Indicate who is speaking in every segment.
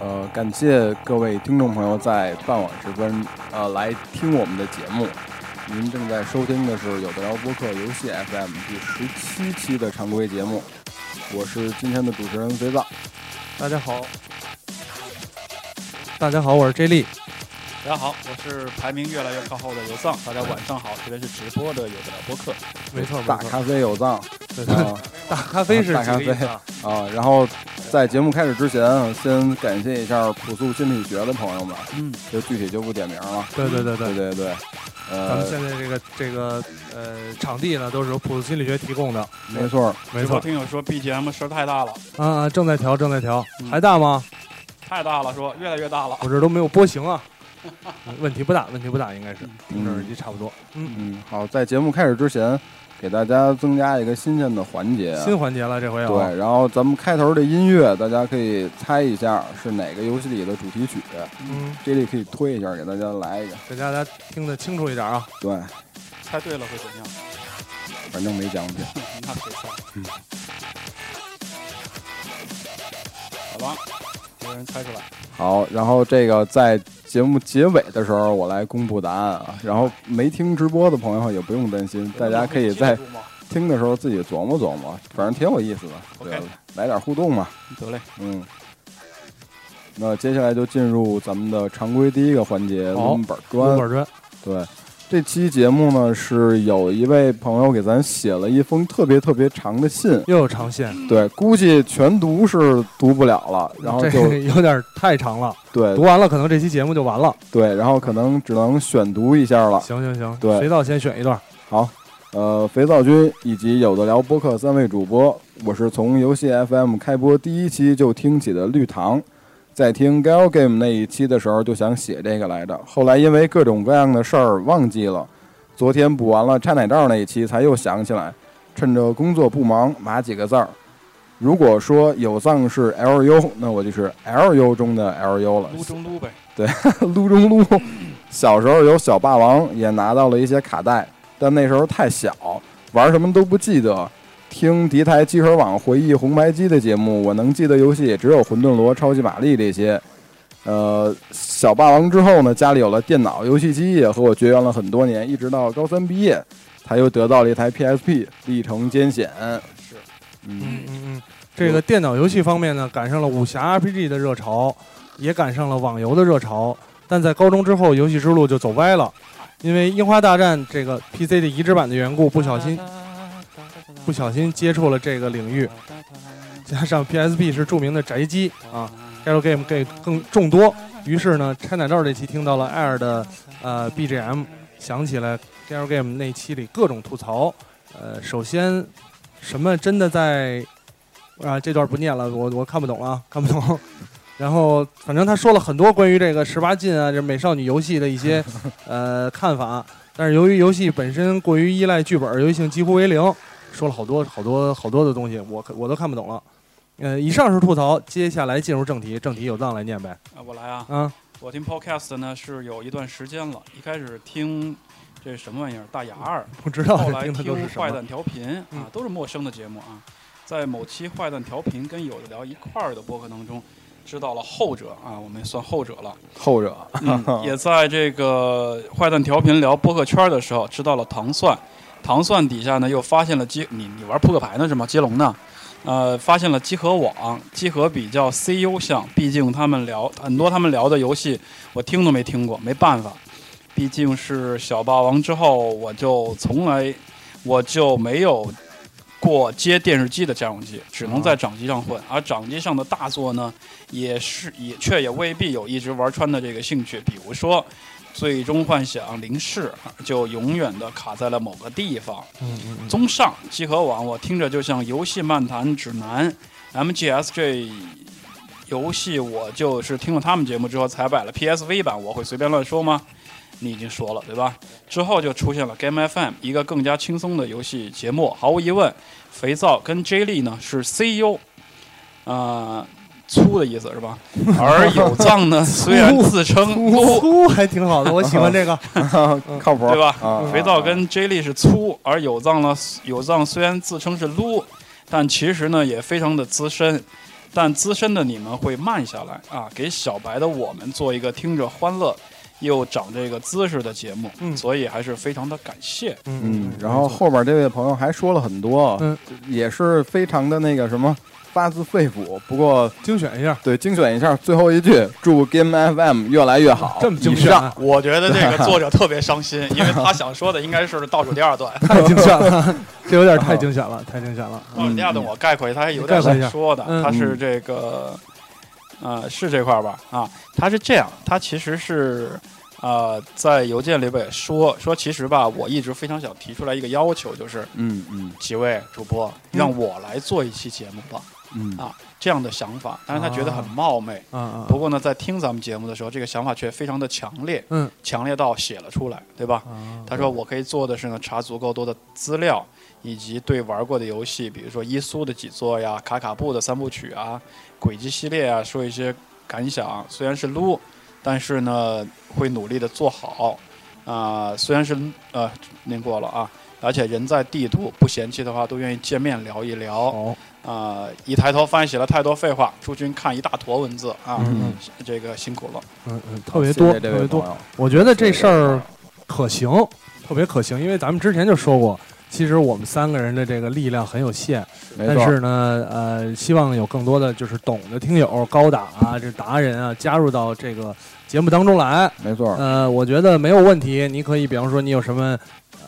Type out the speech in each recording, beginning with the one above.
Speaker 1: 呃感谢各位听众朋友在傍晚时分呃来听我们的节目。您正在收听的是有的聊播客游戏 FM 第十七期的常规节目，我是今天的主持人肥皂。
Speaker 2: 大家好，大家好，我是 J 莉。
Speaker 3: 大家好，我是排名越来越靠后的游藏。大家晚上好，这边是直播的有的聊播客。
Speaker 2: 没错，
Speaker 1: 大
Speaker 2: 没错，
Speaker 1: 咖啡有藏
Speaker 2: 对对
Speaker 1: 啊
Speaker 2: 大咖啡是
Speaker 1: 大
Speaker 2: 几
Speaker 1: 咖
Speaker 2: 个意
Speaker 1: 啡
Speaker 2: 思啊？
Speaker 1: 啊！然后在节目开始之前啊，先感谢一下朴素心理学的朋友们，
Speaker 3: 嗯，
Speaker 1: 就具体就不点名了。
Speaker 2: 对对对
Speaker 1: 对对
Speaker 2: 对。
Speaker 1: 对，
Speaker 2: 咱
Speaker 1: 呃
Speaker 2: 们，现在这个这个呃场地呢，都是由普心理学提供的，
Speaker 1: 没错，
Speaker 2: 没
Speaker 3: 直播
Speaker 2: 错。
Speaker 3: 听友说 BGM 声儿太大了，
Speaker 2: 啊，啊正在调，正在调，
Speaker 3: 嗯
Speaker 2: 还大吗？
Speaker 3: 太大了，说越来越大了。
Speaker 2: 我这都没有波形啊。嗯问题不大，问题不大，应该是听着
Speaker 1: 嗯
Speaker 2: 耳机差不多。嗯，
Speaker 1: 嗯，好，在节目开始之前，给大家增加一个新鲜的环节。
Speaker 2: 新环节了，这回啊，
Speaker 1: 嗯对，然后咱们开头的音乐，大家可以猜一下是哪个游戏里的主题曲。
Speaker 2: 嗯，
Speaker 1: 这里可以推一下，给大家来一个。
Speaker 2: 给大家听得清楚一点啊。
Speaker 1: 对，
Speaker 3: 猜对了会怎样？
Speaker 1: 反正没奖品。
Speaker 3: 那谁猜？
Speaker 2: 嗯
Speaker 3: 好吧，有人猜出来。
Speaker 1: 好，然后这个在节目结尾的时候，我来公布答案啊。然后没听直播的朋友也不用担心，大家可以在
Speaker 3: 记得住吗
Speaker 1: 听的时候自己琢磨琢磨，反正挺有意思的，
Speaker 3: OK
Speaker 1: 对吧来点互动嘛。
Speaker 3: 得嘞，
Speaker 1: 嗯，那接下来就进入咱们的常规第一个环节——
Speaker 2: 好
Speaker 1: 文本
Speaker 2: 五
Speaker 1: 砖。
Speaker 2: 本砖，
Speaker 1: 对，这期节目呢是有一位朋友给咱写了一封特别特别长的信，
Speaker 2: 又有长线，
Speaker 1: 对，估计全读是读不了了，然后
Speaker 2: 这
Speaker 1: 就
Speaker 2: 个有点太长了，读
Speaker 1: 对
Speaker 2: 完了可能这期节目就完了。
Speaker 1: 对，然后可能只能选读一下了。
Speaker 2: 行行行，
Speaker 1: 对
Speaker 2: 肥皂先选一段。
Speaker 1: 好，呃，肥皂君以及有的聊播客三位主播，我是从游戏 FM 开播第一期就听起的绿糖，在听 Gal Game 那一期的时候就想写这个来着，后来因为各种各样的事儿忘记了，昨天补完了拆奶罩那一期才又想起来，趁着工作不忙码几个字儿。如果说有藏是 L U，那我就是 L U 中的 L U 了，
Speaker 3: 撸中撸呗。
Speaker 1: 撸中撸。小时候有小霸王，也拿到了一些卡带，但那时候太小，玩什么都不记得。听敌台集合网回忆红白机的节目，我能记得游戏也只有混沌罗、超级玛丽这些。呃，小霸王之后呢，家里有了电脑，游戏机也和我绝缘了很多年，一直到高三毕业，才又得到了一台 PSP，历程艰险。
Speaker 3: 是，
Speaker 1: 嗯，
Speaker 2: 嗯嗯，这个电脑游戏方面呢，赶上了武侠 RPG 的热潮，也赶上了网游的热潮，但在高中之后，游戏之路就走歪了，因为《樱花大战》这个 PC 的移植版的缘故，不小心不小心接触了这个领域， 加上 PSP 是著名的宅机啊，Gallo Game 给更众多，于是呢，拆奶罩这期听到了艾尔的呃 BGM，想起了 Gallo Game 那期里各种吐槽，呃，首先什么真的在啊，这段不念了，我我看不懂了，啊，看不懂。然后，反正他说了很多关于这个十八禁啊，这美少女游戏的一些呃看法。但是由于游戏本身过于依赖剧本，游戏性几乎为零，说了好多好多好多的东西，我我都看不懂了。呃，以上是吐槽，接下来进入正题，正题有藏来念呗。
Speaker 3: 啊，我来啊。
Speaker 2: 啊，
Speaker 3: 我听 podcast 呢是有一段时间了，一开始听这什么玩意儿大牙儿，
Speaker 2: 不知道
Speaker 3: 后
Speaker 2: 这
Speaker 3: 来
Speaker 2: 听的都是
Speaker 3: 听
Speaker 2: 什
Speaker 3: 坏
Speaker 2: 么？
Speaker 3: 蛋调频
Speaker 2: 嗯
Speaker 3: 啊，都是陌生的节目啊。在某期坏蛋调频跟有的聊一块儿的播客当中，知道了后者啊，我们也算后者了。
Speaker 1: 后者，
Speaker 3: 嗯，也在这个坏蛋调频聊播客圈的时候，知道了糖蒜，糖蒜底下呢又发现了接你你玩扑克牌呢是吗？接龙呢？呃，发现了集合网，集合比较 CU 向，毕竟他们聊很多他们聊的游戏我听都没听过，没办法，毕竟是小霸王之后，我就从来我就没有过接电视机的家用机，只能在掌机上混，而掌机上的大作呢。也是也却也未必有一直玩穿的这个兴趣。比如说，《最终幻想》零式就永远的卡在了某个地方。
Speaker 2: 嗯嗯嗯，
Speaker 3: 综上，集合网我听着就像游戏漫谈指南，MGS 这游戏我就是听了他们节目之后才买了 PSV 版，我会随便乱说吗？你已经说了，对吧？之后就出现了 Game FM，一个更加轻松的游戏节目。毫无疑问，肥皂跟 J 莉呢是 CEO，呃，粗的意思 是吧？而有藏呢，虽然自称
Speaker 2: 呜
Speaker 3: 粗，
Speaker 2: 呼，还挺好的，我喜欢 这个。
Speaker 1: 靠谱，
Speaker 3: 对吧
Speaker 1: 啊
Speaker 3: 肥皂跟 J 莉是粗，而有藏呢，有藏虽然自称是撸，但其实呢也非常的资深。但资深的你们会慢下来啊，给小白的我们做一个听着欢乐又长这个姿势的节目，
Speaker 2: 嗯
Speaker 3: 所以还是非常的感谢。
Speaker 1: 嗯，然后后边这位朋友还说了很多，
Speaker 2: 嗯
Speaker 1: 也是非常的那个什么，发自肺腑。不过
Speaker 2: 精选一下，
Speaker 1: 对，精选一下最后一句，祝 Game FM 越来越好。
Speaker 2: 这么精
Speaker 1: 以
Speaker 2: 选
Speaker 1: 上
Speaker 2: 啊，
Speaker 3: 我觉得这个作者特别伤心，因为他想说的应该是倒数第二段，
Speaker 2: 太精 选了，这有点太精选了，太精选了。
Speaker 3: 倒数第二段我概括一下，他还有点想说的，
Speaker 2: 嗯
Speaker 3: 他是这个，呃，是这块儿吧？啊，他是这样，他其实是。呃，在邮件里边也说说，其实吧，我一直非常想提出来一个要求，就是
Speaker 1: 嗯嗯
Speaker 3: 几位主播让我来做一期节目吧，
Speaker 1: 嗯
Speaker 3: 啊这样的想法，但是他觉得很冒昧。
Speaker 2: 啊啊，
Speaker 3: 不过呢，在听咱们节目的时候，这个想法却非常的强烈，
Speaker 2: 嗯，
Speaker 3: 强烈到写了出来，对吧？
Speaker 2: 啊
Speaker 3: 他说我可以做的是呢，查足够多的资料，以及对玩过的游戏，比如说伊苏的几座呀、卡卡布的三部曲啊、轨迹系列啊，说一些感想。虽然是撸，但是呢，会努力的做好。啊、虽然是呃念过了啊，而且人在帝都不嫌弃的话，都愿意见面聊一聊。
Speaker 2: 哦，
Speaker 3: 啊、一抬头发现写了太多废话，出君看一大坨文字啊，
Speaker 2: 嗯
Speaker 3: 这个辛苦了。
Speaker 2: 嗯嗯，特别多，
Speaker 1: 谢谢这
Speaker 2: 特
Speaker 1: 位
Speaker 2: 别
Speaker 1: 朋
Speaker 2: 多。
Speaker 1: 友。
Speaker 2: 我觉得这事儿可行，特别可行，因为咱们之前就说过，其实我们三个人的这个力量很有限，
Speaker 1: 没
Speaker 2: 但
Speaker 1: 错，
Speaker 2: 是呢，呃，希望有更多的就是懂的听友、高达啊、这达人啊，加入到这个节目当中来。
Speaker 1: 没错，
Speaker 2: 呃，我觉得没有问题，你可以，比方说你有什么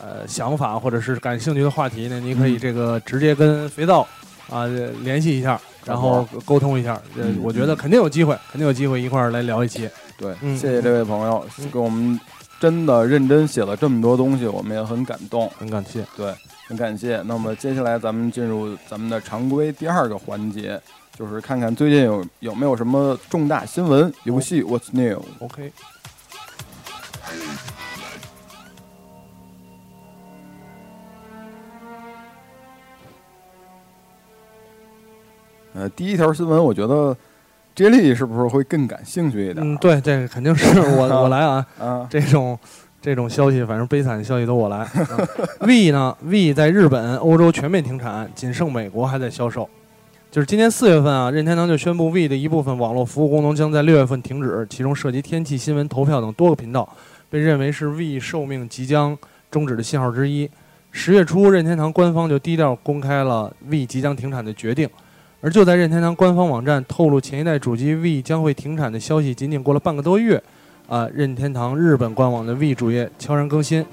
Speaker 2: 呃想法或者是感兴趣的话题呢，你可以
Speaker 1: 嗯
Speaker 2: 这个直接跟肥皂啊、联系一下，然后沟通一下。呃
Speaker 1: 嗯，
Speaker 2: 我觉得肯定有机会，肯定有机会一块儿来聊一期。
Speaker 1: 对，
Speaker 2: 嗯
Speaker 1: 谢谢这位朋友
Speaker 2: 嗯
Speaker 1: 给我们真的认真写了这么多东西，我们也很感动。
Speaker 2: 很感谢，
Speaker 1: 对，很感谢。那么接下来咱们进入咱们的常规第二个环节，就是看看最近有有没有什么重大新闻、游戏 What's New。
Speaker 2: OK，
Speaker 1: 呃，第一条新闻，我觉得 J 莉是不是会更感兴趣一点？
Speaker 2: 嗯，对，这个肯定是 我我来啊，
Speaker 1: 啊，
Speaker 2: 这种这种消息，反正悲惨的消息都我来。嗯 v 呢，V 在日本、欧洲全面停产，仅剩美国还在销售。就是今年四月份啊，任天堂就宣布 V 的一部分网络服务功能将在六月份停止，其中涉及天气、新闻、投票等多个频道，被认为是 V 寿命即将终止的信号之一。十月初，任天堂官方就低调公开了 V 即将停产的决定。而就在任天堂官方网站透露前一代主机 V 将会停产的消息，仅仅过了半个多月，啊、任天堂日本官网的 V 主页悄然更新，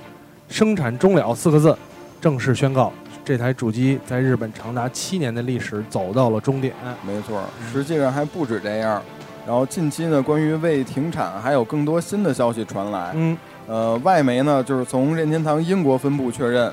Speaker 2: 生产终了四个字，正式宣告这台主机在日本长达七年的历史走到了终点。
Speaker 3: 哎
Speaker 1: 没错，实际上还不止这样。然后近期呢，关于未停产还有更多新的消息传
Speaker 3: 哎
Speaker 1: 来。
Speaker 2: 嗯，
Speaker 1: 呃，外媒呢就是从任天堂英国分部确认，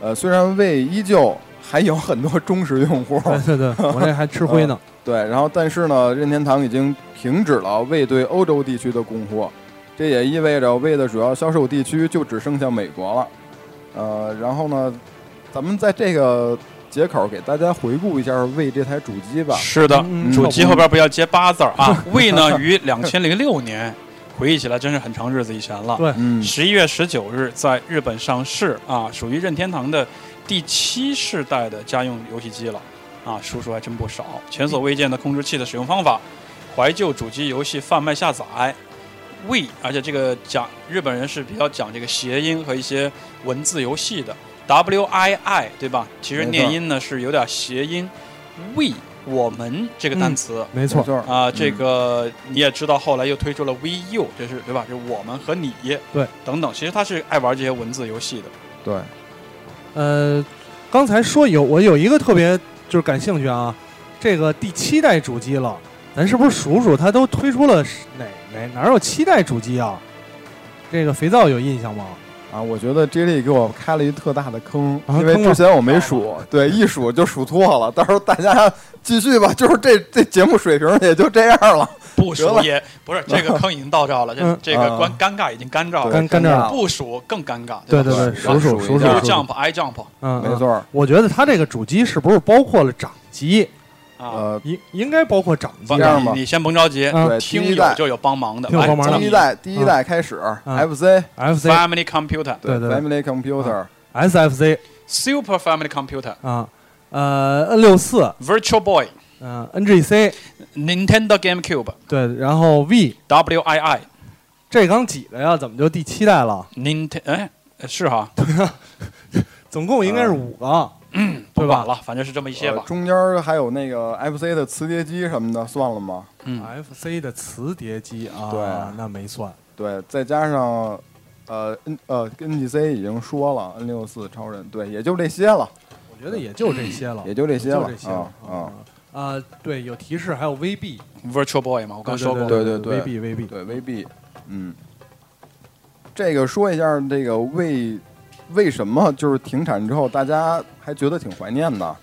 Speaker 1: 呃，虽然未依旧还有很多忠实用户，
Speaker 2: 对对对， 我这还吃灰呢。
Speaker 1: 对，然后但是呢，任天堂已经停止了为对欧洲地区的供货，这也意味着为的主要销售地区就只剩下美国了。呃，然后呢，咱们在这个节口给大家回顾一下为这台主机吧。
Speaker 3: 是的，
Speaker 2: 嗯
Speaker 3: 主
Speaker 1: 手
Speaker 3: 机后边不要接八字儿啊。 魏呢，于两千零六年，回忆起来真是很长日子以前了。
Speaker 1: 嗯，
Speaker 3: 十一月十九日在日本上市啊，属于任天堂的第七世代的家用游戏机了啊，数数还真不少，前所未见的控制器的使用方法，怀旧主机游戏贩卖下载。We，而且这个讲日本人是比较讲这个谐音和一些文字游戏的 W I I，对吧？其实
Speaker 1: 没错
Speaker 3: 念音呢是有点谐音。We 我们这个单词，
Speaker 2: 没
Speaker 1: 没
Speaker 2: 错，
Speaker 1: 错
Speaker 3: 啊，这个你也知道，后来又推出了 VU，这是对吧？就是我们和你
Speaker 2: 对
Speaker 3: 等等，其实他是爱玩这些文字游戏的。
Speaker 1: 对，
Speaker 2: 呃，刚才说有我有一个特别就是感兴趣啊，这个第七代主机了，咱是不是数数它都推出了是哪哪哪有七代主机啊？这个肥皂有印象吗？
Speaker 1: 啊，我觉得 J 莉给我开了一特大的坑，
Speaker 2: 啊
Speaker 1: 因为
Speaker 2: 坑吗
Speaker 1: 之前我没数，对，一数就数错了。到时候大家 继续吧，就是这这节目水平也就这样了。
Speaker 3: 不
Speaker 1: 得
Speaker 3: 熟
Speaker 1: 了
Speaker 3: 也不是这个坑已经到 这儿了，这
Speaker 2: 嗯
Speaker 3: 这个
Speaker 1: 啊
Speaker 3: 关尴尬已经干这儿
Speaker 1: 对啊
Speaker 3: 了，
Speaker 2: 干干这儿了
Speaker 3: 不熟更尴尬。
Speaker 2: 对
Speaker 3: 吧
Speaker 2: 对，啊
Speaker 1: 对
Speaker 2: 数数
Speaker 1: 数
Speaker 2: 数
Speaker 1: 一
Speaker 2: 数
Speaker 1: 下
Speaker 3: ，U
Speaker 2: 数，
Speaker 3: jump I jump
Speaker 2: 嗯，
Speaker 1: 没
Speaker 2: 嗯
Speaker 1: 错，
Speaker 2: 我觉得它这个主机是不是包括了掌机？
Speaker 3: 啊，
Speaker 1: 呃，
Speaker 2: 应应该包括掌机
Speaker 3: 不
Speaker 1: 这样吧
Speaker 3: 你你先甭着急，
Speaker 2: 啊
Speaker 1: 对，第
Speaker 3: 听
Speaker 1: 一
Speaker 3: 友
Speaker 1: 代
Speaker 3: 就有帮忙的，哎
Speaker 2: 听友
Speaker 3: 来
Speaker 2: 帮忙的
Speaker 3: 咱
Speaker 1: 第
Speaker 3: 们
Speaker 1: 一代第一代开始，FC
Speaker 2: ，FC、
Speaker 3: Family Computer、
Speaker 1: 对
Speaker 2: 对对
Speaker 1: Family Computer，
Speaker 2: SFC
Speaker 3: Super Family Computer、
Speaker 2: 啊，呃，N 六四、
Speaker 3: Virtual Boy
Speaker 2: 嗯、n g c
Speaker 3: Nintendo GameCube
Speaker 2: 对，然后 V
Speaker 3: WII
Speaker 2: 这刚几了呀？怎么就第七代了？
Speaker 3: Nintendo 哎是哈，
Speaker 2: 总共应该是五个，
Speaker 3: 不
Speaker 2: 对
Speaker 3: 管
Speaker 2: 吧
Speaker 3: 了，反正是这么一些
Speaker 1: 呃
Speaker 3: 吧。
Speaker 1: 中间还有那个 FC 的磁碟机什么的，算了吗？
Speaker 3: 嗯，
Speaker 2: ？FC 的磁碟机啊，
Speaker 1: 对
Speaker 2: 那没算。
Speaker 1: 对，再加上呃 N 呃 NGC 已经说了，N 六四超人，对，也就这些了，
Speaker 2: 我觉得也就这些了，
Speaker 1: 也就这些
Speaker 2: 就
Speaker 1: 了
Speaker 2: 这些
Speaker 1: 啊
Speaker 2: 啊
Speaker 1: 啊！
Speaker 2: 啊，对，有提示，还有 VB，
Speaker 3: Virtual Boy 嘛，我刚说过。
Speaker 1: 对对对
Speaker 2: VB VB，
Speaker 1: 对，VB，嗯，这个说一下这个为为什么就是停产之后大家还觉得挺怀念的，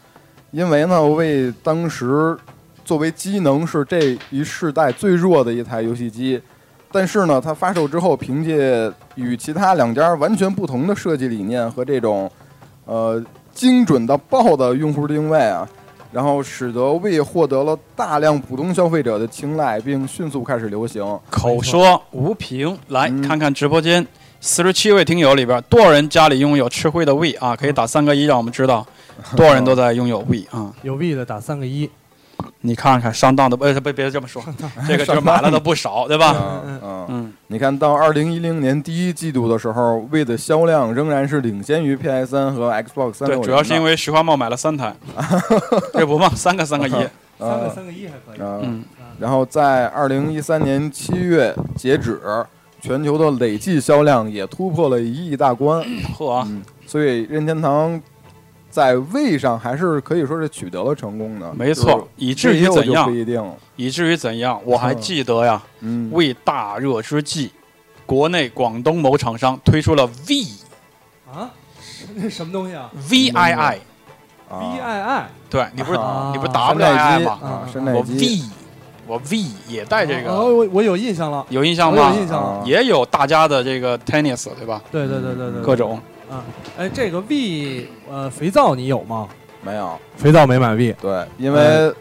Speaker 1: 因为呢，为当时作为机能是这一世代最弱的一台游戏机，但是呢，它发售之后凭借与其他两家完全不同的设计理念和这种呃精准的爆的用户定位啊。然后使得 w 获得了大量普通消费者的青睐，并迅速开始流行。
Speaker 3: 口说无凭，来、
Speaker 1: 嗯
Speaker 3: 看看直播间四十七位听友里边，多少人家里拥有吃灰的 We 啊？可以
Speaker 1: 嗯
Speaker 3: 打三个一，让我们知 道多少人都在拥有 We 啊！
Speaker 2: 有 V 的打三个一，
Speaker 3: 你看看上当的，呃，别别这么说，这个就是买了的不少，对吧？
Speaker 1: 嗯嗯，
Speaker 3: 嗯，
Speaker 1: 你看到二零一零年第一季度的时候，w 的销量仍然是领先于 PS 三和 Xbox 三六，
Speaker 3: 对
Speaker 1: 零。
Speaker 3: 主要是因为石化茂买了 三台，这不嘛，三个三个一，
Speaker 2: 三
Speaker 1: 呃
Speaker 2: 个三个一还可以。
Speaker 1: 嗯，
Speaker 3: 嗯，
Speaker 1: 然后在二零一三年七月截止，全球的累计销量也突破了一亿大关，嗯
Speaker 3: 嚯啊，
Speaker 1: 所以任天堂在位上还是可以说是取得了成功的。
Speaker 3: 没错，，以
Speaker 1: 至
Speaker 3: 至于怎
Speaker 1: 就不
Speaker 3: 样？
Speaker 1: 一定了。
Speaker 3: 以至于怎样？我还记得呀，
Speaker 1: 嗯，
Speaker 3: 为大热之际，国内广东某厂商推出了 V
Speaker 2: 啊， 那什么东西啊
Speaker 3: V I I，
Speaker 2: ？V
Speaker 1: 啊
Speaker 2: I I
Speaker 3: 对你不是、
Speaker 1: 啊
Speaker 3: 你不是
Speaker 1: 山
Speaker 3: W I
Speaker 1: 寨
Speaker 3: I
Speaker 1: 机
Speaker 3: 吗？
Speaker 1: 啊，山寨
Speaker 3: 我
Speaker 1: 机
Speaker 3: V 我 V 也带这
Speaker 2: 哦，
Speaker 3: 个，
Speaker 2: 我我有印象了，
Speaker 3: 有印象
Speaker 2: 我有印
Speaker 3: 吗？
Speaker 2: 象
Speaker 1: 啊
Speaker 2: 了。
Speaker 3: 也有大家的这个 tennis 对吧？
Speaker 2: 对对对对对，
Speaker 3: 各种
Speaker 2: 啊，哎，这个 V 呃肥皂你有吗？
Speaker 1: 没有。
Speaker 2: 肥皂没买 V，
Speaker 1: 对，因
Speaker 2: 哎
Speaker 1: 为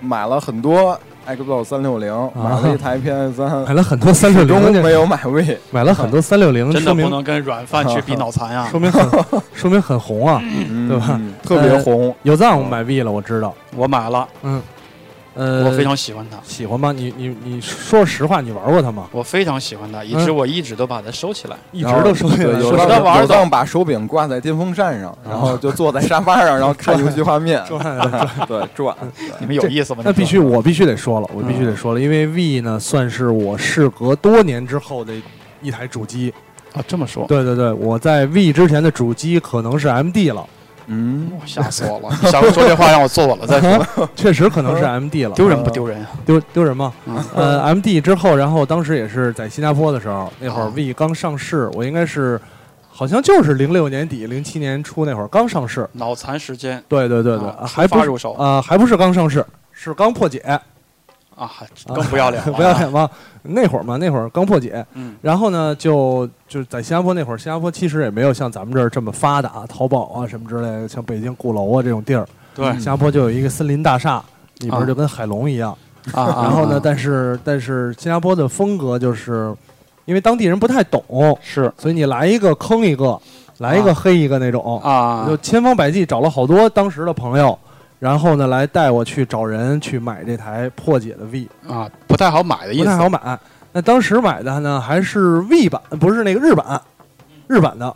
Speaker 1: 买了很多 Xbox 三六零，买了一台 PS 三，
Speaker 2: 买了很多啊 三六
Speaker 1: 始终
Speaker 2: 零，
Speaker 1: 没有买 V。
Speaker 2: 买了很多三六零，
Speaker 3: 真
Speaker 2: 说
Speaker 3: 的不
Speaker 2: 明
Speaker 3: 能跟软饭去比脑 残啊！
Speaker 2: 说明很说明很红啊。
Speaker 1: 嗯
Speaker 2: 对吧？
Speaker 1: 特别红，
Speaker 2: 有藏买 V 了，我知道，
Speaker 3: 我买了，
Speaker 2: 嗯，呃，
Speaker 3: 我非常喜欢它，
Speaker 2: 喜欢吗？你你你说实话，你玩过它吗？
Speaker 3: 我非常喜欢它，以致
Speaker 2: 嗯
Speaker 3: 我一直都把它收起来。
Speaker 2: 一直都说起来
Speaker 1: 对有
Speaker 3: 时
Speaker 2: 说
Speaker 3: 候
Speaker 1: 的
Speaker 3: 玩的
Speaker 1: 有当把手柄挂在电风扇
Speaker 2: 啊
Speaker 1: 上，然后就坐在沙发上，然后看游戏画面，
Speaker 2: 转
Speaker 1: 对，转。
Speaker 3: 你们有意思吗？
Speaker 2: 那必须，我必须得说了，我
Speaker 3: 嗯
Speaker 2: 必须得说了，因为 V 呢，算是我事隔多年之后的一台主机。
Speaker 3: 啊！这么说，
Speaker 2: 对对对，我在 V 之前的主机可能是 MD 了，
Speaker 1: 嗯，
Speaker 3: 我吓死我 了！你想说这话让我坐稳了再说，
Speaker 2: 确实可能是 MD 了，
Speaker 3: 丢人不丢人啊？
Speaker 2: 丢丢人吗？
Speaker 3: 嗯
Speaker 2: 呃，MD 之后，然后当时也是在新加坡的时候，那会儿
Speaker 3: 啊
Speaker 2: V 刚上市，我应该是好像就是零六年底、零七年初那会儿刚上市。
Speaker 3: 脑残时间
Speaker 2: 对对对对，
Speaker 3: 啊
Speaker 2: 啊还不
Speaker 3: 发
Speaker 2: 是
Speaker 3: 入手
Speaker 2: 啊，还不是刚上市，是刚破解，
Speaker 3: 啊，更不要脸了，
Speaker 2: 啊不要脸吗？那会儿嘛，那会儿刚破解，
Speaker 3: 嗯，
Speaker 2: 然后呢，就就是在新加坡那会儿，新加坡其实也没有像咱们这儿这么发达，淘宝啊什么之类的，像北京鼓楼啊这种地儿，
Speaker 3: 对
Speaker 2: 新加坡就有一个森林大厦，里边儿就跟海龙一样。
Speaker 3: 啊。
Speaker 2: 然后呢，
Speaker 3: 啊
Speaker 2: 但是但是新加坡的风格就是，因为当地人不太懂，
Speaker 3: 是
Speaker 2: 所以你来一个坑一个，来一个
Speaker 3: 啊
Speaker 2: 黑一个那种，
Speaker 3: 啊
Speaker 2: 我就，千方百计找了好多当时的朋友，然后呢来带我去找人去买这台破解的 V，
Speaker 3: 啊，不太好买的意
Speaker 2: 不
Speaker 3: 思
Speaker 2: 太好买。那当时买的呢还是 V 版，不是那个日版，日版的。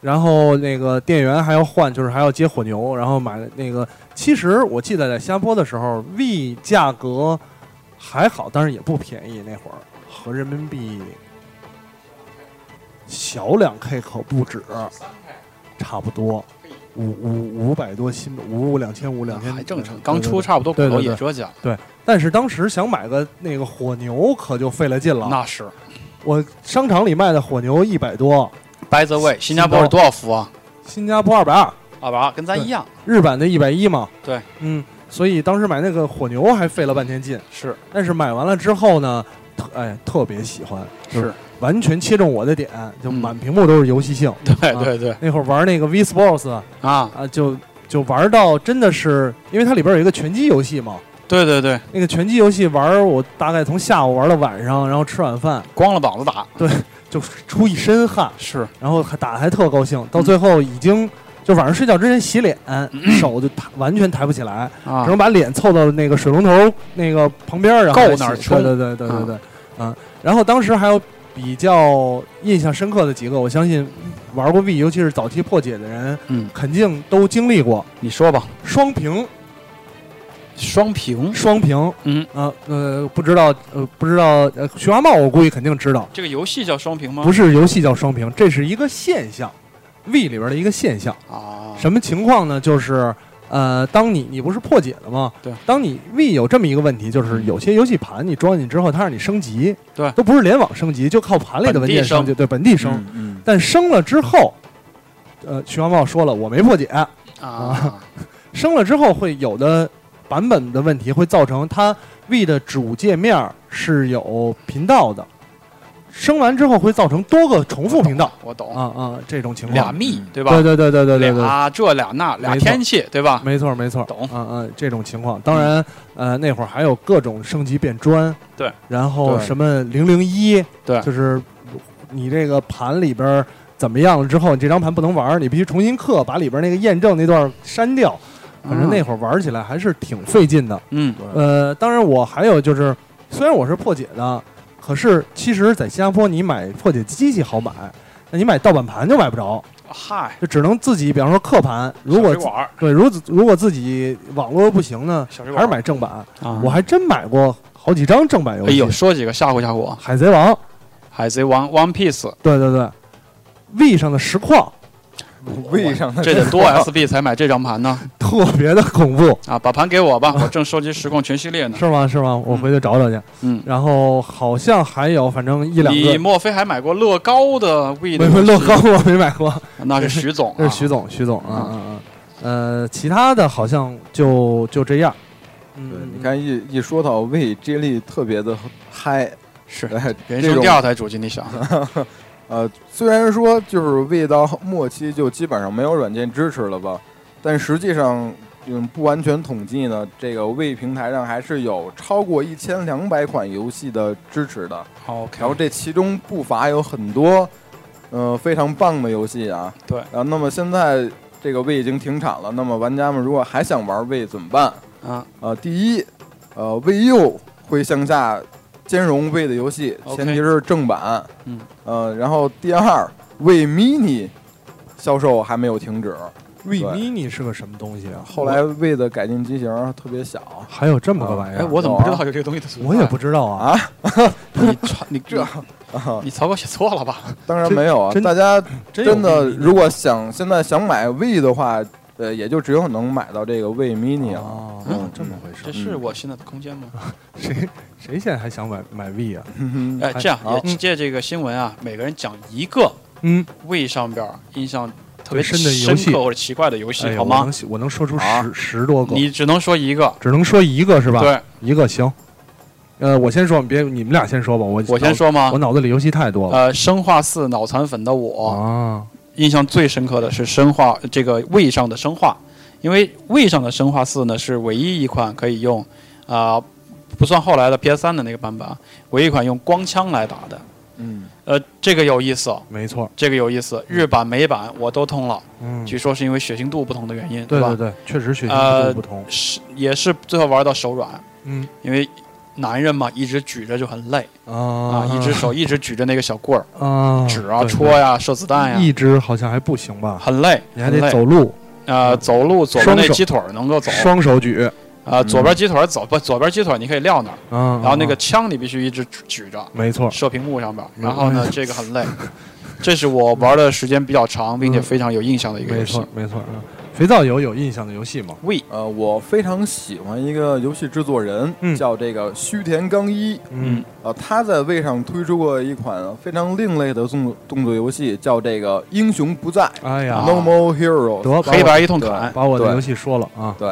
Speaker 2: 然后那个店员还要换，就是还要接火牛，然后买那个。其实我记得在新加坡的时候，V 价格还好，但是也不便宜。那会儿和人民币小两 K 可不止，差不多五五五百多新五五两千五两千，
Speaker 3: 啊还正常，刚
Speaker 2: 对。
Speaker 3: 出
Speaker 2: 对对
Speaker 3: 差不多
Speaker 2: 对
Speaker 3: 可能
Speaker 2: 对对
Speaker 3: 也这价，
Speaker 2: 但是当时想买个那个火牛可就费了劲了，
Speaker 3: 那是。
Speaker 2: 我商场里卖的火牛一百多，
Speaker 3: By the way，新加坡是多少伏啊？
Speaker 2: 新加坡二百二，
Speaker 3: 二百二，跟咱一样。
Speaker 2: 日版的一百一嘛。
Speaker 3: 对，
Speaker 2: 嗯，所以当时买那个火牛还费了半天劲，
Speaker 3: 是
Speaker 2: 但是买完了之后呢，特哎特别喜欢，就是
Speaker 3: 是，
Speaker 2: 完全切中我的点，就
Speaker 3: 嗯
Speaker 2: 满屏幕都是游戏性。
Speaker 3: 对
Speaker 2: 啊
Speaker 3: 对对
Speaker 2: 那会儿玩那个 V Sports
Speaker 3: 啊，
Speaker 2: 啊，就就玩到真的是，因为它里边有一个拳击游戏嘛，
Speaker 3: 对对对，
Speaker 2: 那个拳击游戏玩儿我大概从下午玩到晚上，然后吃晚饭
Speaker 3: 光了膀子打
Speaker 2: 就出一身汗。
Speaker 3: 是
Speaker 2: 然后还打得还特高兴，到最后已经就晚上睡觉之前洗脸，手就抬完全抬不起来，
Speaker 3: 啊
Speaker 2: 只能把脸凑到那个水龙头那个旁边儿，然后
Speaker 3: 够
Speaker 2: 再洗
Speaker 3: 那儿冲
Speaker 2: 对对对对对对，嗯。然后当时还有比较印象深刻的几个，我相信玩过 V，尤其是早期破解的人，
Speaker 3: 嗯，
Speaker 2: 肯定都经历过
Speaker 3: 你说吧，
Speaker 2: 双屏，
Speaker 3: 双屏，
Speaker 2: 双屏。
Speaker 3: 嗯，
Speaker 2: 呃呃，不知道呃不知道呃，雪花帽我估计肯定知道，
Speaker 3: 这个游戏叫双屏吗？
Speaker 2: 不
Speaker 3: 是
Speaker 2: 是游戏叫双屏，这是一个现象，V 里边的一个现象。
Speaker 3: 啊，
Speaker 2: 什么情况呢？就是呃，当你你不是破解了吗？
Speaker 3: 对。
Speaker 2: 当你 V 有这么一个问题，就是有些游戏盘你装进去之后，它让你升级，
Speaker 3: 对
Speaker 2: 都不是联网升级，就靠盘里的文件升级，对本地升。
Speaker 1: 嗯
Speaker 2: 但升了之后，呃，徐王茂说了，我没破解，
Speaker 3: 啊？
Speaker 2: 升了之后会有的版本的问题会造成它 V 的主界面是有频道的，升完之后会造成多个重复频道
Speaker 3: 我懂，
Speaker 2: 啊啊这种情
Speaker 3: 哦俩
Speaker 2: 况。
Speaker 3: 密
Speaker 1: 嗯
Speaker 3: 对吧？
Speaker 2: 对对对对对对对。
Speaker 3: 俩这俩那俩
Speaker 2: 没错
Speaker 3: 天气对吧？
Speaker 2: 没错，没错，
Speaker 3: 懂
Speaker 2: 嗯嗯，这种情况，当然，呃，那会儿还有各种升级变砖，
Speaker 3: 对，
Speaker 2: 然后
Speaker 1: 对
Speaker 2: 什么零零一，
Speaker 3: 对
Speaker 2: 就是你这个盘里边儿怎么样了之后，你这张盘不能玩儿，你必须重新刻，把里边那个验证那段删掉。反正那会儿玩起来还是挺费劲的。
Speaker 3: 嗯
Speaker 2: 呃，当然我还有就是，虽然我是破解的，可是其实在新加坡你买破解机器好买，那你买盗版盘就买不着，
Speaker 3: 嗨，
Speaker 2: 就只能自己，比方说刻盘，如果
Speaker 3: 小水管儿
Speaker 2: 对，如如果自己网络不行呢，
Speaker 3: 小水
Speaker 2: 还是
Speaker 3: 管
Speaker 2: 买正版。
Speaker 3: 啊
Speaker 2: 我还真买过好几张正版游
Speaker 3: 哎
Speaker 2: 戏，
Speaker 3: 呦，说几个吓唬吓唬我，
Speaker 2: 海贼王》
Speaker 3: 海贼王 One Piece
Speaker 2: 对对对，V 上的实况
Speaker 1: 位上的
Speaker 3: 这得多 SB 才买这张盘呢
Speaker 2: 特别的恐怖，
Speaker 3: 啊！把盘给我吧，我正收集实况全系列 呢。
Speaker 2: 是吗？是吗？我回去找找去。
Speaker 3: 嗯
Speaker 2: 然后好像还有，反正一两
Speaker 3: 你
Speaker 2: 个。
Speaker 3: 莫非还买过乐高的
Speaker 2: 没
Speaker 3: V 的？
Speaker 2: 没乐高，我没买 过，
Speaker 3: 那是徐总啊，
Speaker 2: 那是徐总，徐总啊啊啊。呃，其他的好像就就这样。
Speaker 1: 对
Speaker 2: 嗯，
Speaker 1: 你看一一说到胃接力特别的嗨，
Speaker 3: 是
Speaker 1: 哎
Speaker 3: 人
Speaker 1: 这
Speaker 3: 生
Speaker 1: 种
Speaker 3: 第二台主机， 你想
Speaker 1: 呃，虽然说就是味到末期就基本上没有软件支持了吧，但实际上，嗯，不完全统计呢，这个微平台上还是有超过一千两百款游戏的支持的。
Speaker 3: ？OK，
Speaker 1: 然后这其中不乏有很多，嗯、非常棒的游戏啊。
Speaker 3: 对
Speaker 1: 然后那么现在这个 V 已经停产了，那么玩家们如果还想玩 V 怎么办？
Speaker 3: 啊，
Speaker 1: 呃，第一，呃，V U 会向下兼容 V 的游戏，
Speaker 3: OK
Speaker 1: 前提是正版。
Speaker 3: 嗯。
Speaker 1: 呃，然后第二，V Mini 销售还没有停止，
Speaker 2: V
Speaker 1: 对
Speaker 2: Mini 是个什么东西啊？
Speaker 1: 后来 V 的改进机型特别小。
Speaker 2: 还有这么个玩意
Speaker 3: 哎，
Speaker 2: 儿，
Speaker 3: 我怎么不知道有这个东西的存在？
Speaker 2: 我也不知道啊。
Speaker 3: 你操你
Speaker 1: 这
Speaker 3: 这
Speaker 1: 啊，
Speaker 3: 你草稿写错 了吧？
Speaker 1: 当然
Speaker 2: 真
Speaker 1: 没有啊！
Speaker 2: 真
Speaker 1: 大家
Speaker 2: 真有
Speaker 1: 真的，
Speaker 2: Mini
Speaker 1: 如果想现在想买 V 的话，呃，也就只有能买到这个 V Mini
Speaker 3: 啊
Speaker 1: 了。
Speaker 2: 哦
Speaker 1: 嗯
Speaker 2: 这么回
Speaker 3: 这
Speaker 2: 事。
Speaker 3: 是我现在的空间吗？
Speaker 2: 谁谁现在还想买买 V 啊？
Speaker 1: 嗯
Speaker 3: 哎，这样
Speaker 1: 好
Speaker 3: 也借这个新闻啊，每个人讲一个
Speaker 2: 嗯，
Speaker 3: 为上边儿印象特别
Speaker 2: 深的游戏
Speaker 3: 深刻或者奇怪的游戏，
Speaker 2: 哎呀，
Speaker 3: 好
Speaker 2: 我
Speaker 3: 吗
Speaker 2: 能？我能说出
Speaker 1: 好
Speaker 2: 十十多个，
Speaker 3: 你只能说一个，
Speaker 2: 只能说一个是吧？，
Speaker 3: 对
Speaker 2: 一个行。呃，我先说，别你们俩先说吧，我
Speaker 3: 我先，说啊
Speaker 2: 脑我
Speaker 3: 吗？
Speaker 2: 脑子里游戏太多了
Speaker 3: 呃，生化四脑残粉的我，
Speaker 2: 啊。
Speaker 3: 印象最深刻的是生化这个位上的生化，因为位上的生化四呢是唯一一款可以用啊、不算后来的 PS 3的那个版本，啊，唯一一款用光枪来打的。
Speaker 1: 嗯，
Speaker 3: 呃，这个有意思哦，
Speaker 2: 没错，
Speaker 3: 这个有意思，日版美版我都通了，
Speaker 2: 嗯，
Speaker 3: 据说是因为血腥度不同的原因，
Speaker 2: 对
Speaker 3: 吧？
Speaker 2: 对对，确实血
Speaker 3: 呃
Speaker 2: 型度不同。
Speaker 3: 是也是最后玩到手软，
Speaker 2: 嗯
Speaker 3: 因为男人嘛一直举着就很累啊，
Speaker 2: 啊
Speaker 3: 一 只手一直举着那个小棍儿，
Speaker 2: 啊
Speaker 3: 纸啊
Speaker 2: 对
Speaker 3: 戳呀、射子弹呀，
Speaker 2: 一只好像还不行吧？
Speaker 3: 很累，
Speaker 2: 你还
Speaker 3: 很
Speaker 2: 得
Speaker 3: 累
Speaker 2: 走路，
Speaker 3: 呃，走路左边
Speaker 2: 双
Speaker 3: 那
Speaker 2: 手
Speaker 3: 鸡腿儿能够走，
Speaker 2: 双手举
Speaker 3: 啊，左边鸡腿儿走不，左边鸡腿儿你可以撂那儿，
Speaker 2: 啊。
Speaker 3: 然后那个
Speaker 2: 啊
Speaker 3: 枪你必须一直举举着，
Speaker 2: 没错，
Speaker 3: 射屏幕上边儿。
Speaker 2: 嗯
Speaker 3: 然后呢，这个很累，这是我玩的时间比较长，并且非常有印象的一个
Speaker 2: 没
Speaker 3: 游戏
Speaker 2: 错。没错啊。肥皂有有印象的游戏吗？
Speaker 3: We
Speaker 1: 呃，我非常喜欢一个游戏制作人，
Speaker 2: 嗯
Speaker 1: 叫这个须田刚一。
Speaker 3: 嗯
Speaker 1: 呃，他在位上推出过一款非常另类的动作动作游戏，叫这个《英雄不在》
Speaker 2: 哎呀，
Speaker 1: n o m a l Hero）。
Speaker 2: 得把
Speaker 3: 黑
Speaker 2: 我
Speaker 3: 白一通砍，
Speaker 2: 把我的
Speaker 1: 对
Speaker 2: 游戏说了啊。
Speaker 1: 对，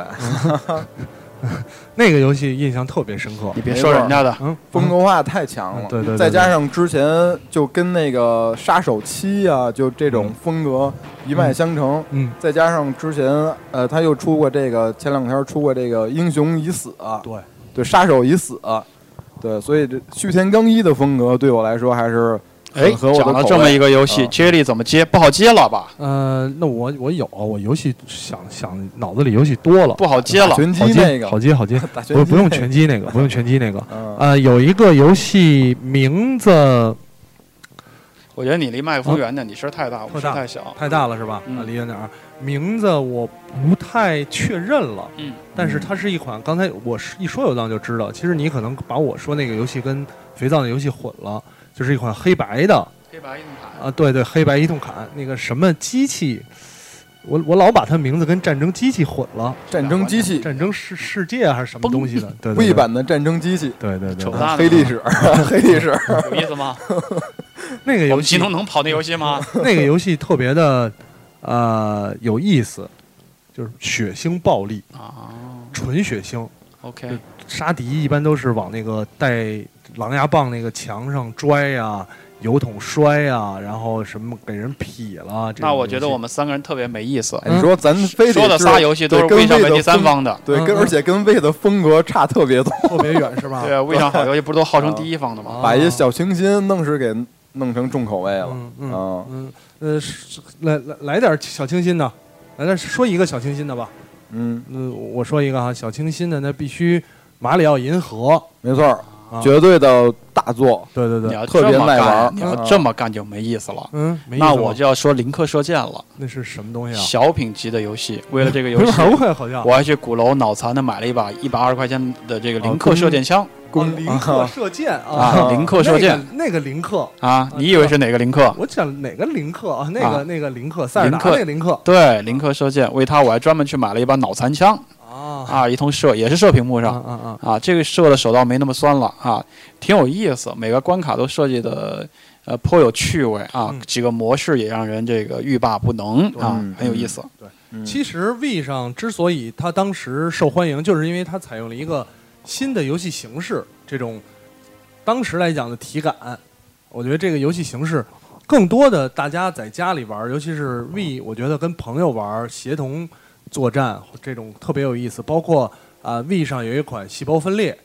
Speaker 2: 那个游戏印象特别深刻。
Speaker 3: 你别说人家的，
Speaker 2: 嗯，
Speaker 1: 风格化太强了，
Speaker 2: 嗯对对对
Speaker 1: 再加上之前就跟那个《杀手七》啊，就这种风格一脉相承。
Speaker 2: 嗯，
Speaker 1: 再加上之前，呃，他又出过这个，前两天出过这个《英雄已死》啊，
Speaker 2: 对，
Speaker 1: 对，《杀手已死》啊，对，所以这续田刚一的风格对我来说还是哎
Speaker 3: 哎，
Speaker 1: 和我的
Speaker 3: 讲了
Speaker 1: 口
Speaker 3: 这么
Speaker 1: 味
Speaker 3: 一个游戏，
Speaker 1: 啊
Speaker 3: 接力怎么接？不好接了吧？
Speaker 2: 呃，那我我有，我游戏想想脑子里游戏多了，
Speaker 3: 不好接了。
Speaker 1: 拳击
Speaker 2: 好
Speaker 1: 那
Speaker 2: 接
Speaker 1: 个
Speaker 2: 好，接好 接，
Speaker 1: 打拳
Speaker 2: 不
Speaker 1: 击
Speaker 2: 不用
Speaker 1: 那个
Speaker 2: 拳击那 个，不用拳击那个。
Speaker 1: 嗯
Speaker 2: 呃，有一个游戏名字
Speaker 3: 我觉得你离麦克风远点，你声儿太大，我声儿太小。
Speaker 2: 太大了是吧？
Speaker 3: 嗯
Speaker 2: 啊，离远点儿。名字我不太确认了，
Speaker 3: 嗯，
Speaker 2: 但是它是一款，刚才我是一说有藏就知道，其实你可能把我说那个游戏跟肥皂那游戏混了，就是一款黑白的
Speaker 3: 黑白硬盘。
Speaker 2: 啊，对对，黑白一通砍那个什么机器，我我老把它名字跟战争机器混了，
Speaker 1: 战争机器
Speaker 2: 战争世世界还是什么
Speaker 3: 崩
Speaker 2: 东西的，对对
Speaker 1: V
Speaker 2: 对，
Speaker 1: 版的战争机器，
Speaker 2: 对对对
Speaker 3: 扯，
Speaker 2: 对
Speaker 3: 淡了
Speaker 1: 黑历史， 黑历史，
Speaker 3: 啊有意思吗？
Speaker 2: 那个
Speaker 3: 我
Speaker 2: 游
Speaker 3: 们
Speaker 2: 戏
Speaker 3: 集中能跑那游戏吗？
Speaker 2: 那个游戏特别的呃有意思，就是血腥暴力，
Speaker 3: 啊
Speaker 2: 纯血腥。
Speaker 3: ，OK，
Speaker 2: 杀敌一般都是往那个带狼牙棒那个墙上拽呀、油桶摔呀、然后什么给人劈了。这种
Speaker 3: 那我觉得
Speaker 2: 游戏
Speaker 3: 我们三个人特别没意思。
Speaker 1: 哎你说咱非得
Speaker 3: 说的
Speaker 1: 知道
Speaker 3: 仨游戏都是
Speaker 1: 对跟
Speaker 3: 微笑
Speaker 1: V
Speaker 3: 为
Speaker 1: 的
Speaker 3: 第三
Speaker 1: 风
Speaker 3: 方的，
Speaker 1: 对，跟
Speaker 2: 嗯
Speaker 1: 而且跟 V 的风格差特别多，
Speaker 2: 特别远 是吧？
Speaker 3: 对，啊，微笑好游戏不是都号称第一方的吗？
Speaker 2: 啊
Speaker 1: 把一些小清新弄是给弄成重口味了。
Speaker 2: 嗯嗯
Speaker 1: 啊
Speaker 2: 嗯呃，是来来来点小清新的，来点说一个小清新的吧。
Speaker 1: 嗯，
Speaker 2: 嗯、我说一个哈，小清新的那必须马里奥银河。
Speaker 1: 没错儿，
Speaker 2: 啊
Speaker 1: 绝对的大作。
Speaker 2: 对对
Speaker 3: 你
Speaker 2: 对，
Speaker 3: 要
Speaker 1: 特
Speaker 3: 这
Speaker 1: 别
Speaker 3: 么
Speaker 1: 耐玩儿
Speaker 3: 干，你要
Speaker 1: 嗯
Speaker 3: 这么干就没意思了。
Speaker 2: 嗯，没意思吧
Speaker 3: 那我就要说《林克射箭》了，
Speaker 2: 那是什么东西啊？
Speaker 3: 小品级的游戏。为了这个游
Speaker 2: 没
Speaker 3: 戏，
Speaker 2: 玩过呀，好像。
Speaker 3: 我还去鼓楼脑残的买了一把一百二十块钱的这个林克射箭枪
Speaker 1: 公
Speaker 2: 哦林克射箭啊，
Speaker 3: 啊，林克射箭
Speaker 2: 那个那个林克，
Speaker 3: 啊，你以为是哪个林克？
Speaker 2: 我想哪个林克啊？那个
Speaker 3: 啊
Speaker 2: 那个林克，塞尔达
Speaker 3: 林克
Speaker 2: 那个林克
Speaker 3: 对，林克射箭，为它我还专门去买了一把脑残枪
Speaker 2: 啊
Speaker 3: 啊，一通射也是射屏幕
Speaker 2: 啊
Speaker 3: 上
Speaker 2: 啊啊！
Speaker 3: 啊，这个射的手刀没那么酸了啊，挺有意思，每个关卡都设计的呃颇有趣味啊
Speaker 2: 嗯，
Speaker 3: 几个模式也让人这个欲罢不能啊
Speaker 1: 嗯，
Speaker 3: 很有意思。
Speaker 1: 嗯
Speaker 2: 其实 V 上之所以它当时受欢迎，就是因为它采用了一个新的游戏形式，这种当时来讲的体感，我觉得这个游戏形式。更多的大家在家里玩，尤其是 V，我觉得跟朋友玩协同作战这种特别有意思。包括啊、v 上有一款细胞分裂，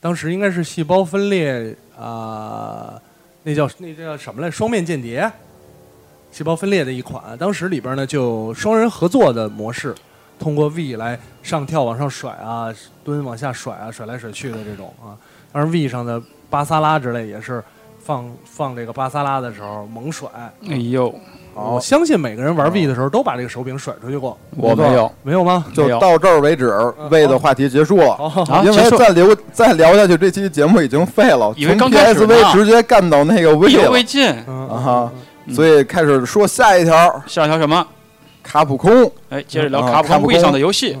Speaker 2: 当时应该是细胞分裂啊、那叫那叫什么来？双面间谍，细胞分裂的一款。当时里边呢就双人合作的模式，通过 V 来上跳往上甩啊，蹲往下甩啊，甩来甩去的这种啊。当然 V 上的巴萨拉之类也是放放这个巴萨拉的时候猛甩。
Speaker 1: 嗯
Speaker 3: 哎呦，
Speaker 1: 好
Speaker 2: 我，相信每个人玩 V 的时候都把这个手柄甩出去过，
Speaker 3: 我没有
Speaker 2: 没有吗？
Speaker 1: 就到这儿为止
Speaker 2: 嗯
Speaker 1: ，V 的话题结束了。
Speaker 2: 好，
Speaker 3: 啊，
Speaker 1: 哦因
Speaker 3: 结
Speaker 1: 为
Speaker 3: 束
Speaker 1: 再聊再聊下去，这期节目已经废了，
Speaker 3: 以为
Speaker 1: 从
Speaker 3: 刚开始呢
Speaker 1: PSV 直接干到那个 V
Speaker 3: 意犹未
Speaker 1: 了，
Speaker 3: 尽。
Speaker 2: 嗯
Speaker 1: 啊哈
Speaker 3: 嗯
Speaker 1: 所以开始说下一条
Speaker 3: 下一条什么？
Speaker 1: 卡普空，
Speaker 3: 哎，接着聊
Speaker 1: 啊
Speaker 3: 卡普
Speaker 1: 卡普
Speaker 3: 空 V
Speaker 1: 空
Speaker 3: 上的游戏。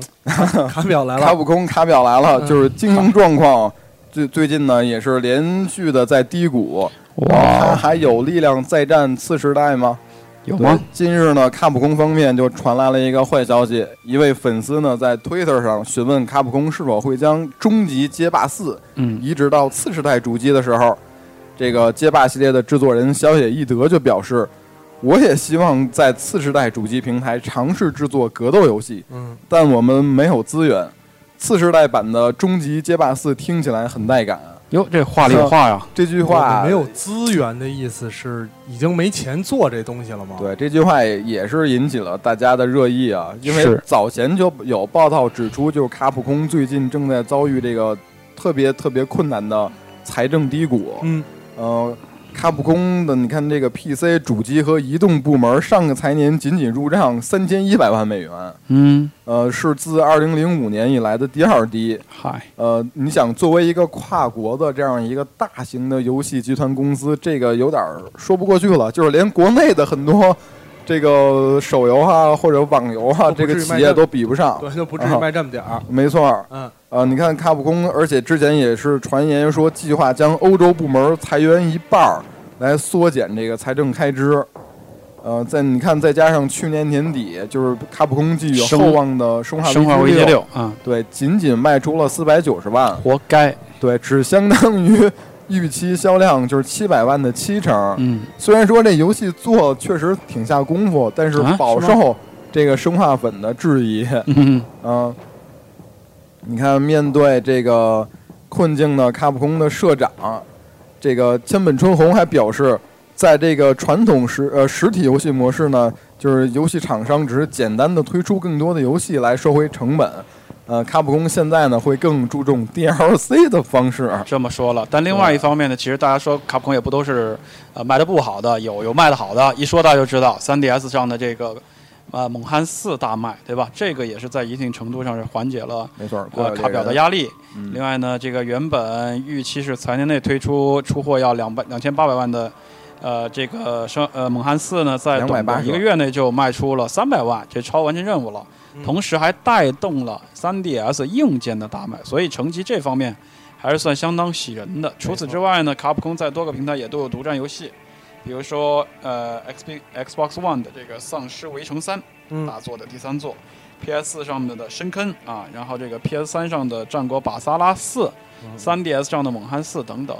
Speaker 2: 嗯卡表来
Speaker 1: 卡
Speaker 2: 了，
Speaker 1: 普空卡表来了，
Speaker 2: 嗯
Speaker 1: 就是经营状况。最最近呢，也是连续的在低谷，还还有力量再战次时代吗？
Speaker 3: 有
Speaker 1: 对？近日呢，卡普空方面就传来了一个坏消息，一位粉丝呢在 Twitter 上询问卡普空是否会将《终极街霸四》
Speaker 3: 嗯，
Speaker 1: 移植到次世代主机的时候，这个街霸系列的制作人小野义德就表示，我也希望在次世代主机平台尝试制作格斗游戏，
Speaker 2: 嗯，
Speaker 1: 但我们没有资源。次世代版的《终极街霸四》听起来很带感，啊
Speaker 3: 哟，这话里有话呀。
Speaker 1: 这句话
Speaker 2: 没有资源的意思是已经没钱做这东西了吗？
Speaker 1: 对这句话也也是引起了大家的热议啊，因为
Speaker 3: 是
Speaker 1: 早前就有报道指出，就是卡普空最近正在遭遇这个特别特别困难的财政低谷。
Speaker 2: 嗯，
Speaker 1: 呃，卡普空的你看这个 PC 主机和移动部门上个财年仅仅入账三千一百万美元，
Speaker 3: 嗯，
Speaker 1: 呃，是自二零零五年以来的第二低。
Speaker 3: 嗨，
Speaker 1: 呃，你想作为一个跨国的这样一个大型的游戏集团公司，这个有点儿说不过去了。就是连国内的很多这个手游啊或者网游啊，
Speaker 2: 都不
Speaker 1: 这个
Speaker 2: 至于卖
Speaker 1: 企业
Speaker 2: 这
Speaker 1: 都比不上。
Speaker 2: 对，就不至于卖这么点儿。
Speaker 1: 没错儿，
Speaker 2: 嗯，
Speaker 1: 呃，你看卡普空，而且之前也是传言说计划将欧洲部门裁员一半儿，来缩减这个财政开支。呃，在你看，再加上去年年底，就是卡普空寄予
Speaker 3: 生
Speaker 1: 厚望的《生化
Speaker 3: 生化
Speaker 1: 危
Speaker 3: 危
Speaker 1: 机
Speaker 3: 机
Speaker 1: 六》，
Speaker 3: 六啊，
Speaker 1: 对，仅仅卖出了四百九十万，
Speaker 3: 活该。
Speaker 1: 对，只相当于预期销量就是七百万的七成。
Speaker 3: 嗯，
Speaker 1: 虽然说这游戏做确实挺下功夫，但是
Speaker 3: 啊
Speaker 1: 饱
Speaker 3: 是
Speaker 1: 受这个生化粉的质 疑。
Speaker 3: 嗯，
Speaker 1: 嗯，你看，面对这个困境的卡普空的社长，这个千本春红还表示，在这个传统实呃实体游戏模式呢，就是游戏厂商只是简单的推出更多的游戏来收回成本。呃，卡普空现在呢会更注重 DLC 的方式，
Speaker 3: 这么说了。但另外一方面呢，其实大家说卡普空也不都是呃卖的不好的，有有卖的好的。一说大家就知道，3DS 上的这个呃《猛汉四》大卖，对吧？这个也是在一定程度上是缓解了
Speaker 1: 没错，
Speaker 3: 呃卡表的
Speaker 1: 压，
Speaker 3: 压力。
Speaker 1: 嗯
Speaker 3: 另外呢，这个原本预期是财年内推出出货要两百两千八百万的，呃，这个生呃猛汉四呢，在短
Speaker 1: 280
Speaker 3: 短一个月内就卖出了三百万，这超完成任务了。
Speaker 2: 嗯
Speaker 3: 同时还带动了 3DS 硬件的大卖，所以成绩这方面还是算相当喜人的。除此之外呢，卡普空在多个平台也都有独占游戏，比如说呃 XP Xbox One 的这个《丧尸围城三》。
Speaker 2: 嗯
Speaker 1: 啊
Speaker 3: 大作的第三作，PS 4上面的《深坑》啊，然后这个 PS 3上的《战国巴萨拉四》，3DS
Speaker 1: 嗯
Speaker 3: 上的《猛汉四》等等。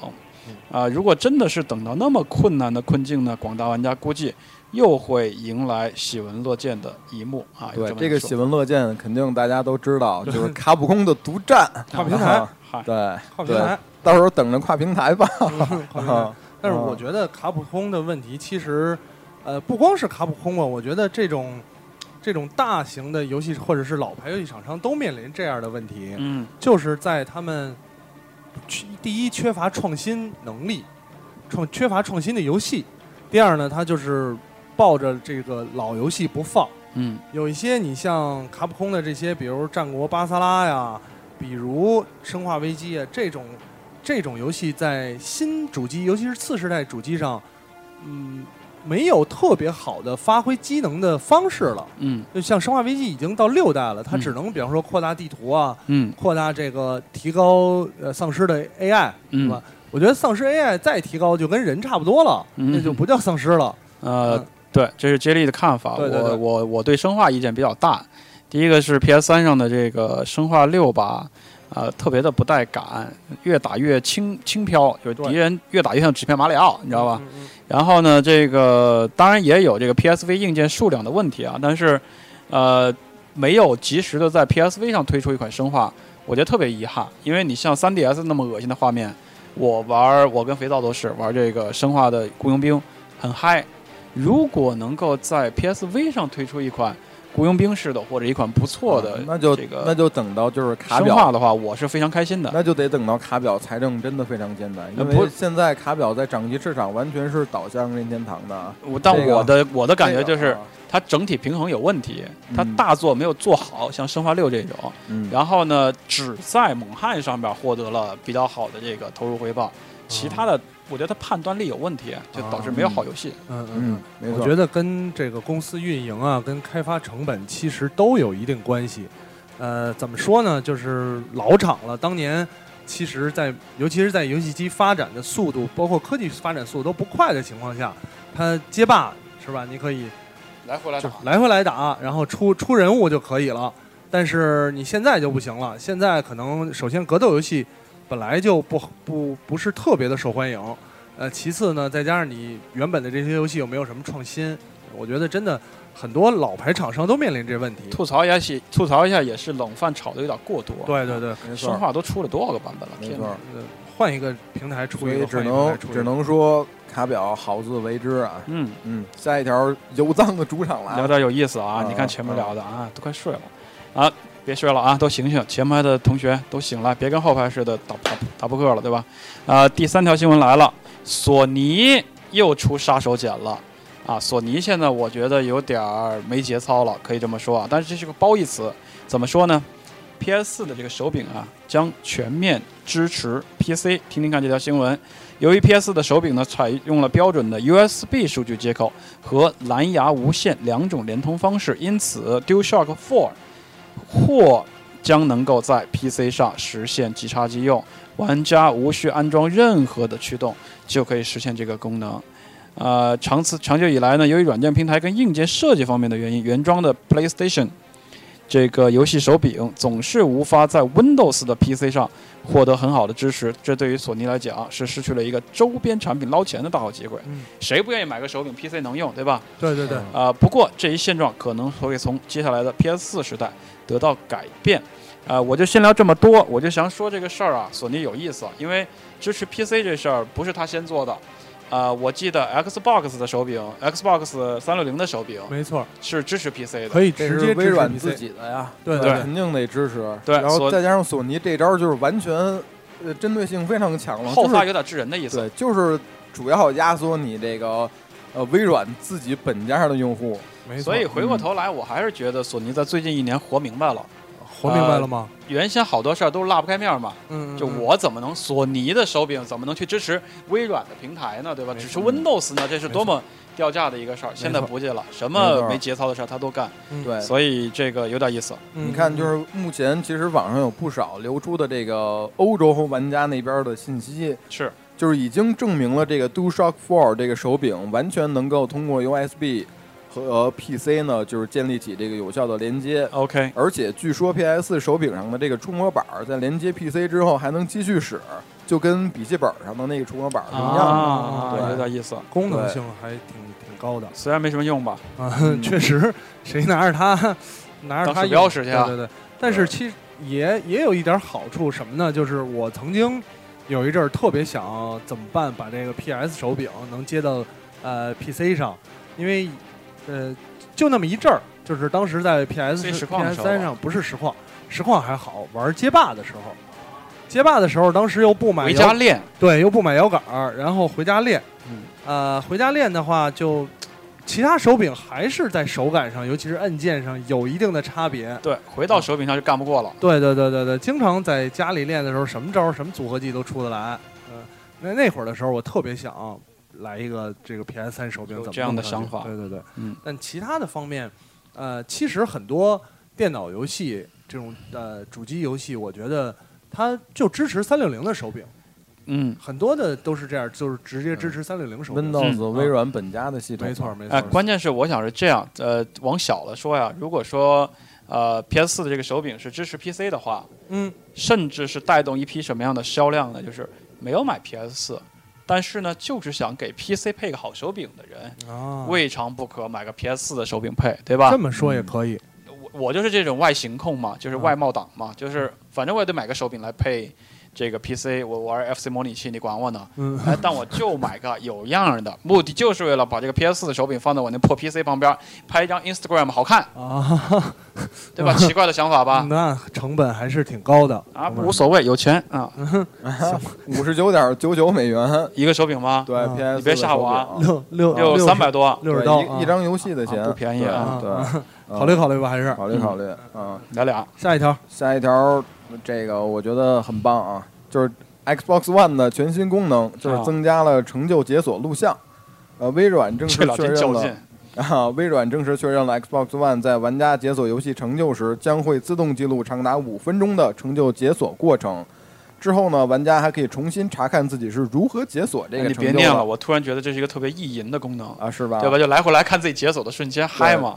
Speaker 3: 啊、如果真的是等到那么困难的困境呢，广大玩家估计又会迎来喜闻乐见的一幕啊。有
Speaker 1: 对
Speaker 3: 么
Speaker 1: 这个
Speaker 3: 说
Speaker 1: 喜闻乐见，肯定大家都知道，就是卡普空的独占，啊
Speaker 2: 跨平台，
Speaker 3: 嗨
Speaker 1: 对，
Speaker 2: 跨平台，
Speaker 1: 到时候等着跨平台吧。啊
Speaker 2: 嗯跨平台。但是我觉得卡普空的问题其实，呃，不光是卡普空吧，我觉得这种这种大型的游戏或者是老牌游戏厂商都面临这样的问题，
Speaker 3: 嗯，
Speaker 2: 就是在他们缺第一缺乏创新能力，创缺乏创新的游戏；第二呢，他就是抱着这个老游戏不放。
Speaker 3: 嗯
Speaker 2: 有一些你像卡普空的这些，比如《战国巴萨拉》呀，比如《生化危机》啊，这种这种游戏在新主机，尤其是次世代主机上，嗯，没有特别好的发挥机能的方式了。
Speaker 3: 嗯
Speaker 2: 就像《生化危机》已经到六代了，它
Speaker 3: 嗯
Speaker 2: 只能比方说扩大地图啊，
Speaker 3: 嗯
Speaker 2: 扩大这个提高呃丧尸的 AI，是吧
Speaker 3: 嗯，？
Speaker 2: 我觉得丧尸 AI 再提高就跟人差不多了，
Speaker 3: 嗯
Speaker 2: 那就不叫丧尸了。
Speaker 3: 呃
Speaker 2: 嗯，
Speaker 3: 对，这是接力的看法。
Speaker 2: 对对对
Speaker 3: 我我我对生化意见比较大。第一个是 PS 三上的这个生化六吧，呃，特别的不带感，越打越轻轻飘，就是
Speaker 2: 对
Speaker 3: 敌人越打越像纸片马里奥，你
Speaker 2: 你
Speaker 3: 知道吧？？
Speaker 2: 嗯嗯
Speaker 3: 然后呢，这个当然也有这个 PSV 硬件数量的问题啊，但是，呃，没有及时的在 PSV 上推出一款生化，我觉得特别遗憾，因为你像 3DS 那么恶心的画面，我玩儿我跟肥皂都是玩这个生化的雇佣兵，很嗨。如果能够在 PSV 上推出一款雇佣兵式的或者一款不错的
Speaker 1: 啊那就
Speaker 3: 这
Speaker 1: 那
Speaker 3: 个
Speaker 1: 就等到就是卡
Speaker 3: 生
Speaker 1: 表
Speaker 3: 化的话，我是非常开心的。
Speaker 1: 那就得等到卡表财政真的非常艰难，
Speaker 3: 呃
Speaker 1: 因
Speaker 3: 不
Speaker 1: 为现在卡表在掌机市场完全是倒向任天堂的。
Speaker 3: 我但
Speaker 1: 这个
Speaker 3: 我的我的感觉就
Speaker 1: 这
Speaker 3: 是
Speaker 1: 个啊
Speaker 3: 它整体平衡有问题，它
Speaker 1: 嗯
Speaker 3: 大作没有做好，像生化六这种。
Speaker 1: 嗯，
Speaker 3: 然后呢，只在猛汉上边获得了比较好的这个投入回报，其他的我觉得他判断力有问题，就导致没有好游戏。
Speaker 2: 嗯嗯
Speaker 1: 嗯，，没
Speaker 2: 我
Speaker 1: 错，
Speaker 2: 觉得跟这个公司运营啊，跟开发成本其实都有一定关系。呃，怎么说呢？就是老厂了，当年其实在，尤其是在游戏机发展的速度，包括科技发展速度都不快的情况下，它街霸是吧？你可以
Speaker 3: 来回来
Speaker 2: 就来回来打，然后出出人物就可以了。但是你现在就不行了，现在可能首先格斗游戏本来就不不不是特别的受欢迎，呃，其次呢，再加上你原本的这些游戏又没有什么创新，我觉得真的很多老牌厂商都面临这问题。
Speaker 3: 吐槽一下戏，吐槽一下也是冷饭炒的有点过多。
Speaker 2: 对对，对，
Speaker 1: 没
Speaker 3: 生
Speaker 1: 错，
Speaker 3: 化都出了多少个版本了？
Speaker 1: 没
Speaker 3: 天
Speaker 1: 错
Speaker 3: 哪！，
Speaker 2: 呃换一个平台出
Speaker 1: 所
Speaker 2: 一
Speaker 1: 以
Speaker 2: 个，
Speaker 1: 只
Speaker 2: 换一个平
Speaker 1: 能
Speaker 2: 台出一个
Speaker 1: 只能说卡表好自为之啊。
Speaker 3: 嗯，
Speaker 1: 嗯，下一条游藏的主场来
Speaker 3: 聊
Speaker 1: 了，
Speaker 3: 点有意思啊！
Speaker 1: 啊
Speaker 3: 你看前面聊的啊，都快睡了啊，别睡了啊，都醒醒！前排的同学都醒来，别跟后排似的打打打扑克了，对吧？啊，第三条新闻来了，索尼又出杀手锏了。啊，索尼现在我觉得有点儿没节操了，可以这么说啊。但是这是个褒义词，怎么说呢？PS 4的这个手柄啊，将全面支持 PC。听听看这条新闻，由于 PS 4的手柄呢，采用了标准的 USB 数据接口和蓝牙无线两种连通方式，因此 DualShock 4或将能够在 PC 上实现即插即用，玩家无需安装任何的驱动就可以实现这个功能。呃，长此长久以来呢，由于软件平台跟硬件设计方面的原因，原装的 PlayStation 这个游戏手柄总是无法在 Windows 的 PC 上获得很好的支持，这对于索尼来讲啊是失去了一个周边产品捞钱的大好机会。
Speaker 2: 嗯
Speaker 3: 谁不愿意买个手柄 PC 能用，对吧？
Speaker 2: 对对对，
Speaker 1: 嗯
Speaker 3: 啊，不过这一现状可能会从接下来的 PS 4时代得到改变。啊，我就先聊这么多，啊我就想说这个事儿啊，索尼有意思，因为支持 PC 这事儿不是他先做的，呃，我记得 Xbox 的手柄，Xbox 三六零的手柄
Speaker 2: 没错，
Speaker 3: 是支持 PC 的。
Speaker 2: 可以
Speaker 1: 这
Speaker 2: 直
Speaker 1: 是
Speaker 2: 接
Speaker 1: 微
Speaker 2: 支持
Speaker 1: 软
Speaker 2: PC
Speaker 1: 自己的呀，
Speaker 2: 对
Speaker 3: 对
Speaker 1: 肯定得支持。
Speaker 3: 对
Speaker 1: 然后
Speaker 3: 索
Speaker 1: 再加上索尼这招就是完全，呃，针对性非常强了，
Speaker 3: 后
Speaker 1: 就是
Speaker 3: 发有点致人的意思。
Speaker 1: 对，就是主要压缩你这个呃微软自己本家的用户。
Speaker 2: 没错。
Speaker 3: 所以回过头来，我还是觉得索尼在最近一年活明白了。
Speaker 2: 活明白了吗？
Speaker 3: 原先好多事儿都是拉不开面儿嘛，
Speaker 1: 呃
Speaker 2: 嗯，嗯
Speaker 3: 就
Speaker 2: 嗯
Speaker 3: 我怎么能索尼的手柄怎么能去支持微软的平台呢？对吧？
Speaker 2: 没
Speaker 3: 支
Speaker 2: 错
Speaker 3: 持 Windows 呢，这是多么掉价的一个事儿。现在
Speaker 2: 没错
Speaker 3: 不进了，什
Speaker 1: 没
Speaker 3: 么
Speaker 1: 错
Speaker 3: 没节操的事儿他都干，
Speaker 2: 嗯
Speaker 1: 对，
Speaker 3: 所以这个有点意思。
Speaker 2: 嗯
Speaker 1: 你看，就是目前其实网上有不少流出的这个欧洲玩家那边的信息，
Speaker 3: 是
Speaker 1: 就是已经证明了这个 DualShock 4这个手柄完全能够通过 USB 和 PC 呢，就是建立起这个有效的连接。
Speaker 3: OK，
Speaker 1: 而且据说 PS 手柄上的这个触摸板儿在连接 PC 之后还能继续使，就跟笔记本上的那个触摸板儿是一样的。
Speaker 3: 啊，
Speaker 1: 对
Speaker 3: 有点意思。
Speaker 2: 功能性还挺挺高的
Speaker 3: 虽然没什么用吧，
Speaker 2: 啊
Speaker 1: 嗯，
Speaker 2: 确实，谁拿着它，拿着
Speaker 3: 当
Speaker 2: 它
Speaker 3: 鼠标
Speaker 2: 用
Speaker 3: 使去啊
Speaker 2: 对对对，但是其实也也有一点好处什么呢？就是我曾经有一阵儿特别想怎么办，把这个 PS 手柄能接到呃 PC 上，因为呃就那么一阵儿，就是当时在 PS
Speaker 3: 最实况的
Speaker 2: PS
Speaker 3: 时候吧
Speaker 2: 三上不是实况，实况还好玩街霸的时候，街霸的时候当时又不买
Speaker 3: 回
Speaker 2: 摇
Speaker 3: 家练。
Speaker 2: 对，又不买摇杆儿，然后回家练。
Speaker 3: 嗯
Speaker 2: 呃，回家练的话就，其他手柄还是在手感上，尤其是按键上有一定的差别。
Speaker 3: 对，回到手柄上就干不过了。
Speaker 2: 对对对对对，经常在家里练的时候，什么招儿、什么组合技都出得来。嗯、那那会儿的时候，我特别想来一个这个 PS 三手柄，
Speaker 3: 有
Speaker 2: 怎么
Speaker 3: 这样的
Speaker 2: 弄上去
Speaker 3: 想法
Speaker 2: 对对对，
Speaker 3: 嗯。
Speaker 2: 但其他的方面，呃，其实很多电脑游戏这种呃主机游戏，我觉得它就支持三六零的手柄。
Speaker 3: 嗯，
Speaker 2: 很多的都是这样，就是直接支持三六零手柄。
Speaker 1: Windows
Speaker 2: 嗯
Speaker 1: 微软本家的系统，
Speaker 2: 没错，没
Speaker 3: 哎，
Speaker 2: 错。
Speaker 3: 关键是我想是这样，呃，往小了说呀，如果说呃 PS 4的这个手柄是支持 PC 的话，
Speaker 2: 嗯，
Speaker 3: 甚至是带动一批什么样的销量呢？就是没有买 PS 4但是呢，就是想给 PC 配个好手柄的人，
Speaker 2: 啊，
Speaker 3: 未尝不可买个 PS 4的手柄配，对吧
Speaker 2: 这？么说也可以。
Speaker 3: 我我就是这种外形控嘛，就是
Speaker 1: 嗯
Speaker 3: 外貌党嘛，就是反正我也得买个手柄来配这个 PC，我玩 FC 模拟器，你管我呢？
Speaker 2: 嗯，
Speaker 3: 哎，但我就买个有样儿的，目的就是为了把这个 PS 4的手柄放在我那破 PC 旁边儿，拍一张 Instagram 好看，
Speaker 2: 啊，
Speaker 3: 对 吧？奇怪的想法
Speaker 1: 嗯
Speaker 3: 吧？
Speaker 2: 那成本还是挺高的
Speaker 3: 啊，
Speaker 2: 成本
Speaker 3: 无所谓，有钱啊，
Speaker 1: 嗯五十九点九九美元，
Speaker 3: 一个手柄吗？
Speaker 1: 对
Speaker 2: 啊
Speaker 1: PS
Speaker 3: 你别吓我啊
Speaker 1: 的手柄
Speaker 2: 六六
Speaker 3: 六
Speaker 2: 六
Speaker 3: 三百多，
Speaker 2: 六十
Speaker 1: 对
Speaker 2: 刀
Speaker 1: 一一，张游戏的钱，
Speaker 3: 啊不便宜
Speaker 1: 对
Speaker 3: 啊
Speaker 1: 对，
Speaker 2: 啊
Speaker 1: 嗯
Speaker 2: 考虑考虑吧，还 是
Speaker 1: 考虑考虑啊。
Speaker 3: 来俩
Speaker 2: 下一条。
Speaker 3: 哎
Speaker 1: 下一条，这个我觉得很棒啊，就是 Xbox One 的全新功能，
Speaker 3: 啊
Speaker 1: 就是增加了成就解锁录像。呃，微软正式
Speaker 3: 这俩
Speaker 1: 确
Speaker 3: 真
Speaker 1: 认
Speaker 3: 较
Speaker 1: 了
Speaker 3: 劲，
Speaker 1: 啊， 微软正式确认了 Xbox One 在玩家解锁游戏成就时，将会自动记录长达五分钟的成就解锁过程。之后呢，玩家还可以重新查看自己是如何解锁这
Speaker 3: 哎
Speaker 1: 个
Speaker 3: 你
Speaker 1: 成
Speaker 3: 别
Speaker 1: 就
Speaker 3: 念
Speaker 1: 的
Speaker 3: 了，我突然觉得这是一个特别意淫的功能，
Speaker 1: 啊，是吧？
Speaker 3: 对吧？？就来回来看自己解锁的瞬间，嗨嘛！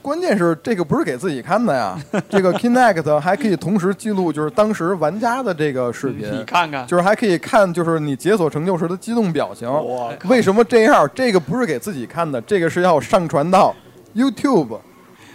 Speaker 1: 关键是这个不是给自己看的呀，这个 Kinect 还可以同时记录就是当时玩家的这个视频
Speaker 3: 你，看看，
Speaker 1: 就是还可以看就是你解锁成就时的激动表情。
Speaker 3: 我靠
Speaker 1: 为什么这样？这个不是给自己看的，这个是要上传到 YouTube，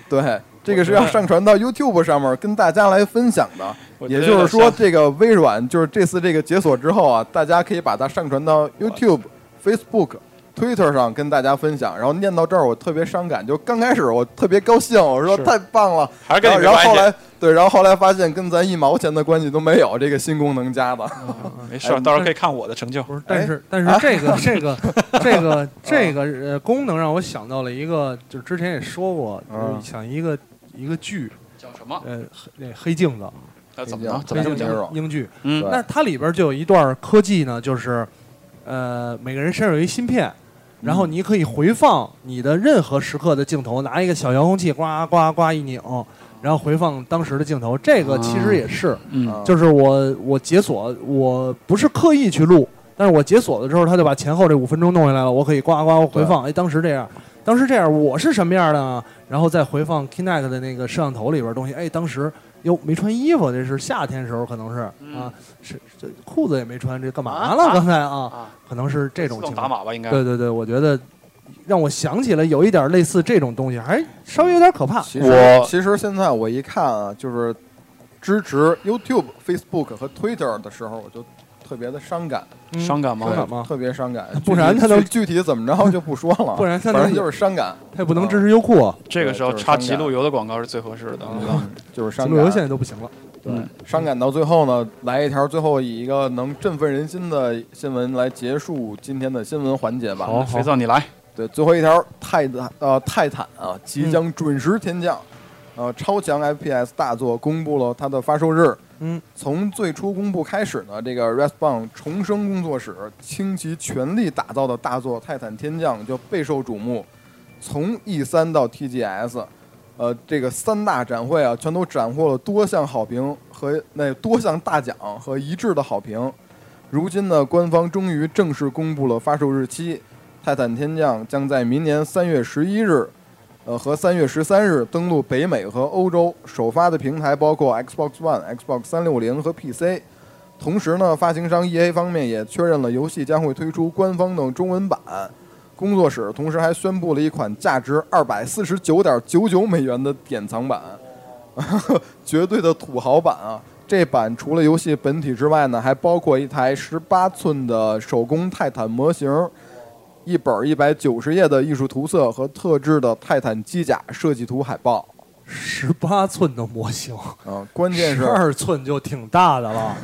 Speaker 1: 对，这个是要上传到 YouTube 上面跟大家来分享的。
Speaker 3: 我觉
Speaker 1: 也
Speaker 3: 得
Speaker 1: 就是说，
Speaker 3: 有点
Speaker 1: 这个微软就是这次这个解锁之后啊，大家可以把它上传到 YouTube、Facebook、Twitter 上跟大家分享。然后念到这儿，我特别伤感，就刚开始我特别高兴，我说
Speaker 2: 是
Speaker 1: 太棒了，
Speaker 3: 还是跟
Speaker 1: 然
Speaker 3: 你
Speaker 1: 后
Speaker 3: 没
Speaker 1: 然后后
Speaker 3: 关
Speaker 1: 来对，然后后来发现跟咱一毛钱的关系都没有，这个新功能加的。
Speaker 3: 系，没事
Speaker 1: 哎
Speaker 3: 儿，到时候可以看我的成就。
Speaker 2: 不是，但是但
Speaker 3: 啊
Speaker 2: 是这 个这个这个这个呃功能让我想到了一个，就是之前也说过，
Speaker 1: 嗯
Speaker 3: 啊
Speaker 2: 就是想一个一个剧，
Speaker 3: 叫什么？
Speaker 2: 呃，黑那黑镜子，
Speaker 3: 那怎么了？怎
Speaker 1: 黑
Speaker 3: 么
Speaker 2: 黑
Speaker 1: 镜
Speaker 2: 镜
Speaker 3: 这么
Speaker 1: 子
Speaker 3: 讲？
Speaker 1: 讲
Speaker 2: 子英剧，
Speaker 3: 嗯
Speaker 1: 对
Speaker 2: 那它里边就有一段科技呢，就是，呃，每个人身上有一芯片，然后你可以回放你的任何时刻的镜头，拿一个小遥控器呱呱呱一拧，然后回放当时的镜头。这个其实也是，
Speaker 3: 嗯，
Speaker 1: 啊
Speaker 2: 就是我我解锁，我不是刻意去录，但是我解锁了之后，他就把前后这五分钟弄回来了，我可以呱呱回放。哎，当时这样，当时这样，我是什么样的呢？然后再回放 Kinect 的那个摄像头里边的东西，哎，当时哟没穿衣服，这是夏天时候可能是
Speaker 3: 嗯
Speaker 2: 啊，是这裤子也没穿，这干嘛
Speaker 3: 啊
Speaker 2: 了？
Speaker 3: 啊
Speaker 2: 刚才啊，
Speaker 3: 啊，
Speaker 2: 可能是这
Speaker 3: 这
Speaker 2: 种情
Speaker 3: 自动打
Speaker 2: 况。
Speaker 3: 码吧，应该。
Speaker 2: 对对对，我觉得让我想起了有一点类似这种东西，还稍微有点可怕。
Speaker 1: 其实
Speaker 3: 我
Speaker 1: 其实现在我一看啊，就是支持 YouTube、Facebook 和 Twitter 的时候，我就特别的伤感，
Speaker 2: 嗯
Speaker 3: 伤感吗
Speaker 2: 伤
Speaker 1: 对
Speaker 2: 感吗？
Speaker 1: 特别伤感，
Speaker 2: 不然
Speaker 1: 具体
Speaker 2: 他能
Speaker 1: 具体怎么着就不说了，
Speaker 2: 不然他
Speaker 1: 反
Speaker 2: 能啊
Speaker 1: 正就是伤感，
Speaker 2: 他也不能支持优酷啊，
Speaker 3: 这个时候
Speaker 1: 就是
Speaker 3: 插
Speaker 1: 伤
Speaker 3: 极
Speaker 1: 感
Speaker 3: 路由的广告是最合适的。
Speaker 2: 嗯
Speaker 3: 对吧
Speaker 1: 嗯就是
Speaker 2: 极
Speaker 1: 伤
Speaker 2: 路
Speaker 3: 啊
Speaker 2: 由现
Speaker 1: 感，
Speaker 2: 在都不行了。
Speaker 1: 对，伤感到最后呢，来一条最后以一个能振奋人心的新闻来结束今天的新闻环节吧。
Speaker 2: 好
Speaker 3: 肥皂你来，
Speaker 1: 对，最后一条泰坦呃泰坦啊
Speaker 2: 嗯
Speaker 1: 即将准时天降，呃超强 FPS 大作公布了它的发售日。
Speaker 2: 嗯，
Speaker 1: 从最初公布开始呢，这个 Respawn 重生工作室倾其全力打造的大作《泰坦天降》就备受瞩目。从 E 三到 TGS，呃，这个三大展会啊，全都斩获了多项好评和那多项大奖和一致的好评。如今呢，官方终于正式公布了发售日期，《泰坦天降》将在明年三月十一日，呃和三月十三日登陆北美和欧洲。首发的平台包括 Xbox One、Xbox 三六零和 PC。同时呢，发行商 EA 方面也确认了游戏将会推出官方的中文版。工作室同时还宣布了一款价值二百四十九点九九美元的典藏版， 绝对的土豪版啊！这版除了游戏本体之外呢，还包括一台十八寸的手工泰坦模型，一本一百九十页的艺术涂色和特制的泰坦机甲设计图海报。
Speaker 2: 十八寸的模型，
Speaker 1: 嗯、关键
Speaker 2: 十
Speaker 1: 是
Speaker 2: 二寸就挺大 的了，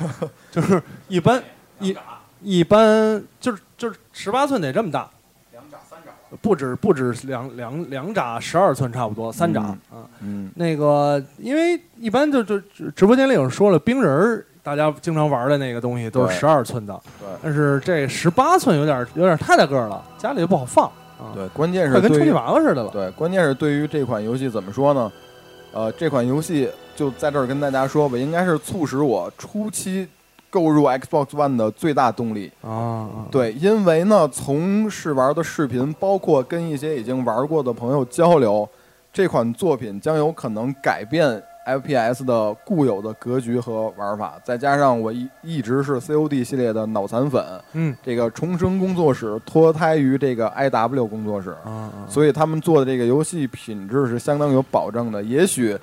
Speaker 2: 就是一般一一般就是就是十八寸得这么大，两掌三掌，不止不止两两两掌，十二寸差不多三掌啊、
Speaker 1: 嗯，
Speaker 2: 那个，因为一般就就直直播间里有人说了，冰人儿大家经常玩的那个东西都是十
Speaker 1: 对
Speaker 2: 二寸的，
Speaker 1: 对
Speaker 2: 但是这十八寸有点有点太大个儿了，家里也不好放啊，
Speaker 1: 对，关键
Speaker 2: 快
Speaker 1: 是
Speaker 2: 跟充
Speaker 1: 对
Speaker 2: 气
Speaker 1: 于
Speaker 2: 娃娃似的了。
Speaker 1: 对，关键是对于这款游戏怎么说呢？呃，这款游戏就在这儿跟大家说吧，应该是促使我初期购入 Xbox One 的最大动力。
Speaker 2: 啊啊，
Speaker 1: 对，因为呢，从试玩的视频，包括跟一些已经玩过的朋友交流，这款作品将有可能改变 FPS 的固有的格局和玩法。再加上我一一直是 COD 系列的脑残粉，
Speaker 2: 嗯
Speaker 1: 这个重生工作室脱胎于这个 IW 工作室，
Speaker 2: 啊啊，
Speaker 1: 所以他们做的这个游戏品质是相当有保证的。也许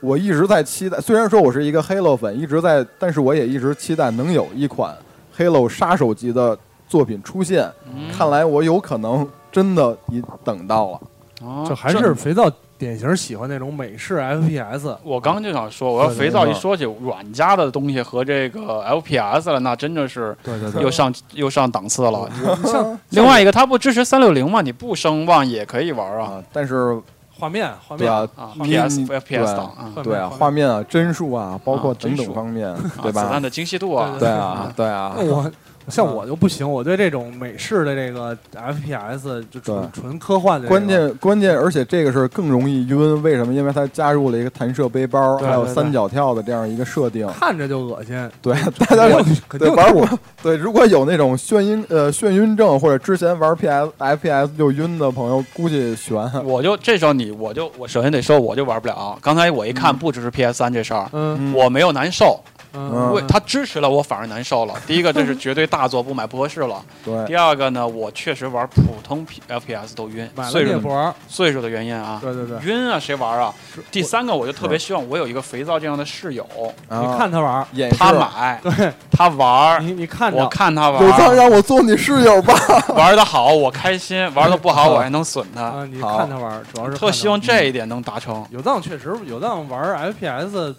Speaker 1: 我一直在期待，虽然说我是一个 Halo 粉，一直在，但是我也一直期待能有一款 Halo 杀手级的作品出现。
Speaker 3: 嗯
Speaker 1: 看来我有可能真的已等到了。
Speaker 3: 啊
Speaker 2: 这还是肥皂典型喜欢那种美式 FPS，
Speaker 3: 我刚刚就想说，我要
Speaker 2: 对
Speaker 3: 肥皂一说起软家的东西和这个 FPS 了，那真的是
Speaker 2: 对对
Speaker 3: 又上又上档次了。
Speaker 2: 对，像
Speaker 3: 另外一个，它不支持三六零嘛，你不声望也可以玩啊
Speaker 1: 啊，但是
Speaker 2: 画面画
Speaker 1: 对
Speaker 2: 面，
Speaker 1: 啊
Speaker 3: 啊
Speaker 1: 你
Speaker 3: ，PS
Speaker 1: 你
Speaker 3: FPS 档啊，
Speaker 2: 画面
Speaker 1: 对啊，
Speaker 2: 面
Speaker 1: 画面啊，帧数啊，包括
Speaker 3: 啊
Speaker 1: 等
Speaker 3: 帧
Speaker 1: 等
Speaker 3: 数
Speaker 1: 方面，
Speaker 3: 啊
Speaker 1: 对
Speaker 3: 子弹
Speaker 1: 吧？
Speaker 3: 的精细度啊
Speaker 2: 对，
Speaker 1: 对啊，对啊
Speaker 2: 那，哎
Speaker 3: 嗯
Speaker 2: 我像我就不行，我对这种美式的这个 FPS 就纯
Speaker 1: 对
Speaker 2: 纯科幻的这个，
Speaker 1: 关键关键，而且这个是更容易晕，为什么？因为它加入了一个弹射背包，
Speaker 2: 对
Speaker 1: 还有
Speaker 2: 对对
Speaker 1: 三角跳的这样一个设 定。
Speaker 2: 看着就恶心，
Speaker 1: 对，大家
Speaker 2: 肯定肯
Speaker 1: 对
Speaker 2: 定
Speaker 1: 玩我对，如果有那种眩晕呃眩晕症或者之前玩 PS FPS 就晕的朋友，估计悬。
Speaker 3: 我就这时候你我就我首先得说我就玩不了。刚才我一看不支持 PS 三这事儿，
Speaker 2: 嗯
Speaker 1: 嗯
Speaker 3: 我没有难受，
Speaker 2: 嗯，
Speaker 3: 为它支持了我反而难 受了。第一个这是绝对大作不买不合适了，
Speaker 1: 对
Speaker 3: 第二个呢我确实玩普通 P FPS 都晕，
Speaker 2: 买了
Speaker 3: 岁
Speaker 2: 你也
Speaker 3: 数
Speaker 2: 不
Speaker 3: 的
Speaker 2: 玩儿，
Speaker 3: 岁数的原因啊，
Speaker 2: 对对对，
Speaker 3: 晕啊谁玩啊？第三个我就特别希望我有一个肥皂这样的室友，
Speaker 1: 啊
Speaker 2: 你看他玩儿，
Speaker 1: 演
Speaker 3: 他
Speaker 1: 示
Speaker 3: 买
Speaker 2: 对
Speaker 3: 他玩。
Speaker 2: 你你看
Speaker 3: 我
Speaker 2: 着，
Speaker 3: 看他
Speaker 1: 有藏
Speaker 3: 玩，
Speaker 1: 让我做你室友吧。
Speaker 3: 玩的好我开心，玩的不好我还能损他。
Speaker 2: 啊，你
Speaker 1: 好
Speaker 2: 看他玩儿，主要是看嗯
Speaker 3: 特
Speaker 2: 他
Speaker 3: 希望这一点能达成。
Speaker 2: 有藏确实有藏玩儿 FPS，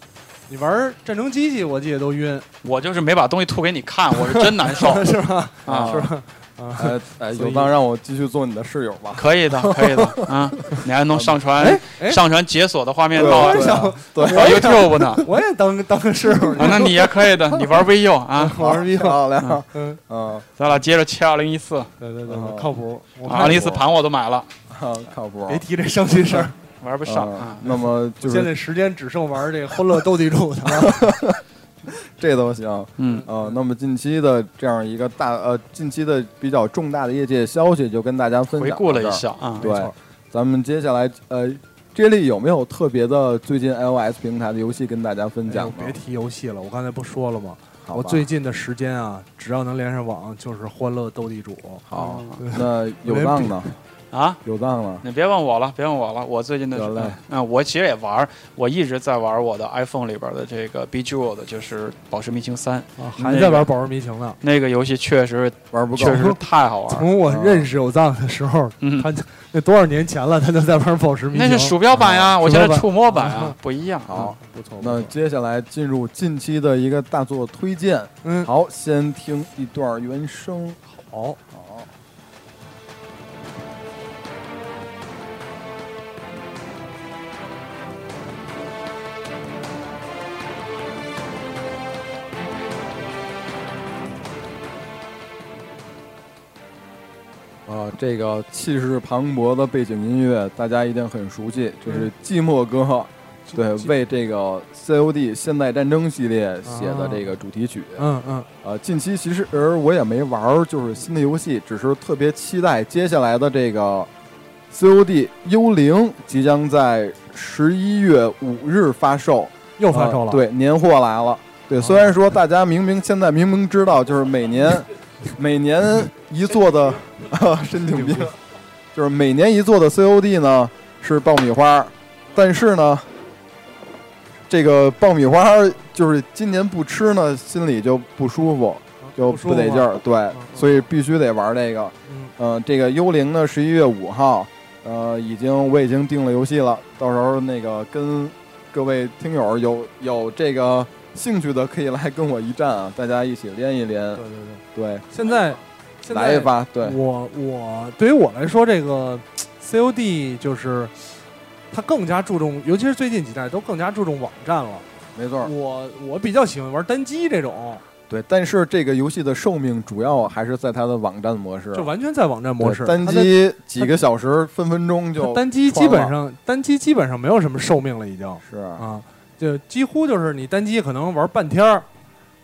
Speaker 2: 你玩儿战争机器我记得都晕，
Speaker 3: 我就是没把东西吐给你看，我是真难受
Speaker 1: 哦
Speaker 2: 是吧？
Speaker 3: 啊！
Speaker 1: 是
Speaker 2: 啊，
Speaker 1: 哎哎，
Speaker 2: 所以
Speaker 1: 有藏让我继续做你的室友吧。
Speaker 3: 可以的，可以的啊！你还能上传
Speaker 2: 哎哎
Speaker 3: 上传解锁的画面
Speaker 1: 对啊
Speaker 3: 到
Speaker 2: 我也 想
Speaker 1: 对
Speaker 3: 到 YouTube 呢
Speaker 2: 我也当当个师傅
Speaker 3: 啊，那你也可以的，你玩 VU 啊！
Speaker 2: 我是逼吧，
Speaker 1: 漂亮，
Speaker 2: 嗯，
Speaker 1: 嗯，
Speaker 3: 咱俩接着切二零一四，啊
Speaker 2: 对对
Speaker 1: 嗯
Speaker 2: 对，靠谱，我
Speaker 3: 二
Speaker 2: 看
Speaker 3: 零一四盘我都买了，
Speaker 1: 啊靠谱。
Speaker 2: 别提这伤心事儿，
Speaker 3: 玩不上啊
Speaker 1: 嗯，。那么 就
Speaker 2: 现
Speaker 1: 是
Speaker 2: 在时间只剩玩儿这个欢乐斗 地主了，
Speaker 1: 这都行。
Speaker 3: 嗯，
Speaker 1: 呃，那么近期的这样一个大呃，近期的比较重大的业界消息就跟大家分享
Speaker 3: 回
Speaker 1: 到
Speaker 3: 顾了
Speaker 1: 这
Speaker 3: 一
Speaker 1: 儿
Speaker 3: 下啊，
Speaker 2: 没
Speaker 1: 对
Speaker 2: 错，
Speaker 1: 咱们接下来呃，J 有没有特别的最近 iOS 平台的游戏跟大家分
Speaker 2: 哎
Speaker 1: 享
Speaker 2: 呦
Speaker 1: 呢？
Speaker 2: 别提游戏了，我刚才不说了吗？
Speaker 1: 好吧
Speaker 2: 我最近的时间啊，只要能连上网就是欢乐斗地主。
Speaker 1: 好
Speaker 3: 嗯，
Speaker 1: 那有浪呢？
Speaker 3: 啊，
Speaker 1: 有藏了。
Speaker 3: 你别问我了，别问我了，我最近的
Speaker 1: 得嘞
Speaker 3: 嗯，我其实也玩儿，我一直在玩我的 iPhone 里边的这个 b j e w e l 的，就是《宝石迷情三》
Speaker 2: 啊，还在玩《宝石迷情》呢。
Speaker 3: 那个游戏，确实
Speaker 1: 玩不够，
Speaker 3: 确实太好玩儿。
Speaker 2: 从
Speaker 1: 啊
Speaker 2: 我认识有藏的时候，
Speaker 3: 嗯，
Speaker 2: 他那多少年前了，他就在玩《宝石迷
Speaker 3: 那
Speaker 2: 情》。
Speaker 3: 是鼠标版呀，
Speaker 2: 嗯
Speaker 3: 我现在
Speaker 2: 鼠标版
Speaker 3: 触摸版呀
Speaker 2: 嗯，
Speaker 3: 不一样。啊
Speaker 1: 好。
Speaker 2: 不错，不错
Speaker 1: 那接下来进入近期的一个大作推荐，
Speaker 2: 嗯，
Speaker 1: 好，先听一段原声。
Speaker 2: 好，
Speaker 1: 好，啊，这个气势磅礴的背景音乐，大家一定很熟悉，就是寂寞歌。对，为这个 COD 现代战争系列写的这个主题曲，
Speaker 2: 嗯嗯，
Speaker 1: 呃，近期其实呃我也没玩儿，就是新的游戏，只是特别期待接下来的这个 COD 幽灵即将在十一月五日发售，
Speaker 2: 又发售
Speaker 1: 呃，
Speaker 2: 了。啊
Speaker 1: 对，年货来了。对，虽然说大家明明现在明明知道，就是每 年每年一做的啊申请兵，就是每年一做的 COD 呢是爆米花，但是呢，这个爆米花就是今年不吃呢，心里就不舒服，就不得劲儿。对，所以必须得玩这个。
Speaker 2: 嗯，
Speaker 1: 嗯、这个幽灵呢，十一月五号，呃，已经我已经定了游戏了，到时候那个跟各位听友有有这个兴趣的，可以来跟我一战啊，大家一起连一连
Speaker 2: 对，对对，
Speaker 1: 对，
Speaker 2: 现在现
Speaker 1: 来
Speaker 2: 在嗯
Speaker 1: 一发，对，
Speaker 2: 我我对于我来说，这个 COD 就是它更加注重，尤其是最近几代都更加注重网站了。
Speaker 1: 没错，
Speaker 2: 我我比较喜欢玩单机这种，
Speaker 1: 对。但是这个游戏的寿命主要还是在它的网站模式，
Speaker 2: 就完全在网站模式。
Speaker 1: 对单
Speaker 2: 它的
Speaker 1: 机几个小时，分分钟
Speaker 2: 它
Speaker 1: 就
Speaker 2: 单机基本上单机基本上没有什么寿命了，已经
Speaker 1: 是 啊，
Speaker 2: 啊，就几乎就是你单机可能玩半天儿，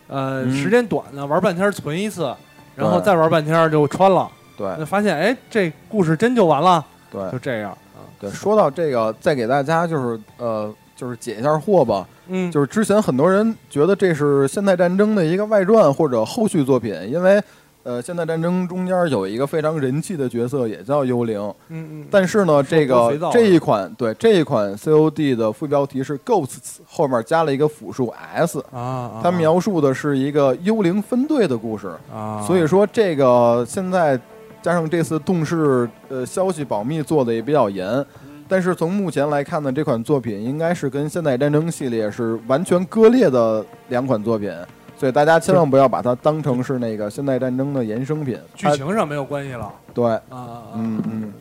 Speaker 2: 呃，
Speaker 1: 嗯
Speaker 2: 时间短的玩半天儿存一次，然后
Speaker 1: 对
Speaker 2: 再玩半天儿就穿了，
Speaker 1: 对
Speaker 2: 那发现哎这故事真就完了，
Speaker 1: 对
Speaker 2: 就这样啊，
Speaker 1: 对。说到这个，再给大家就是呃，就是解一下惑吧。
Speaker 2: 嗯，
Speaker 1: 就是之前很多人觉得这是《现代战争》的一个外传或者后续作品，因为呃，《现代战争》中间有一个非常人气的角色也叫幽灵，
Speaker 2: 嗯嗯，
Speaker 1: 但是呢，这
Speaker 2: 多
Speaker 1: 个
Speaker 2: 肥皂啊
Speaker 1: 这一款对这一款 COD 的副标题是 Ghosts，后面加了一个辅数 s，
Speaker 2: 啊啊，
Speaker 1: 它描述的是一个幽灵分队的故事，
Speaker 2: 啊，
Speaker 1: 所以说这个现在加上这次动视呃消息保密做的也比较严，但是从目前来看呢，这款作品应该是跟《现代战争》系列是完全割裂的两款作品，所以大家千万不要把它当成是那个《现代战争》的衍生品。
Speaker 2: 剧情上没有关系了
Speaker 1: 它对，
Speaker 2: 啊啊，啊
Speaker 1: 呃嗯嗯，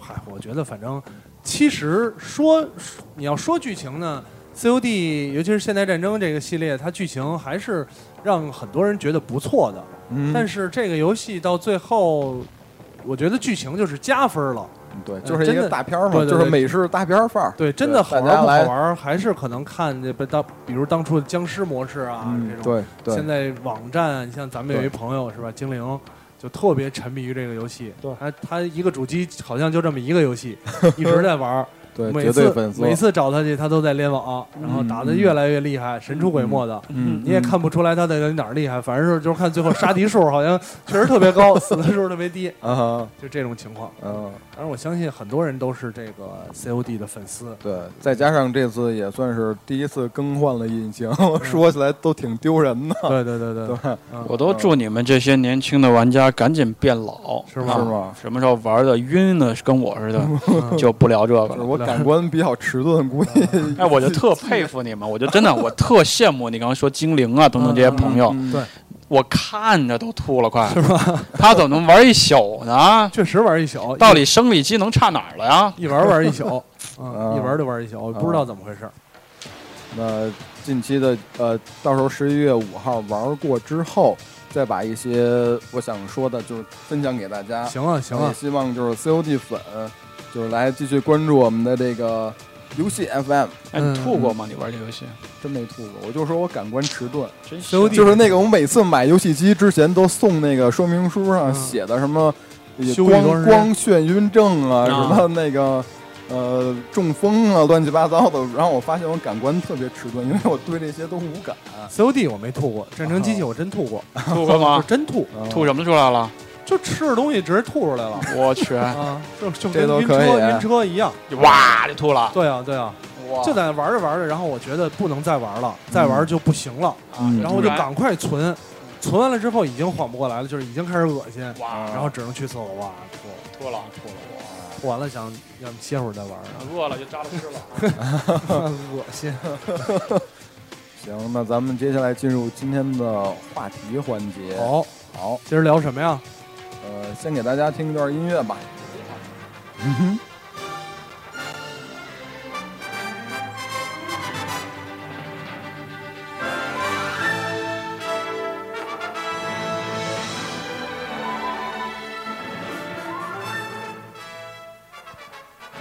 Speaker 2: 嗨，我觉得反正其实说你要说剧情呢，COD 尤其是现代战争这个系列，它剧情还是让很多人觉得不错的。
Speaker 1: 嗯
Speaker 2: 但是这个游戏到最后，我觉得剧情就是加分了。
Speaker 1: 对，就是一
Speaker 2: 真
Speaker 1: 个
Speaker 2: 的
Speaker 1: 大片儿嘛，
Speaker 2: 对对
Speaker 1: 就是
Speaker 2: 对
Speaker 1: 美式大片儿范儿。
Speaker 2: 对，真的好
Speaker 1: 大家
Speaker 2: 玩不好
Speaker 1: 来，
Speaker 2: 玩，还是可能看这不当，比如当初的僵尸模式啊、
Speaker 1: 嗯
Speaker 2: 这，种。
Speaker 1: 对
Speaker 2: 现
Speaker 1: 对，
Speaker 2: 在网站，你像咱们有一
Speaker 1: 对
Speaker 2: 朋友是吧，精灵。就特别沉迷于这个游戏，
Speaker 1: 对
Speaker 2: 他他一个主机好像就这么一个游 戏，一直在玩儿，
Speaker 1: 对
Speaker 2: 每
Speaker 1: 绝对粉
Speaker 2: 次
Speaker 1: 丝，
Speaker 2: 每次找他去，他都在联网，然后打得越来越厉害，神出鬼没的。
Speaker 1: 嗯，
Speaker 2: 你也看不出来他在哪儿厉害，反正是就是看最后杀敌数好像确实特别 高，死的数特别低，
Speaker 1: 啊哈，
Speaker 2: 就这种情况。
Speaker 1: 嗯。
Speaker 2: 当然，我相信很多人都是这个 COD 的粉 丝。
Speaker 1: 对，再加上这次也算是第一次更换了引擎， 说起来都挺丢人的。
Speaker 2: 对对对嗯对，
Speaker 3: 我都祝你们这些年轻的玩家赶紧变老，啊
Speaker 1: 是
Speaker 2: 是吗？
Speaker 1: 吗？
Speaker 3: 什么时候玩的晕呢？跟我似的，
Speaker 2: 嗯
Speaker 3: 就不聊这个
Speaker 1: 就是
Speaker 3: 了。
Speaker 1: 我感官比较迟钝，估计
Speaker 3: 哎，我就特佩服你们，我就真的我特羡慕你刚刚说精灵啊等等这些朋友，
Speaker 1: 嗯
Speaker 2: 对
Speaker 3: 我看着都吐了，快是吧？他怎么能玩一宿呢？
Speaker 2: 确实玩一宿，
Speaker 3: 到底生理机能差哪儿了呀？
Speaker 2: 一一玩玩 一宿，
Speaker 1: 啊
Speaker 2: 嗯，一玩就玩一宿，不知道怎么回事。
Speaker 1: 那近期的呃，到时候十一月五号玩过之后，再把一些我想说的，就是分享给大家。
Speaker 2: 行啊行
Speaker 1: 也
Speaker 2: 啊，
Speaker 1: 希望就是 COD 粉，就是来继续关注我们的这个游戏 FM。
Speaker 3: 哎，
Speaker 2: 嗯
Speaker 3: 你吐过吗？你玩这游戏？
Speaker 1: 真没吐过，我就说我感官迟钝。
Speaker 3: 真是
Speaker 2: COD
Speaker 1: 就是那个，我每次买游戏机之前都送那个说明书上
Speaker 2: 嗯
Speaker 1: 写的什么呃
Speaker 2: 休息多长时
Speaker 1: 光
Speaker 2: 间
Speaker 1: 光眩晕症啊，
Speaker 3: 啊
Speaker 1: 什么那个呃中风啊，乱七八糟的。然后我发现我感官特别迟钝，因为我对这些都无感。
Speaker 2: COD 我没吐过，战争机器我真吐过，
Speaker 3: 吐过
Speaker 2: 就
Speaker 3: 吗？
Speaker 2: 真吐，
Speaker 1: 啊啊
Speaker 3: 吐什么出来了？
Speaker 2: 就吃着东西直接吐出来了
Speaker 3: 我去，
Speaker 2: 啊，就就
Speaker 1: 这
Speaker 2: 跟
Speaker 1: 都
Speaker 2: 晕
Speaker 1: 可以啊
Speaker 2: 车晕车一样。
Speaker 3: 哇就吐了，
Speaker 2: 对啊，对啊，
Speaker 3: 哇
Speaker 2: 就在玩着玩着，然后我觉得不能再玩了，再玩就不行了，
Speaker 1: 嗯
Speaker 2: 然后我就赶快存，存完了之后已经缓不过来了，就是已经开始恶心，
Speaker 3: 哇，
Speaker 2: 然后只能去厕所哇吐，
Speaker 3: 吐了吐了，
Speaker 2: 吐完了想要么歇会儿再玩，
Speaker 3: 饿了就扎了吃了。
Speaker 2: 恶心。
Speaker 1: 行，那咱们接下来进入今天的话题环节。
Speaker 2: 好，
Speaker 1: 好，
Speaker 2: 今儿聊什么呀？
Speaker 1: 呃，先给大家听一段音乐吧。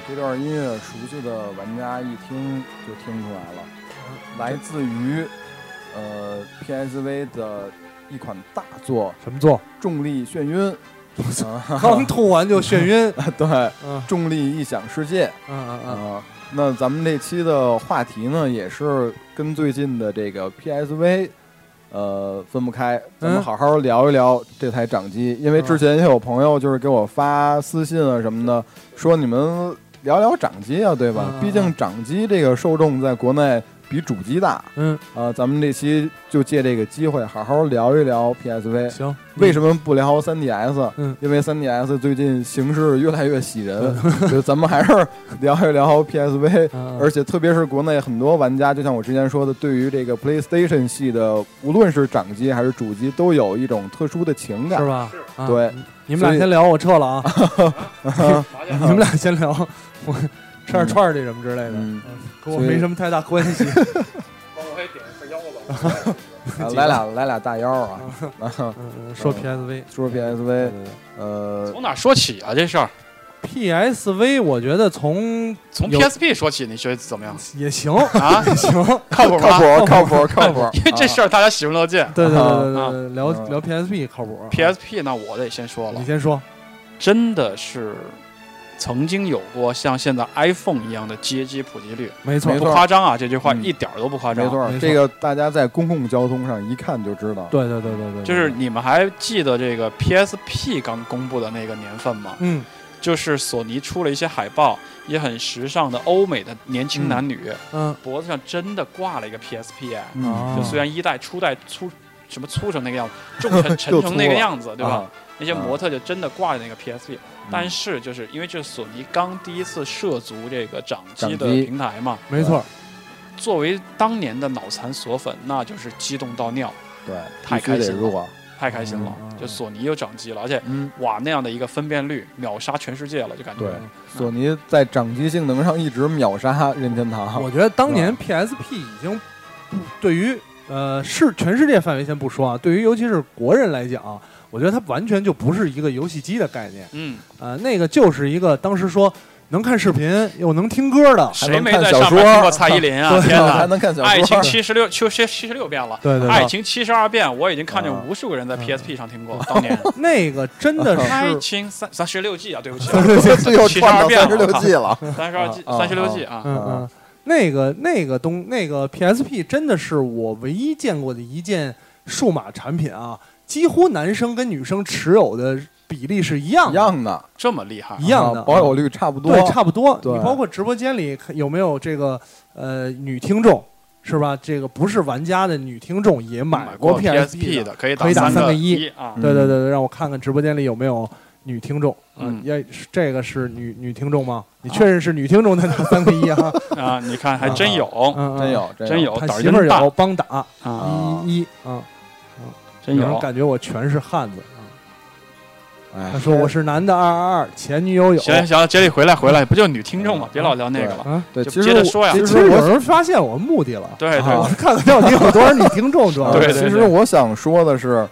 Speaker 1: 这段音乐熟悉的玩家一听就听出来了，来自于呃 PSV 的一款大作
Speaker 2: 什么座？
Speaker 1: 《重力眩晕》 啊，
Speaker 2: 刚吐完就眩 晕。
Speaker 1: 对，《
Speaker 2: 嗯
Speaker 1: 重力异想世界》
Speaker 2: 嗯嗯
Speaker 1: 啊、
Speaker 2: 嗯，
Speaker 1: 那咱们这期的话题呢，也是跟最近的这个 PSV。呃，分不开，咱们
Speaker 2: 嗯
Speaker 1: 好好聊一聊这台掌机，因为之前也有朋友就是给我发私信啊什么的，说你们聊聊掌机啊，对吧？
Speaker 2: 嗯
Speaker 1: 毕竟掌机这个受众在国内比主机大，
Speaker 2: 嗯，
Speaker 1: 啊，咱们这期就借这个机会好好聊一聊 PSV。
Speaker 2: 行。
Speaker 1: 嗯为什么不聊 3DS？
Speaker 2: 嗯
Speaker 1: 因为 3DS 最近形势越来越喜人， 就咱们还是聊一聊 PSV。
Speaker 2: 嗯？
Speaker 1: 而且特别是国内很多玩家，就像我之前说的，对于这个 PlayStation 系的，无论是掌机还是主机，都有一种特殊的情感
Speaker 2: 是。吧？啊
Speaker 1: 对，
Speaker 2: 你们俩先聊，我撤 了啊。 你们俩先聊，我吃点串儿去什么之类的，
Speaker 1: 嗯
Speaker 2: 跟我没什么太大关 系。
Speaker 3: 我可以点一下腰子。
Speaker 1: 啊
Speaker 2: 几个
Speaker 1: 来俩来俩大妖啊！啊
Speaker 2: 嗯嗯说 PSV，
Speaker 1: 说 PSV，呃，
Speaker 2: 嗯
Speaker 3: 从哪说起啊？这事儿
Speaker 2: PSV 我觉得从
Speaker 3: 从
Speaker 2: 有
Speaker 3: PSP 说起，你觉得怎么样
Speaker 2: 也 行，
Speaker 3: 啊？
Speaker 2: 也行。
Speaker 3: 靠谱
Speaker 1: 靠
Speaker 3: 吗？，
Speaker 1: 谱靠谱靠谱
Speaker 3: 因为这事儿大家喜闻乐见。
Speaker 2: 对对对对
Speaker 3: 啊
Speaker 2: 对，聊
Speaker 1: 嗯
Speaker 2: 聊 PSP 靠谱。啊
Speaker 3: PSP 那我得先说了
Speaker 2: 你，先说，
Speaker 3: 真的是曾经有过像现在 iPhone 一样的街机普及率，
Speaker 2: 没错
Speaker 1: 没
Speaker 3: 不
Speaker 1: 错
Speaker 3: 夸张啊，这句话
Speaker 1: 嗯
Speaker 3: 一点儿都不夸张。
Speaker 1: 没错儿
Speaker 2: 没，错
Speaker 1: 这个大家在公共交通上一看就知道。
Speaker 2: 对对对对对，
Speaker 3: 就是你们还记得这个 PSP 刚公布的那个年份吗？
Speaker 2: 嗯
Speaker 3: 就是索尼出了一些海报，也很时尚的欧美的年轻男女，
Speaker 2: 嗯
Speaker 3: 脖子上真的挂了一个 PSP，哎、
Speaker 1: 嗯
Speaker 2: 啊
Speaker 3: 就虽然一代、初代粗什么粗成那个样子，重 成沉成那个样子，对吧？
Speaker 1: 啊嗯
Speaker 3: 那些模特就真的挂着那个 PSP，、但是就是因为这是索尼刚第一次涉足这个掌机的
Speaker 1: 掌机
Speaker 3: 平台嘛，
Speaker 2: 没错，
Speaker 3: 作为当年的脑残索粉，那就是激动到尿，
Speaker 1: 对，
Speaker 3: 太
Speaker 1: 必须
Speaker 3: 开
Speaker 1: 得
Speaker 3: 心
Speaker 1: 入
Speaker 3: 了，
Speaker 1: 啊。
Speaker 3: 太开心了！就索尼又掌机了，而且
Speaker 1: 嗯，
Speaker 3: 哇那样的一个分辨率秒杀全世界了，就感觉
Speaker 1: 对，索尼在掌机性能上一直秒杀任天堂。
Speaker 2: 我觉得当年
Speaker 1: 是
Speaker 2: PSP 已经不对于呃是全世界范围先不说啊，对于尤其是国人来讲啊，我觉得它完全就不是一个游戏机的概念，
Speaker 3: 嗯，
Speaker 2: 呃，那个就是一个当时说能看视频又能听歌的，
Speaker 1: 还
Speaker 3: 谁
Speaker 1: 能
Speaker 3: 没
Speaker 1: 看
Speaker 3: 在
Speaker 1: 小
Speaker 3: 上
Speaker 1: 说
Speaker 3: 面听过蔡依林 啊？天
Speaker 1: 还
Speaker 3: 哪！
Speaker 1: 能看小
Speaker 3: 爱
Speaker 1: 说
Speaker 3: 情，七十六，就七七十六变了。
Speaker 2: 对对
Speaker 3: 爱
Speaker 2: 对，
Speaker 3: 情七十二变，我已经看见
Speaker 1: 啊
Speaker 3: 无数个人
Speaker 2: 嗯
Speaker 3: 在 PSP 上听过。当年
Speaker 2: 那个真 的是
Speaker 3: 爱情三三十六计啊，对不起啊，
Speaker 1: 这又
Speaker 3: 七十
Speaker 1: 串
Speaker 3: 二
Speaker 1: 到
Speaker 3: 变
Speaker 1: 三十六
Speaker 3: 了
Speaker 1: 计 了。
Speaker 3: 啊，三十二计，
Speaker 1: 啊啊
Speaker 3: 三十六计啊，
Speaker 2: 嗯嗯，那个那个东那个 PSP 真的是我唯一见过的一件数码产品啊，几乎男生跟女生持有的比例是一样
Speaker 1: 一
Speaker 2: 的，
Speaker 1: 样的，
Speaker 3: 这么厉害啊
Speaker 2: 一样的
Speaker 1: 啊保有率差不多。
Speaker 2: 对，差不多。
Speaker 1: 对
Speaker 2: 你包括直播间里看有没有这个呃女听众是吧？这个不是玩家的女听众也买
Speaker 3: 过
Speaker 2: PSP
Speaker 3: PSP。的，可以
Speaker 2: 可以打
Speaker 3: 三
Speaker 2: 三个一
Speaker 3: 一啊
Speaker 1: 嗯。
Speaker 2: 对对对对，让我看看直播间里有没有女听众。
Speaker 3: 嗯
Speaker 2: 要这个是女女听众吗？你确认是女听众的那三个一 啊？
Speaker 3: 啊，你看还真有，
Speaker 2: 嗯，嗯
Speaker 1: 真，有，
Speaker 3: 真有，
Speaker 2: 他
Speaker 3: 胆儿
Speaker 2: 媳妇儿
Speaker 3: 真大
Speaker 2: 有帮打
Speaker 3: 啊，
Speaker 1: 啊
Speaker 2: 一一啊，
Speaker 3: 真
Speaker 2: 有人
Speaker 3: 有。
Speaker 2: 感觉我全是汉子。啊
Speaker 1: 哎
Speaker 2: 他说我是男的二二二，前女友有。
Speaker 3: 行行行，杰里回来回来，不就女听众嘛，别老聊那个了。
Speaker 2: 啊，
Speaker 1: 对，
Speaker 3: 就
Speaker 1: 其
Speaker 3: 接
Speaker 1: 实
Speaker 3: 着
Speaker 1: 我
Speaker 3: 说呀
Speaker 1: 其
Speaker 2: 其
Speaker 1: 实
Speaker 2: 实有
Speaker 1: 我。
Speaker 2: 人发现我目的了。
Speaker 3: 对
Speaker 1: 啊
Speaker 3: 对，
Speaker 2: 我是看看到底有多少女听众，主要是
Speaker 3: 对对
Speaker 1: 其
Speaker 3: 对
Speaker 1: 实我想说的是，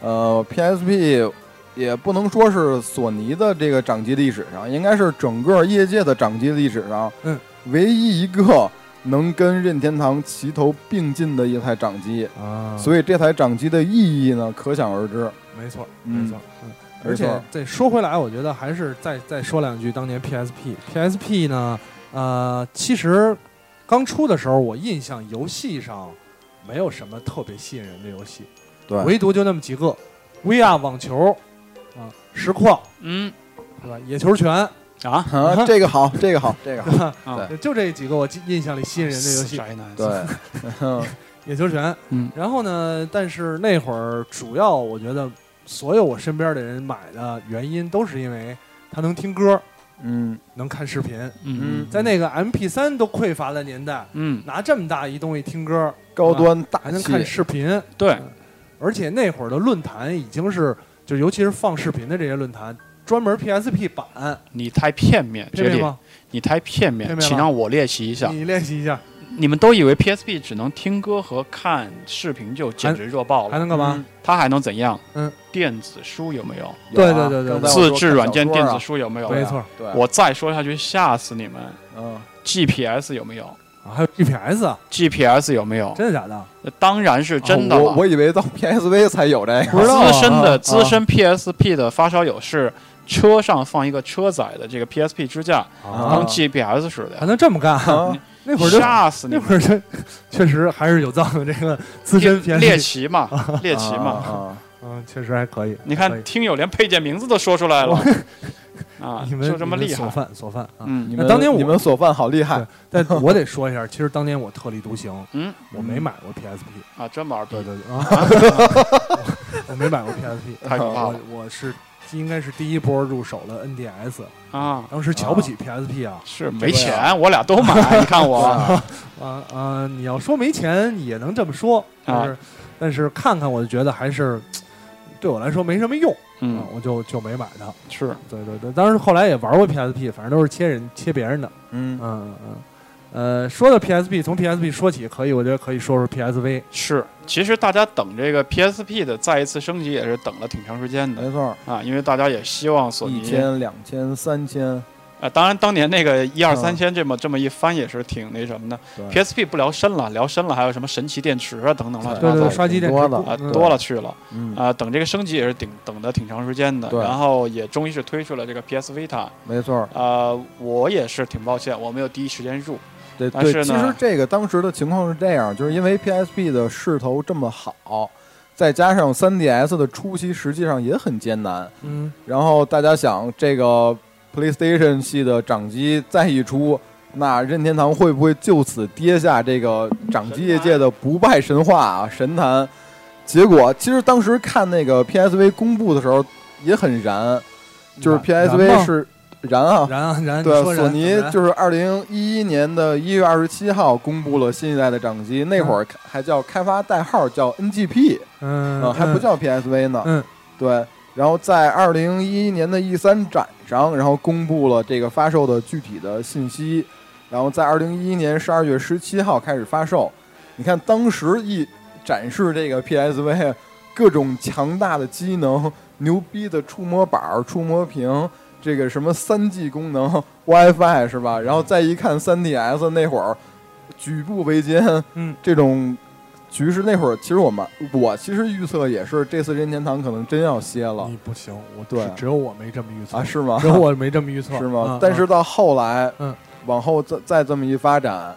Speaker 1: 呃，PSP 也不能说是索尼的这个掌机历史上，应该是整个业界的掌机历史上，
Speaker 2: 嗯，
Speaker 1: 唯一一个能跟任天堂齐头并进的一台掌机。
Speaker 2: 啊
Speaker 1: 所以这台掌机的意义呢，可想而知。
Speaker 2: 没错，
Speaker 1: 嗯
Speaker 2: 没错，嗯。
Speaker 1: 没
Speaker 2: 而且
Speaker 1: 错
Speaker 2: 再说回来，我觉得还是再再说两句当年 PSP。PSP 呢，呃，其实刚出的时候，我印象游戏上没有什么特别吸引人的游戏，
Speaker 1: 对
Speaker 2: 唯独就那么几个：VR 网球、啊，实况
Speaker 3: 嗯
Speaker 2: 对吧？野球拳，
Speaker 3: 啊，
Speaker 1: 啊， 这个好，这个好，这个好，
Speaker 3: 啊
Speaker 2: 就这几个我记印象里吸引人的游戏，
Speaker 3: 宅男，
Speaker 1: 对，
Speaker 2: 野球拳。
Speaker 3: 嗯
Speaker 2: 然后呢，但是那会儿主要我觉得所有我身边的人买的原因都是因为他能听歌，
Speaker 1: 嗯
Speaker 2: 能看视频，
Speaker 3: 嗯
Speaker 2: 在那个 MP 三都匮乏的年代，
Speaker 3: 嗯，
Speaker 2: 拿这么大一东西听歌，
Speaker 1: 高端大
Speaker 2: 还能
Speaker 1: 气，
Speaker 2: 看视频，
Speaker 3: 对，
Speaker 2: 而且那会儿的论坛已经是，就尤其是放视频的这些论坛，专门 PSP 版，
Speaker 3: 你太片面，
Speaker 2: 对
Speaker 3: 这里
Speaker 2: 吗？
Speaker 3: 你太
Speaker 2: 片
Speaker 3: 片面，
Speaker 2: 面
Speaker 3: 请
Speaker 2: 了
Speaker 3: 让我练习一下。
Speaker 2: 你练习一下，
Speaker 3: 你们都以为 PSP 只能听歌和看视频就简直热爆
Speaker 2: 还
Speaker 3: 了，
Speaker 2: 能干嘛？
Speaker 3: 它还能怎样？
Speaker 2: 嗯，
Speaker 3: 电子书有没有？
Speaker 1: 有啊
Speaker 2: 对对对
Speaker 1: 刚
Speaker 2: 对
Speaker 1: 才我
Speaker 3: 自
Speaker 1: 说
Speaker 3: 制
Speaker 1: 看
Speaker 3: 软
Speaker 1: 小
Speaker 3: 件
Speaker 1: 说
Speaker 3: 电
Speaker 1: 啊
Speaker 3: 子书有没有？
Speaker 2: 没错，
Speaker 1: 对，
Speaker 3: 我再说下去吓死你们
Speaker 1: 嗯
Speaker 3: ！GPS 有没有
Speaker 2: 啊，还有 GPS 啊，
Speaker 3: ？GPS 有没有？
Speaker 2: 真的假的？
Speaker 3: 当然是真的
Speaker 1: 啊
Speaker 3: 了。
Speaker 1: 我我以为到 PSV 才有这个，
Speaker 2: 不知道啊
Speaker 3: 资深
Speaker 2: 啊
Speaker 3: 的资深 PSP 的发烧友是车上放一个车载的这个 PSP 支架，
Speaker 1: 啊
Speaker 3: 当 GPS 使
Speaker 2: 还
Speaker 3: 的，
Speaker 2: 能这么干？
Speaker 1: 啊
Speaker 2: 那会儿就
Speaker 3: 吓死你
Speaker 2: 那
Speaker 3: 们！
Speaker 2: 会儿就确实还是有藏的这个资深
Speaker 3: 猎
Speaker 2: 片
Speaker 3: 猎奇嘛，
Speaker 2: 啊
Speaker 3: 猎奇嘛。
Speaker 1: 啊
Speaker 2: 嗯，确实还可以。
Speaker 3: 你
Speaker 2: 还可
Speaker 3: 看
Speaker 2: 以
Speaker 3: 听友连配件名字都说出来了，啊，
Speaker 2: 你们
Speaker 3: 就这么
Speaker 2: 你们
Speaker 3: 厉
Speaker 2: 所
Speaker 3: 害。
Speaker 2: 犯所犯 啊！
Speaker 1: 你
Speaker 3: 嗯
Speaker 1: 们
Speaker 2: 当年我
Speaker 1: 你们所犯好厉害，
Speaker 2: 但我得说一下，其实当年我特立独行，
Speaker 3: 嗯
Speaker 2: 我没买过 PSP。
Speaker 3: 啊，真玩儿 逼
Speaker 2: 对，对对 啊！ 我我没买过 PSP，
Speaker 3: 太可怕
Speaker 2: 我
Speaker 3: 了
Speaker 2: 我是应该是第一波入手的 NDS，
Speaker 3: 啊！
Speaker 2: 当时瞧不起 PSP 啊
Speaker 3: 是没钱，我俩都买。你看我，
Speaker 1: 哇，
Speaker 2: 啊啊！你要说没钱也能这么说，
Speaker 3: 啊
Speaker 2: 但是但是看看我就觉得还是对我来说没什么用，啊
Speaker 3: 嗯，
Speaker 2: 我就就没买它。
Speaker 3: 是
Speaker 2: 对对对，当然后来也玩过 PSP，反正都是切人切别人的。
Speaker 1: 嗯
Speaker 2: 嗯嗯嗯。呃，说到 PSP，从 PSP 说起可以，我觉得可以说说 PSV。
Speaker 3: 是。其实大家等这个 PSP 的再一次升级也是等了挺长时间的
Speaker 1: 没错，
Speaker 3: 啊，因为大家也希望索尼
Speaker 1: 一千、两千、三千，
Speaker 3: 啊，当然当年那个一二三
Speaker 1: 嗯
Speaker 3: 千这么这么一翻也是挺那什么的。
Speaker 1: 对
Speaker 3: PSP 不聊深了，聊深了还有什么神奇电池啊等等乱七
Speaker 2: 对
Speaker 3: 八
Speaker 2: 对
Speaker 3: 糟
Speaker 2: 对，
Speaker 3: 的
Speaker 2: 刷机电池
Speaker 1: 多了
Speaker 3: 啊
Speaker 2: 嗯
Speaker 3: 多了去了
Speaker 1: 嗯，
Speaker 3: 啊，等这个升级也是顶等的挺长时间的，
Speaker 1: 对
Speaker 3: 然后也终于是推出了这个 PS Vita。
Speaker 1: 没错，
Speaker 3: 啊，我也是挺抱歉，我没有第一时间入。
Speaker 1: 对
Speaker 3: 但
Speaker 1: 对，
Speaker 3: 是
Speaker 1: 其
Speaker 3: 呢
Speaker 1: 实这个当时的情况是这样，就是因为 PSP 的势头这么好，再加上 3DS 的初期实际上也很艰难，
Speaker 2: 嗯，
Speaker 1: 然后大家想这个 PlayStation 系的掌机再一出，那任天堂会不会就此跌下这个掌机业界的不败神话啊神坛？结果其实当时看那个 PSV 公布的时候也很燃，就是
Speaker 2: 燃燃
Speaker 1: PSV
Speaker 2: 吗
Speaker 1: 是燃啊，
Speaker 2: 然后然后
Speaker 1: 对
Speaker 2: 你，
Speaker 1: 索
Speaker 2: 说然
Speaker 1: 尼
Speaker 2: 怎么
Speaker 1: 就是二零一一年的一月二十七号公布了新一代的掌机，那会儿还叫开发代号叫 NGP，
Speaker 2: 嗯、
Speaker 1: 呃，还不叫 PSV 呢。
Speaker 2: 嗯，
Speaker 1: 对。然后在二零一一年的 E 三展上，然后公布了这个发售的具体的信息，然后在二零一一年十二月十七号开始发售。你看当时一展示这个 PSV，各种强大的机能、牛逼的触摸板儿、触摸屏，这个什么三 G 功能、WiFi 是吧？然后再一看 3DS 那会儿，举步维艰，
Speaker 2: 嗯，
Speaker 1: 这种局势那会儿，其实我们我其实预测也是，这次任天堂可能真要歇了
Speaker 2: 你不行，我
Speaker 1: 啊对
Speaker 2: 只只有我没这么预测
Speaker 1: 啊？是吗
Speaker 2: 只？有我没这么预测
Speaker 1: 是吗
Speaker 2: 嗯？
Speaker 1: 但是到后来，
Speaker 2: 嗯，
Speaker 1: 往后再再这么一发展，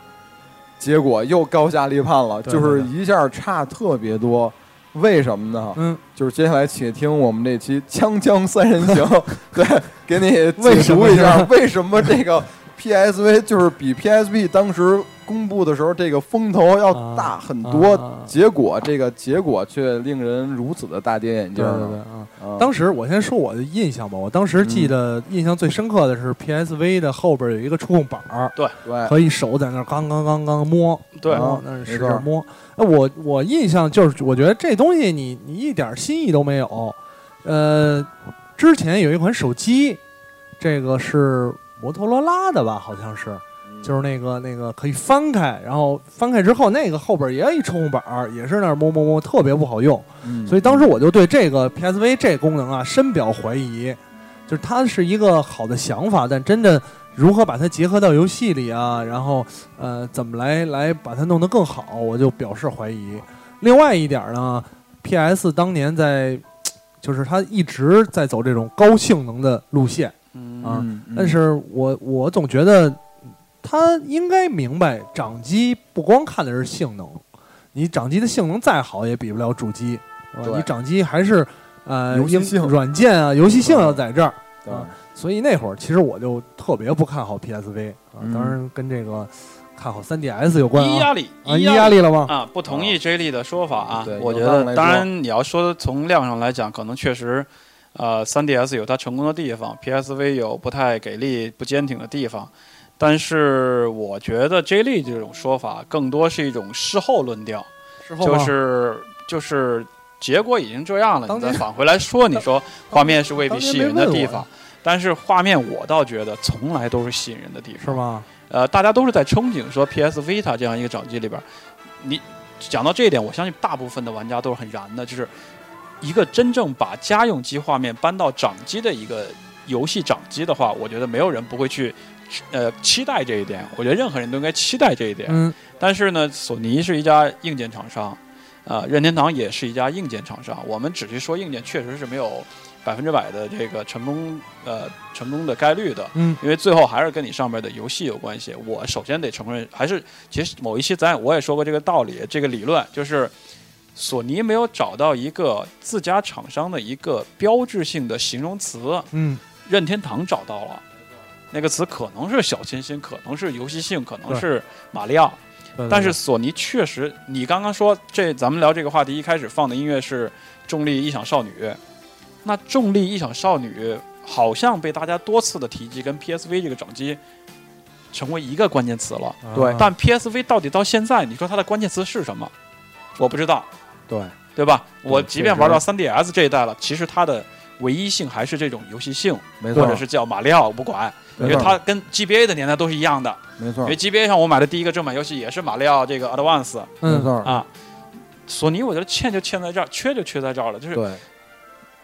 Speaker 1: 结果又高下立判了，
Speaker 2: 对
Speaker 1: 就是
Speaker 2: 对对
Speaker 1: 一下差特别多。为什么呢？
Speaker 2: 嗯，
Speaker 1: 就是接下来且听我们这期《锵锵三人行》， 对，给你解
Speaker 2: 为什
Speaker 1: 读
Speaker 2: 么
Speaker 1: 一下
Speaker 2: 呢
Speaker 1: 为什么这 个 PSV 就是比 PSB 当时公布的时候这个风头要大很多，
Speaker 2: 啊啊
Speaker 1: 结果这个结果却令人如此的大跌眼镜
Speaker 2: 对对对
Speaker 1: 呢。
Speaker 2: 啊！
Speaker 1: 啊
Speaker 2: 当时我先说我的印象吧，我当时
Speaker 1: 嗯
Speaker 2: 记得印象最深刻的是 PSV 的后边有一个触控板儿，
Speaker 1: 对，
Speaker 2: 可以手在那儿刚刚刚刚摸，
Speaker 3: 对
Speaker 1: 啊
Speaker 2: 摸那是使
Speaker 1: 没
Speaker 2: 劲
Speaker 1: 错
Speaker 2: 摸。那我我印象就是，我觉得这东西你你一点新意都没有。呃，之前有一款手机，这个是摩托罗拉的吧，好像是，
Speaker 1: 嗯
Speaker 2: 就是那个那个可以翻开，然后翻开之后，那个后边也有一触控板儿，也是那儿摸摸摸，特别不好用。
Speaker 1: 嗯
Speaker 2: 所以当时我就对这个 PSV 这功能啊深表怀疑，就是它是一个好的想法，但真的如何把它结合到游戏里啊，然后呃怎么来来把它弄得更好，我就表示怀疑。另外一点呢，PS 当年在就是它一直在走这种高性能的路线，
Speaker 3: 嗯
Speaker 2: 啊
Speaker 1: 嗯，嗯
Speaker 2: 但是我我总觉得他应该明白，掌机不光看的是性能，你掌机的性能再好也比不了主机，是吧
Speaker 1: 对
Speaker 2: 你掌机还是呃，
Speaker 1: 游戏
Speaker 2: 硬
Speaker 1: 性
Speaker 2: 软件啊，游戏性要在这儿。
Speaker 1: 对吧？
Speaker 2: 所以那会儿其实我就特别不看好 PSV 啊，
Speaker 1: 嗯
Speaker 2: 当然跟这个看好 3DS 有关
Speaker 3: 伊
Speaker 2: 啊。
Speaker 3: 压力，
Speaker 2: 啊，
Speaker 3: 伊
Speaker 2: 一
Speaker 3: 压
Speaker 2: 压力了吗？
Speaker 3: 啊，不同意 J 莉的说法啊
Speaker 1: 对。
Speaker 3: 我觉
Speaker 1: 有道理来说
Speaker 3: 得，当然你要说从量上来讲，可能确实，呃，3DS 有它成功的地方，PSV 有不太给力、不坚挺的地方。但是我觉得 J 莉这种说法更多是一种事后论调，
Speaker 2: 事后
Speaker 3: 就
Speaker 2: 吗
Speaker 3: 是就是结果已经这样了，
Speaker 2: 当
Speaker 3: 你
Speaker 2: 年
Speaker 3: 再返回来说，你说画面是未必
Speaker 2: 当年
Speaker 3: 吸
Speaker 2: 没
Speaker 3: 引人的
Speaker 2: 问
Speaker 3: 地
Speaker 2: 我
Speaker 3: 方。但是画面，我倒觉得从来都是吸引人的地方，
Speaker 2: 是吗？
Speaker 3: 呃，大家都是在憧憬说 PS Vita 这样一个掌机里边儿，你讲到这一点，我相信大部分的玩家都是很燃的，就是一个真正把家用机画面搬到掌机的一个游戏掌机的话，我觉得没有人不会去呃期待这一点。我觉得任何人都应该期待这一点。
Speaker 2: 嗯，
Speaker 3: 但是呢，索尼是一家硬件厂商，啊、任天堂也是一家硬件厂商。我们只是说硬件确实是没有百分之百的这个成功，呃，成功的概率的。
Speaker 2: 嗯，
Speaker 3: 因为最后还是跟你上面的游戏有关系。我首先得承认，还是其实某一期咱我也说过这个道理，这个理论就是。索尼没有找到一个自家厂商的一个标志性的形容词，
Speaker 2: 嗯，
Speaker 3: 任天堂找到了，那个词可能是小清新，可能是游戏性，可能
Speaker 2: 对
Speaker 3: 是马里奥，
Speaker 2: 对
Speaker 1: 嗯
Speaker 2: 对
Speaker 3: 但是
Speaker 2: 对
Speaker 3: 索尼确实，你刚刚说这，咱们聊这个话题一开始放的音乐是《重力异想少女》，那《重力异想少女》好像被大家多次的提及，跟 PSV 这个掌机成为一个关键词了。
Speaker 2: 啊
Speaker 1: 对
Speaker 3: 但 PSV 到底到现在，你说它的关键词是什么？我不知道，
Speaker 1: 对
Speaker 3: 对吧？我
Speaker 1: 对
Speaker 3: 即便
Speaker 1: 确实
Speaker 3: 玩到 3DS 这一代了，其实它的唯一性还是这种游戏性，
Speaker 1: 没错
Speaker 3: 或者是叫马里奥，我不管，因
Speaker 1: 没
Speaker 3: 为
Speaker 1: 错
Speaker 3: 它跟 GBA 的年代都是一样的。
Speaker 1: 没错
Speaker 3: 因为 GBA 上我买的第一个正版游戏也是马里奥这个 Advance
Speaker 1: 没
Speaker 2: 嗯，
Speaker 1: 错
Speaker 3: 啊。索尼我觉得欠就欠在这儿，缺就缺在这儿
Speaker 2: 嗯啊
Speaker 3: 了，就是
Speaker 1: 对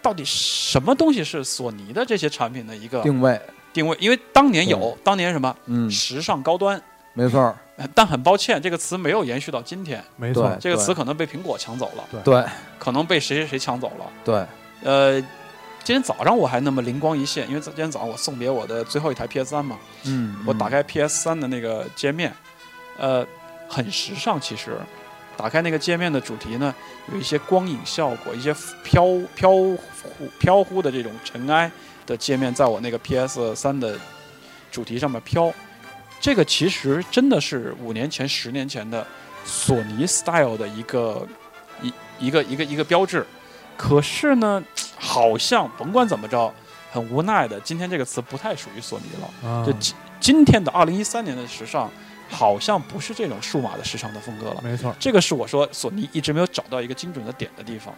Speaker 3: 到底什么东西是索尼的这些产品的一个
Speaker 1: 定位，
Speaker 3: 定位？因为当年有，当年什么
Speaker 1: 嗯，
Speaker 3: 时尚高端，
Speaker 1: 没错，
Speaker 3: 但很抱歉，这个词没有延续到今天，
Speaker 2: 没错
Speaker 1: 哎对，
Speaker 3: 这个词可能被苹果抢走了，
Speaker 1: 对
Speaker 3: 可能被谁谁谁抢走了。
Speaker 1: 对，
Speaker 3: 呃，今天早上我还那么灵光一现，因为今天早上我送别我的最后一台 PS 三嘛，
Speaker 1: 嗯，
Speaker 3: 我打开 PS 三的那个界面，呃，很时尚。其实，打开那个界面的主题呢，有一些光影效果，一些飘飘忽飘忽的这种尘埃的界面，在我那个 PS 三的主题上面飘。这个其实真的是五年前、十年前的索尼 style 的一个一一个一个一个标志。可是呢，好像甭管怎么着，很无奈的，今天这个词不太属于索尼了。
Speaker 2: 啊
Speaker 3: 就今今天的二零一三年的时尚，好像不是这种数码的时尚的风格了。
Speaker 2: 没错。
Speaker 3: 这个是我说索尼一直没有找到一个精准的点的地方。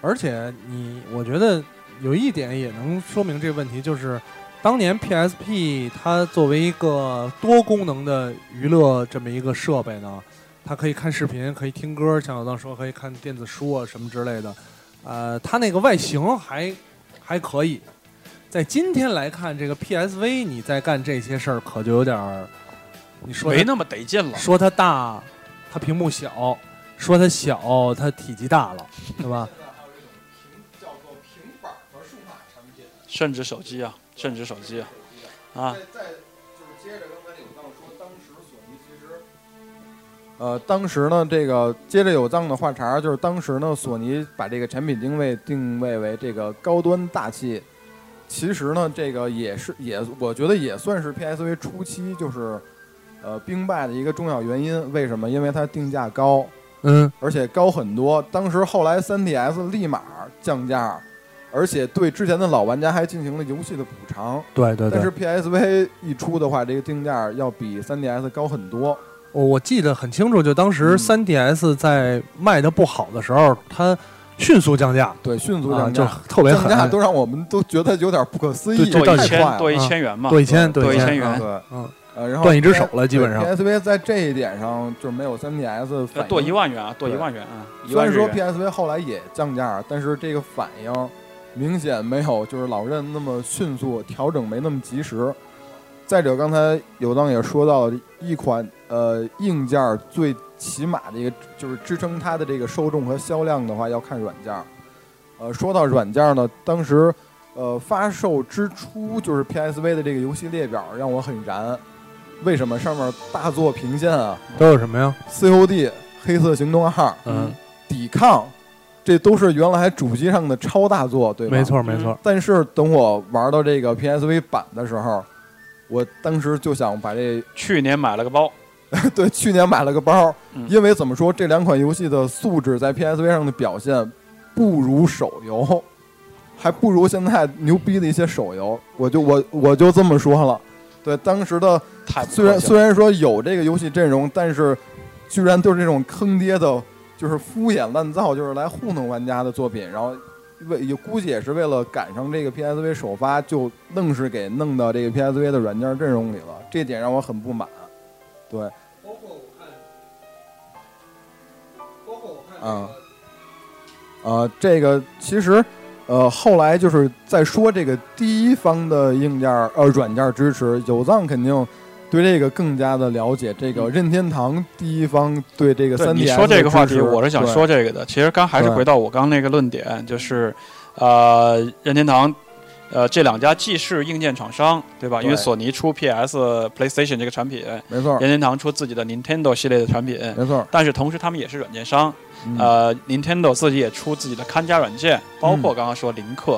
Speaker 2: 而且你，我觉得有一点也能说明这个问题，就是当年 PSP 它作为一个多功能的娱乐这么一个设备呢，它可以看视频，可以听歌，像有当说可以看电子书啊什么之类的，呃，它那个外形还还可以。在今天来看，这个 PSV 你在干这些事儿，可就有点儿，你说它
Speaker 3: 没那么得劲了，
Speaker 2: 说它大，它屏幕小；说它小，它体积大了，对吧？
Speaker 3: 甚至手机啊，甚至手机啊，啊，
Speaker 1: 呃，当时呢，这个接着有藏的话茬儿，就是当时呢，索尼把这个产品定位定位为这个高端大气。其实呢，这个也是也，我觉得也算是 PSV 初期就是，呃，兵败的一个重要原因。为什么？因为它定价高，
Speaker 2: 嗯，
Speaker 1: 而且高很多。当时后来 3DS 立马降价，而且对之前的老玩家还进行了游戏的补偿。
Speaker 2: 对对
Speaker 1: 但
Speaker 2: 对
Speaker 1: 是。PSV 一出的话，这个定价要比 3DS 高很多。
Speaker 2: 我我记得很清楚，就当时
Speaker 1: 嗯
Speaker 2: 3DS 在卖的不好的时候，它迅速降价，
Speaker 1: 对，迅速
Speaker 2: 啊，
Speaker 1: 降
Speaker 2: 就
Speaker 1: 价，
Speaker 2: 特别
Speaker 1: 降价
Speaker 2: 狠，
Speaker 1: 都让我们都觉得有点不可思议，
Speaker 2: 对这
Speaker 3: 多
Speaker 2: 到
Speaker 3: 一
Speaker 2: 底
Speaker 1: 太快啊
Speaker 3: 千多
Speaker 1: 了。
Speaker 3: 一千元嘛
Speaker 2: 多，一千，
Speaker 3: 多
Speaker 2: 一
Speaker 3: 一千
Speaker 2: 千，
Speaker 3: 元，
Speaker 1: 对，
Speaker 2: 嗯，
Speaker 1: 呃，然后
Speaker 2: 断一只手了，基本上。
Speaker 1: PSV 在这一点上就没有 3DS
Speaker 3: 呃
Speaker 1: 反应。
Speaker 3: 多一万元啊，多一
Speaker 1: 对
Speaker 3: 万元啊，一
Speaker 1: 虽
Speaker 3: 万
Speaker 1: 然
Speaker 3: 日
Speaker 1: 说
Speaker 3: 元。
Speaker 1: PSV 后来也降价，但是这个反应明显没有就是老任那么迅速，调整没那么及时。再者，刚才有当也说到了一款呃硬件儿最起码的一个就是支撑它的这个受众和销量的话，要看软件儿。呃，说到软件儿呢，当时呃发售之初就是 PSV 的这个游戏列表让我很燃，为什么上面大作频现啊
Speaker 2: 都有什么呀？
Speaker 1: ？COD 黑色行动二，
Speaker 2: 嗯，
Speaker 1: 抵抗这都是原来主机上的超大作，对吧？嗯
Speaker 2: 没。错没错，
Speaker 1: 但是等我玩到这个 PSV 版的时候，我当时就想把这
Speaker 3: 去年买了个包，
Speaker 1: 对，去年买了个包，
Speaker 3: 嗯
Speaker 1: 因为怎么说，这两款游戏的素质在 PSV 上的表现不如手游， 还不如现在牛逼的一些手游。我就我我就这么说了，对，当时的
Speaker 3: 太不
Speaker 1: 虽然
Speaker 3: 高兴
Speaker 1: 虽然说有这个游戏阵容，但是居然都是这种坑爹的，就是敷衍滥造，就是来糊弄玩家的作品，然后。为也估计也是为了赶上这个 PSV 首发，就愣是给弄到这个 PSV 的软件阵容里了，这点让我很不满。对，
Speaker 2: 包括我看，包括我看
Speaker 1: 啊呃，这个其实，呃，后来就是在说这个第一方的硬件儿呃软件儿支持，有藏肯定对这个更加的了解。这个任天堂第一方对这个
Speaker 3: 嗯对
Speaker 1: 三 D
Speaker 3: 你说这个话题，我是想说这个的。其实刚还是
Speaker 1: 对
Speaker 3: 回到我刚那个论点，就是呃，任天堂。呃，这两家既是硬件厂商，对吧？因为
Speaker 1: 对
Speaker 3: 索尼出 PS、PlayStation 这个产品，任
Speaker 1: 没错儿，
Speaker 3: 天堂出自己的 Nintendo 系列的产品，
Speaker 1: 没错儿，
Speaker 3: 但是同时他们也是软件商。
Speaker 1: 嗯
Speaker 3: 呃，Nintendo 自己也出自己的看家软件，包括
Speaker 1: 嗯
Speaker 3: 刚刚说《林克》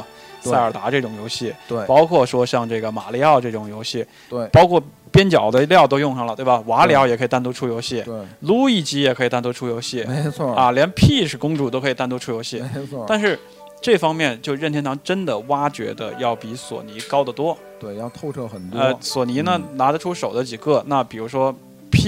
Speaker 1: 对
Speaker 3: 塞尔达》这种游戏，
Speaker 1: 对
Speaker 3: 包括说像这个马里奥这种游戏，
Speaker 1: 对
Speaker 3: 包括边角的料都用上了，对吧？瓦里奥也可以单独出游戏，
Speaker 1: 对，
Speaker 3: 路易吉也可以单独出游戏，
Speaker 1: 没错儿，
Speaker 3: 啊，连 Peach 公主都可以单独出游戏。
Speaker 1: 没错儿，
Speaker 3: 但是这方面，就任天堂真的挖掘的要比索尼高得多。
Speaker 1: 对，要透彻很多，。
Speaker 3: 呃
Speaker 1: 嗯
Speaker 3: 索尼呢拿得出手的几个，那比如说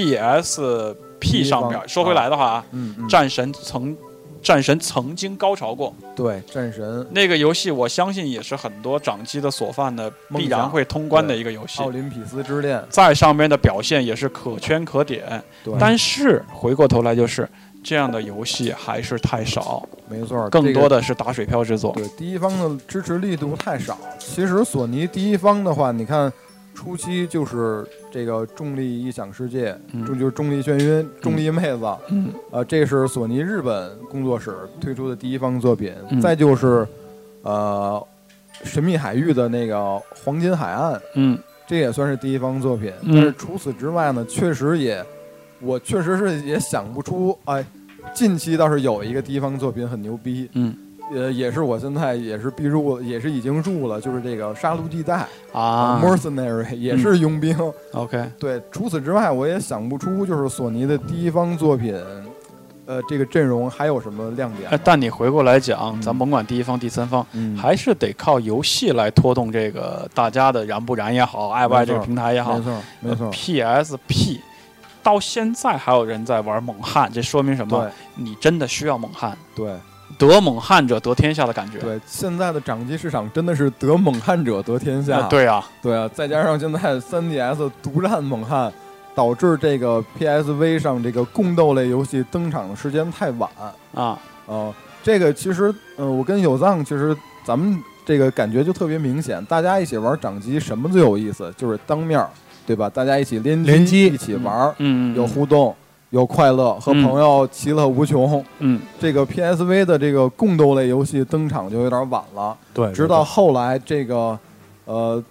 Speaker 3: PS P 上
Speaker 1: 第一
Speaker 3: 边，
Speaker 1: 方
Speaker 3: 说回来的话啊，
Speaker 1: 嗯嗯，
Speaker 3: 战神曾。战神曾经高潮过，
Speaker 1: 对战神
Speaker 3: 那个游戏我相信也是很多掌机的索范的
Speaker 1: 梦
Speaker 3: 必
Speaker 1: 想
Speaker 3: 然会通关的一个游戏
Speaker 1: 奥，林匹斯之恋，
Speaker 3: 在上面的表现也是可圈可点。
Speaker 1: 对，
Speaker 3: 但是回过头来就是这样的游戏还是太少，
Speaker 1: 没错儿，
Speaker 3: 更
Speaker 1: 这个
Speaker 3: 多的是打水漂之作。
Speaker 1: 对第一方的支持力度太少。其实索尼第一方的话，你看初期就是这个重力异想世界，
Speaker 3: 嗯
Speaker 1: 这就是重力眩晕、重力妹子，
Speaker 3: 嗯
Speaker 1: 呃，这是索尼日本工作室推出的第一方作品。
Speaker 3: 嗯
Speaker 1: 再就是，呃，神秘海域的那个黄金海岸，
Speaker 3: 嗯
Speaker 1: 这也算是第一方作品。
Speaker 3: 嗯
Speaker 1: 但是除此之外呢，确实也，我确实是也想不出，哎，近期倒是有一个第一方作品很牛逼，
Speaker 3: 嗯
Speaker 1: 呃，也是我现在也是必入，也是已经入了，就是这个杀戮地带
Speaker 3: 啊
Speaker 1: （Mercenary） 也是佣兵。
Speaker 3: ，OK，
Speaker 1: 对，除此之外，我也想不出就是索尼的第一方作品，呃，这个阵容还有什么亮点
Speaker 3: 哎，？但你回过来讲，
Speaker 1: 嗯
Speaker 3: 咱甭管第一方、第三方，
Speaker 1: 嗯，
Speaker 3: 还是得靠游戏来拖动这个大家的燃不燃也好，爱不爱这个平台也好
Speaker 1: 没。错，没错，
Speaker 3: PSP 到现在还有人在玩猛汉，这说明什么？
Speaker 1: 对
Speaker 3: 你真的需要猛汉，
Speaker 1: 对
Speaker 3: 得猛汉者得天下的感觉。呃
Speaker 1: 对，现在的掌机市场真的是得猛汉者得天下。
Speaker 3: 呃对啊，
Speaker 1: 对啊，再加上现在 3DS 独占猛汉，导致这个 PSV 上这个共斗类游戏登场的时间太晚。
Speaker 3: 啊，
Speaker 1: 哦，这个其实，呃，我跟有藏其实咱们这个感觉就特别明显，大家一起玩掌机什么最有意思？就是当面儿，对吧？大家一起联
Speaker 2: 联机
Speaker 1: 一起玩儿，
Speaker 3: 嗯，
Speaker 1: 有互动，有快乐，和
Speaker 3: 嗯
Speaker 1: 朋友其乐无穷。
Speaker 3: 嗯，
Speaker 1: 这个 PSV 的这个共斗类游戏登场就有点晚了，
Speaker 2: 对，
Speaker 1: 直到后来这个，呃。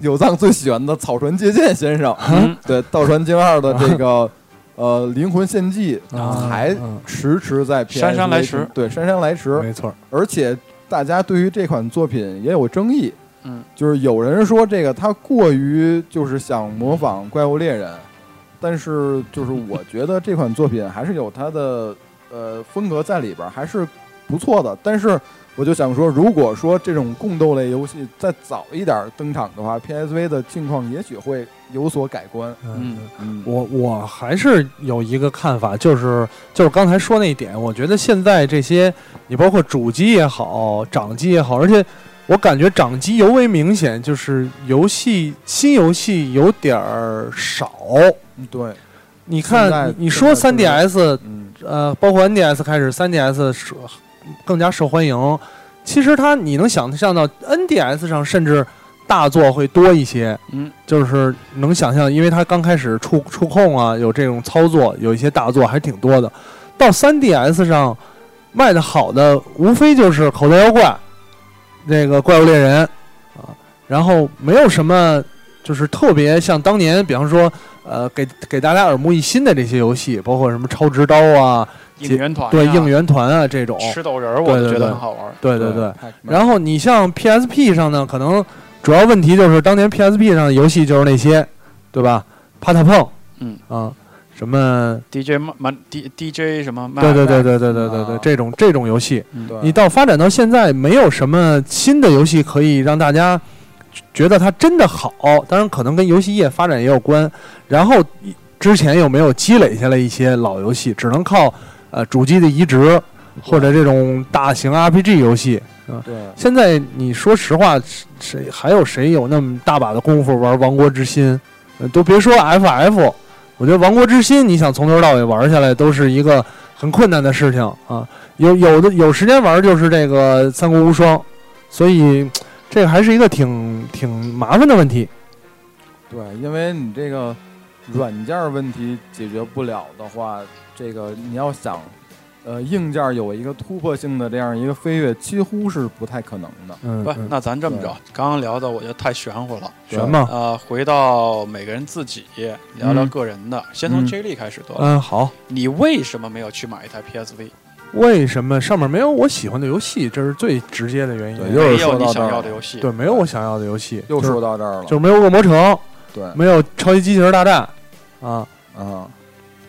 Speaker 1: 有藏最喜欢的草船借箭先生，
Speaker 3: 嗯
Speaker 1: 对《道传经二》的这个呃《灵魂献祭》
Speaker 2: 啊
Speaker 1: 还
Speaker 2: 嗯
Speaker 1: 迟迟在 PSV
Speaker 3: 姗姗来迟
Speaker 1: 对姗姗来迟，
Speaker 2: 没错，
Speaker 1: 而且大家对于这款作品也有争议，
Speaker 3: 嗯，
Speaker 1: 就是有人说这个它过于就是想模仿《怪物猎人》，但是就是我觉得这款作品还是有它的呃风格在里边儿，还是不错的。但是我就想说，如果说这种共斗类游戏再早一点儿登场的话，PSV 的境况也许会有所改观。
Speaker 2: 嗯
Speaker 3: 嗯
Speaker 1: 嗯，
Speaker 2: 我我还是有一个看法，就是就是刚才说那一点，我觉得现在这些你包括主机也好，掌机也好，而且我感觉掌机尤为明显，就是游戏新游戏有点儿少。
Speaker 1: 嗯对，
Speaker 2: 你
Speaker 1: 现在
Speaker 2: 看，你你说
Speaker 1: 现在
Speaker 2: 3DS，
Speaker 1: 嗯，
Speaker 2: 呃，包括 NDS 开始，3DS 受更加受欢迎。其实它你能想象到 NDS 上甚至大作会多一些，
Speaker 3: 嗯，
Speaker 2: 就是能想象，因为它刚开始触触控啊，有这种操作，有一些大作还挺多的。到 3DS 上卖的好的，无非就是口袋妖怪、那个怪物猎人啊，然后没有什么就是特别像当年，比方说呃，给给大家耳目一新的这些游戏，包括什么超直刀啊、
Speaker 3: 应援团、啊，
Speaker 2: 对应援团啊这种。
Speaker 3: 吃豆人儿，我
Speaker 2: 对
Speaker 3: 就
Speaker 2: 对
Speaker 3: 觉
Speaker 2: 对
Speaker 3: 得很好玩儿。
Speaker 2: 对对对。
Speaker 1: 太
Speaker 2: 然后你像 PSP 上呢，可能主要问题就是当年 PSP 上的游戏就是那些，对吧？啪嗒碰，
Speaker 3: 嗯
Speaker 2: 啊，什么？
Speaker 3: DJ 慢慢 D DJ 什么慢？
Speaker 2: 对对对对对对对对，
Speaker 1: 啊
Speaker 2: 这种这种游戏，
Speaker 3: 嗯
Speaker 1: 对
Speaker 2: 你到发展到现在，没有什么新的游戏可以让大家觉得它真的好。当然，可能跟游戏业发展也有关。然后之前又没有积累下来一些老游戏，只能靠呃主机的移植或者这种大型 RPG 游戏。
Speaker 1: 对
Speaker 2: 现在你说实话，谁还有谁有那么大把的功夫玩《亡国之心》呃？都别说 FF，我觉得《亡国之心》你想从头到尾玩下来，都是一个很困难的事情啊。有有的有时间玩就是这个《三国无双》，所以这个还是一个挺挺麻烦的问题。
Speaker 1: 对，因为你这个软件儿问题解决不了的话，这个你要想，呃，硬件儿有一个突破性的这样一个飞跃，几乎是不太可能的。
Speaker 2: 嗯，
Speaker 3: 不
Speaker 2: 嗯，
Speaker 3: 那咱这么着，刚刚聊的我觉得太玄乎了。
Speaker 1: 对
Speaker 2: 悬嘛，
Speaker 3: 呃，回到每个人自己聊聊个人的，先从
Speaker 1: 嗯
Speaker 3: J 莉开始得了。
Speaker 2: 嗯，好。
Speaker 3: 你为什么没有去买一台 PSV？
Speaker 2: 为什么上面没有我喜欢的游戏？这是最直接的原因。
Speaker 1: 对又
Speaker 3: 没
Speaker 1: 是
Speaker 3: 有
Speaker 1: 说
Speaker 3: 你
Speaker 1: 到这
Speaker 3: 想
Speaker 1: 儿
Speaker 3: 要
Speaker 1: 了
Speaker 3: 的游戏。
Speaker 2: 对，没有我想要的游戏。
Speaker 1: 又
Speaker 2: 就是
Speaker 1: 说到这儿了，
Speaker 2: 就是没有《恶魔城》，
Speaker 1: 对啊、
Speaker 2: 没有《超级机器人大战》啊，哎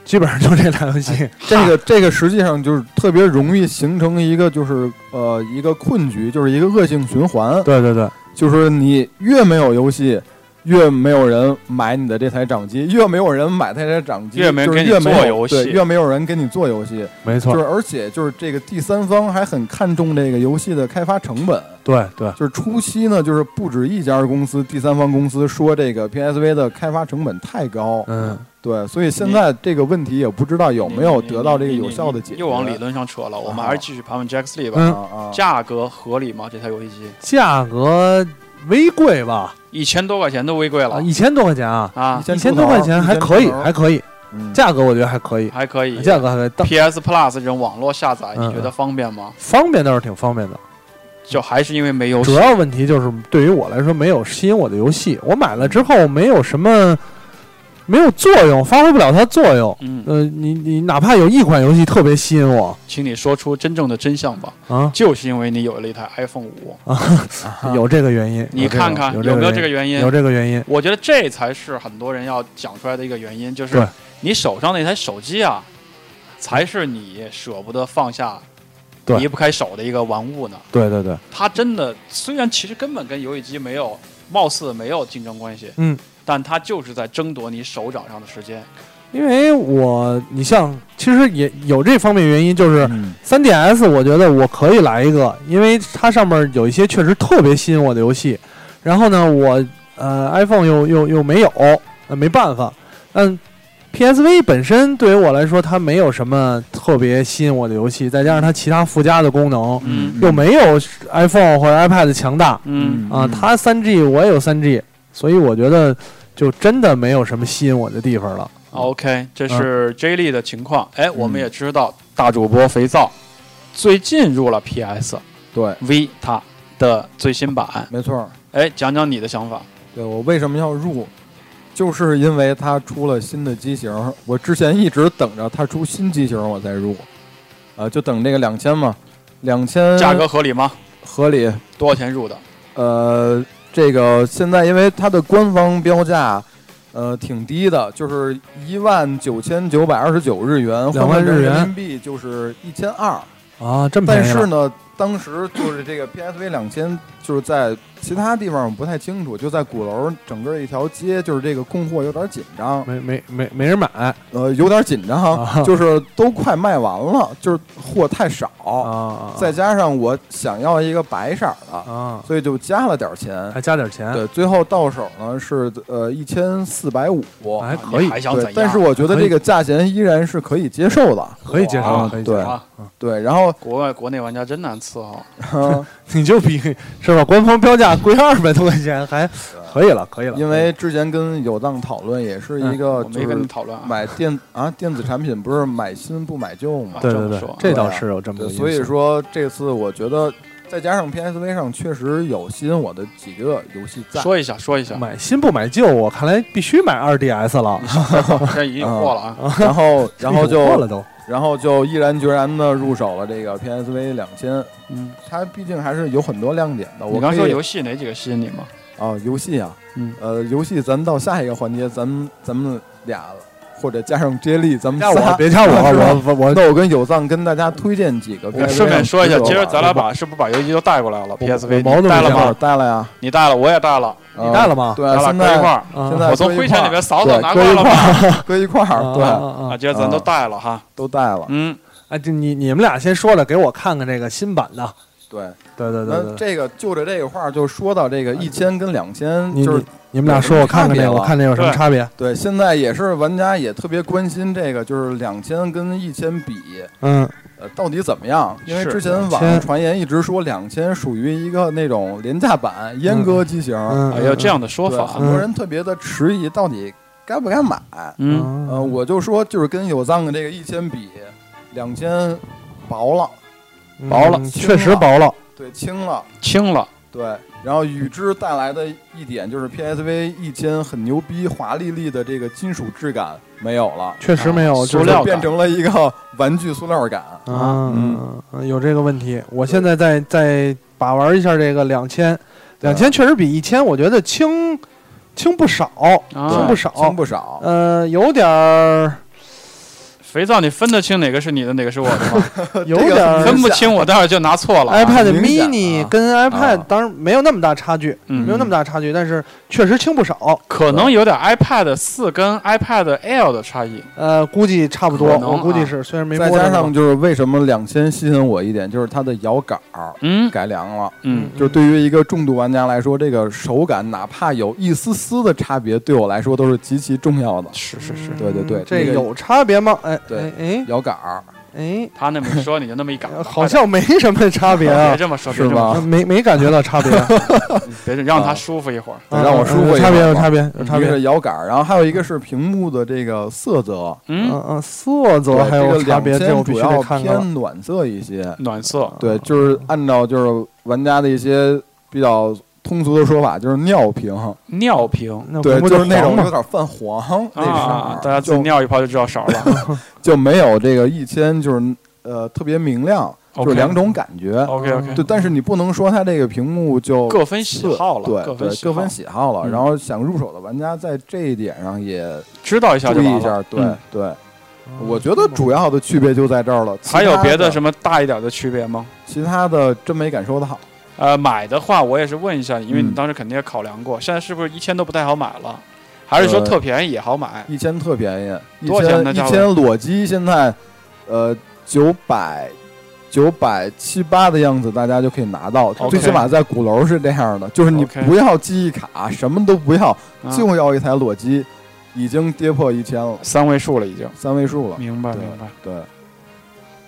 Speaker 2: 基本上就这俩游戏。
Speaker 1: 这个这个实际上就是特别容易形成一个就是呃一个困局，就是一个恶性循环，
Speaker 2: 对对对，
Speaker 1: 就是你越没有游戏。越没有人买你的这台掌机，越没有人买这台掌机，
Speaker 3: 越没人
Speaker 1: 就是
Speaker 3: 给你
Speaker 1: 越没
Speaker 3: 做
Speaker 1: 有
Speaker 3: 游
Speaker 1: 对
Speaker 3: 戏
Speaker 1: 越没有人给你做游戏，
Speaker 2: 没
Speaker 1: 就
Speaker 2: 错，
Speaker 1: 是而且就是这个第三方还很看重这个游戏的开发成本。
Speaker 2: 对对
Speaker 1: 就是初期呢，就是不止一家公司，第三方公司说这个 PSV 的开发成本太高，
Speaker 2: 嗯，
Speaker 1: 对，所以现在这个问题也不知道有没有得到这个有效的解决。
Speaker 3: 又往理论上扯了，我们还是继续盘问 Jack Lee 吧。
Speaker 1: 啊
Speaker 2: 嗯，
Speaker 1: 啊，
Speaker 3: 价格合理吗？这台游戏机
Speaker 2: 价格微贵吧，
Speaker 3: 一千多块钱都微贵了
Speaker 2: 啊，一千多块钱啊，
Speaker 3: 啊，
Speaker 1: 一
Speaker 2: 一千多块钱嗯还可以，还可以，
Speaker 1: 嗯
Speaker 2: 价格我觉得还可以，
Speaker 3: 还可以。
Speaker 2: 价格还可以，但
Speaker 3: PS Plus 这种网络下载，
Speaker 2: 嗯
Speaker 3: 你觉得方便吗？
Speaker 2: 方便倒是挺方便的。
Speaker 3: 就还是因为没游
Speaker 2: 主
Speaker 3: 戏，
Speaker 2: 要问题就是对于我来说没有吸引我的游戏，我买了之后没有什么，没有作用，发挥不了它作用。
Speaker 3: 嗯，
Speaker 2: 呃，你你哪怕有一款游戏特别吸引我
Speaker 3: 请你说出真正的真相吧。
Speaker 2: 啊，
Speaker 3: 就是因为你有了一台 iPhone 五，
Speaker 1: 啊
Speaker 2: 有这个原因，
Speaker 3: 你
Speaker 2: 有这个
Speaker 3: 看看
Speaker 2: 有
Speaker 3: 没有
Speaker 2: 这
Speaker 3: 这个
Speaker 2: 个
Speaker 3: 原
Speaker 2: 原
Speaker 3: 因
Speaker 2: 因？？有这个原因，
Speaker 3: 我觉得这才是很多人要讲出来的一个原因，就是
Speaker 2: 对
Speaker 3: 你手上那台手机啊，才是你舍不得放下、
Speaker 2: 对
Speaker 3: 离不开手的一个玩物呢。
Speaker 2: 对对对，
Speaker 3: 它真的虽然其实根本跟游戏机没有，貌似没有竞争关系，
Speaker 2: 嗯，
Speaker 3: 但它就是在争夺你手掌上的时间。
Speaker 2: 因为我你像其实也有这方面原因，就是
Speaker 1: 嗯
Speaker 2: 3DS，我觉得我可以来一个，因为它上面有一些确实特别吸引我的游戏，然后呢，我呃 iPhone 又又又没有，呃没办法，嗯。PSV 本身对于我来说，它没有什么特别吸引我的游戏，再加上它其他附加的功能，
Speaker 3: 嗯
Speaker 2: 又没有 iPhone 或者 iPad 强大，
Speaker 3: 嗯，
Speaker 2: 啊，他三 G 我也有三 G，所以我觉得就真的没有什么吸引我的地方了。
Speaker 3: 啊 OK，这
Speaker 2: 嗯
Speaker 3: 是 J 莉的情况。哎，我们也知道大主播肥皂最近入了 PS
Speaker 1: 对，
Speaker 3: Vita 的最新版。
Speaker 1: 没错，
Speaker 3: 哎，讲讲你的想法。
Speaker 1: 对我为什么要入，就是因为它出了新的机型，我之前一直等着它出新机型我再入，啊，就等这个两千嘛，两
Speaker 2: 呃
Speaker 1: 千
Speaker 3: 价格合理吗？
Speaker 1: 合理，
Speaker 3: 多少钱入的？
Speaker 1: 呃，这个现在因为它的官方标价，呃，挺低的，就是一万九千九百二十九日元，
Speaker 2: 两万
Speaker 1: 换算成
Speaker 2: 日元
Speaker 1: 人民币就是一千二。
Speaker 2: 啊，这
Speaker 1: 但
Speaker 2: 么便宜
Speaker 1: 是
Speaker 2: 了
Speaker 1: 呢，当时就是这个 PSV 两千，就是在其他地方我不太清楚，就在鼓楼整个一条街，就是这个供货有点紧张，
Speaker 2: 没没没没人买啊
Speaker 1: 呃，有点紧张，
Speaker 2: 嗯啊
Speaker 1: 就是都快卖完了，就是货太少，
Speaker 2: 啊
Speaker 1: 再加上我想要一个白色儿的，
Speaker 2: 啊，哎
Speaker 1: 所以就加了点儿钱。
Speaker 2: 还加点钱，
Speaker 1: 对，最后到手呢是呃一千四百五，
Speaker 2: 还
Speaker 3: 啊
Speaker 2: 可
Speaker 3: 你
Speaker 2: 以，
Speaker 3: 还想怎
Speaker 1: 对
Speaker 3: 样，？
Speaker 1: 但是我觉得这个价钱依然是可以接受的，
Speaker 2: 可以接受，
Speaker 3: 哇
Speaker 2: 可以接
Speaker 1: 对
Speaker 2: 受。
Speaker 3: 啊，
Speaker 1: 对。然后，
Speaker 3: 国外国内玩家真难伺候。
Speaker 1: 呃
Speaker 2: 你就比是吧？官方标价贵二百多块钱，还可以了，可以了。
Speaker 1: 因为之前跟有藏讨论，也是一个
Speaker 2: 嗯
Speaker 3: 我
Speaker 1: 呃就
Speaker 3: 没跟你
Speaker 1: 是
Speaker 3: 讨论啊。
Speaker 1: 买电啊电子产品不是买新不买旧嘛，
Speaker 2: 嗯对
Speaker 3: 这
Speaker 2: 对
Speaker 3: 么
Speaker 2: 对
Speaker 3: 说，
Speaker 1: 对
Speaker 2: 这
Speaker 1: 啊
Speaker 2: 倒是有这么个
Speaker 1: 对，
Speaker 2: 因素。
Speaker 1: 所以说这次我觉得再加上 PSV 上确实有吸引我的几个游戏在，
Speaker 3: 说一下，说一下，
Speaker 2: 买新不买旧，我 看来必须买二 DS 了，
Speaker 3: 现在已经有货了啊。
Speaker 1: 然后然后
Speaker 2: 有货
Speaker 1: 就
Speaker 2: 了都
Speaker 1: 然后就毅然决然的入手了这个 PSV 两千。
Speaker 3: 嗯，
Speaker 1: 它毕竟还是有很多亮点的。啊我
Speaker 3: 你刚
Speaker 1: 可以
Speaker 3: 说游戏哪几个吸引你吗？
Speaker 1: 啊，游戏啊，
Speaker 3: 嗯，
Speaker 1: 呃，游戏咱们到下一个环节，咱们咱们俩或者加上接力，咱们
Speaker 2: 加我，
Speaker 1: 仨。
Speaker 2: 别加我，
Speaker 1: 是吧
Speaker 2: 我我 我
Speaker 1: 那我跟有藏跟大家推荐几啊个 PSV 上值得玩
Speaker 3: 我
Speaker 1: 的。
Speaker 3: 顺便说一下，今儿咱俩把是不是把游戏都带过来了？PSV
Speaker 2: 我毛都
Speaker 3: 你带了
Speaker 2: 没
Speaker 1: 我
Speaker 3: 吗？
Speaker 1: 带了呀，
Speaker 3: 你带了，我也带了，
Speaker 1: 呃
Speaker 2: 你带了吗？
Speaker 1: 对，
Speaker 3: 咱俩
Speaker 1: 现
Speaker 3: 搁一块
Speaker 1: 在
Speaker 3: 儿。嗯
Speaker 2: 啊
Speaker 1: 现在
Speaker 3: 我从
Speaker 1: 搁一
Speaker 3: 灰
Speaker 1: 块
Speaker 3: 尘
Speaker 1: 儿
Speaker 3: 里面扫扫
Speaker 1: 对
Speaker 3: 拿过
Speaker 1: 搁一
Speaker 3: 来了
Speaker 1: 块
Speaker 3: 吧？
Speaker 1: 儿，搁一块儿，
Speaker 2: 啊
Speaker 1: 对，
Speaker 2: 啊
Speaker 3: 啊，
Speaker 2: 啊！
Speaker 3: 今儿咱都带了哈。
Speaker 1: 都带了。
Speaker 3: 嗯，
Speaker 2: 哎，这你你们俩先说了，给我看看这个新版的。
Speaker 1: 对，
Speaker 2: 对对对
Speaker 1: 那
Speaker 2: 对对，
Speaker 1: 这个就着这个话，就说到
Speaker 3: 哎
Speaker 1: 这个一千跟两千，
Speaker 2: 你
Speaker 1: 就是
Speaker 2: 你你们俩说，我看看这
Speaker 1: 有什
Speaker 2: 个，
Speaker 1: 么差别了啊
Speaker 2: 我看这有什么差别？
Speaker 1: 对，现在也是玩家也特别关心这个，就是两千跟一千比，
Speaker 2: 嗯，
Speaker 1: 呃，到底怎么样？因为
Speaker 3: 是
Speaker 1: 之前网上传言一直说两千属于一个那种廉价版阉割机型，
Speaker 2: 嗯
Speaker 3: 哎有这样的说
Speaker 1: 对，啊
Speaker 3: 法啊
Speaker 1: 很。多人特别的迟疑，到底该不该买？
Speaker 2: 啊
Speaker 3: 嗯，
Speaker 1: 呃，我就说就是跟有藏的这个一千比，两千薄了，
Speaker 2: 嗯
Speaker 3: 薄了
Speaker 2: 嗯确实薄了。
Speaker 1: 对，轻了，
Speaker 3: 轻了，
Speaker 1: 对。然后与之带来的一点就是 PSV 一千很牛逼、华丽丽的这个金属质感没有了，
Speaker 2: 确实没有，
Speaker 1: 就
Speaker 2: 就
Speaker 3: 啊
Speaker 1: 是
Speaker 3: 塑料感
Speaker 1: 变成了一个玩具塑料感。
Speaker 2: 啊
Speaker 1: 嗯，
Speaker 2: 嗯有这个问题。我现在再再把玩一下这个两千，两千确实比一千，我觉得轻轻不少，
Speaker 3: 啊
Speaker 2: 轻不少
Speaker 1: 轻。不少。
Speaker 2: 呃，有点儿，
Speaker 3: 肥皂，你分得清哪个是你的，哪个是我的吗？
Speaker 2: 有点
Speaker 1: 这个
Speaker 2: 儿
Speaker 1: 很。
Speaker 3: 分不清，我待会儿就拿错了啊。
Speaker 2: iPad
Speaker 1: 明显啊
Speaker 2: mini 跟 iPad
Speaker 1: 啊
Speaker 2: 当然没有那么大差距，
Speaker 3: 嗯
Speaker 2: 没有那么大差距，但是确实轻不少。
Speaker 3: 可能有点 iPad 四跟 iPad Air 的差异。
Speaker 2: 呃，估计差不多，
Speaker 3: 可能
Speaker 2: 我估计
Speaker 3: 啊
Speaker 2: 是，虽然没
Speaker 1: 再
Speaker 2: 摸着
Speaker 1: 加
Speaker 2: 呢
Speaker 1: 上就是为什么两千吸引我一点，就是它的摇杆儿
Speaker 3: 嗯
Speaker 1: 改良了。
Speaker 3: 嗯，
Speaker 1: 就是对于一个重度玩家来说，这个手感哪怕有一丝丝的差别，对我来说都是极其重要的。
Speaker 3: 是是是，
Speaker 1: 对对对
Speaker 2: 嗯这
Speaker 1: 那
Speaker 2: 个
Speaker 1: 个
Speaker 2: 有差别吗？哎，
Speaker 1: 对
Speaker 2: 哎
Speaker 1: 摇杆儿
Speaker 2: 哎
Speaker 3: 他那么说你就那么一
Speaker 2: 哎，
Speaker 3: 赶，
Speaker 2: 好像没什么差别
Speaker 3: 别
Speaker 2: 啊
Speaker 3: 别，这么说，
Speaker 1: 是
Speaker 3: 别这么
Speaker 1: 吗
Speaker 2: 呃没没感觉到差别，
Speaker 3: 说，别让他舒服一会儿。
Speaker 1: 得
Speaker 2: 啊
Speaker 1: 让我舒服
Speaker 2: 有
Speaker 1: 一
Speaker 2: 差
Speaker 1: 会
Speaker 2: 别
Speaker 1: 儿
Speaker 2: 有
Speaker 1: 吧嗯
Speaker 2: 差别有差
Speaker 1: 一个
Speaker 2: 别，
Speaker 1: 是摇杆儿，然后还有一个是屏幕的这个色泽，
Speaker 3: 嗯，
Speaker 2: 嗯嗯，色泽
Speaker 1: 对
Speaker 2: 还
Speaker 1: 这
Speaker 2: 有
Speaker 1: 个
Speaker 2: 差别，
Speaker 1: 2000
Speaker 2: 这我必
Speaker 1: 主
Speaker 2: 须
Speaker 1: 要
Speaker 2: 得看看了。
Speaker 1: 偏暖色一些。
Speaker 3: 暖色，
Speaker 1: 对，就是按照就是玩家的一些比较通俗的说法，就是尿屏，
Speaker 3: 尿屏
Speaker 2: 那
Speaker 1: 对，
Speaker 2: 不
Speaker 1: 就是那
Speaker 2: 黄
Speaker 1: 种有
Speaker 2: 嘛，
Speaker 1: 点泛黄那
Speaker 3: 啊，
Speaker 1: 色
Speaker 3: 大
Speaker 1: 儿，
Speaker 3: 家自己
Speaker 1: 就
Speaker 3: 尿一泡就知道色儿 了。
Speaker 1: 就没有这个一千就是呃特别明亮，就
Speaker 3: OK
Speaker 1: 是两种感觉。
Speaker 3: OK OK，
Speaker 1: 对，但是你不能说它这个屏幕就
Speaker 3: 各分喜好了，
Speaker 1: 对
Speaker 3: 分
Speaker 1: 对，各分
Speaker 3: 好，
Speaker 1: 喜好了。
Speaker 3: 嗯
Speaker 1: 然后想入手的玩家在这一点上也
Speaker 3: 知道一下
Speaker 1: 注
Speaker 3: 就
Speaker 1: 意
Speaker 3: 完
Speaker 1: 一
Speaker 3: 了。
Speaker 1: 下。对
Speaker 3: 嗯
Speaker 1: 对，
Speaker 2: 嗯
Speaker 1: 我觉得主要的区别就在这儿了。其他
Speaker 3: 还有别的
Speaker 1: 的
Speaker 3: 什么大一点的区别吗？
Speaker 1: 其他的真没感受到。
Speaker 3: 呃，买的话我也是问一下你，因为你
Speaker 1: 嗯
Speaker 3: 当时肯定也考量过，现在是不是一千都不太好买了，还是说
Speaker 1: 呃
Speaker 3: 特便宜也好买？
Speaker 1: 一千特便宜，一
Speaker 3: 多少钱
Speaker 1: 千
Speaker 3: 呢
Speaker 1: 一
Speaker 3: 价位
Speaker 1: 千裸机现在，呃，九百九百七八的样子，大家就可以拿到。
Speaker 3: OK
Speaker 1: 最起码在鼓楼是这样的，就是你
Speaker 3: OK
Speaker 1: 不要记忆卡，什么都不要，
Speaker 3: 啊
Speaker 1: 就要一台裸机，已经跌破一千了，
Speaker 3: 三位数了已经。
Speaker 1: 三位数了。
Speaker 3: 明白
Speaker 1: 对
Speaker 3: 明白。
Speaker 1: 对，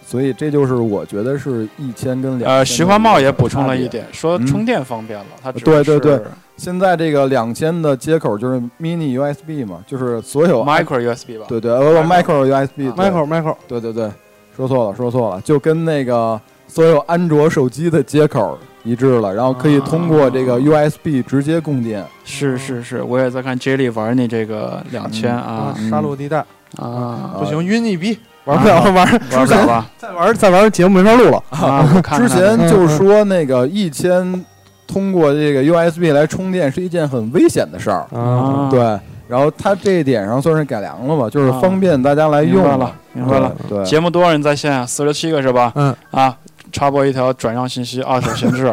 Speaker 1: 所以这就是我觉得是一千跟两。
Speaker 3: 呃，徐花茂也补充了一，点，说
Speaker 1: 嗯
Speaker 3: 充电方便了，它指
Speaker 1: 对
Speaker 3: 的
Speaker 1: 对
Speaker 3: 是
Speaker 1: 对现在这个两千的接口就是 mini USB 嘛，就是所有
Speaker 3: micro USB 吧。
Speaker 1: 对对，呃不
Speaker 3: micro
Speaker 1: micro USB 对
Speaker 2: Michael Michael，
Speaker 1: 对对对，说错了，说错了，就跟那个所有安卓手机的接口一致了，然后可以通过这
Speaker 3: 啊
Speaker 1: 个 USB 直接供电。
Speaker 3: 是是是，我也在看 J 莉玩你这个两千啊
Speaker 1: 嗯
Speaker 2: 杀戮地带
Speaker 3: 啊，
Speaker 2: 不行，晕一逼，
Speaker 3: 玩
Speaker 2: 玩
Speaker 3: 不
Speaker 2: 不
Speaker 3: 了
Speaker 1: 啊
Speaker 2: 了玩，
Speaker 3: 玩不了吧？
Speaker 2: 再玩再玩节目没法录了。
Speaker 3: 啊，我看看
Speaker 1: 之前就说那个一千通过这个 USB 来充电是一件很危险的事儿，
Speaker 3: 啊，
Speaker 1: 对。然后它这一点上算是改良了吧，就是方便大家来
Speaker 3: 明
Speaker 1: 用
Speaker 3: 白了，明白了。，
Speaker 1: 对，
Speaker 3: 节目多少人在线啊？四十七个是吧？
Speaker 2: 嗯
Speaker 3: 啊，插播一条转让信息，二手闲 置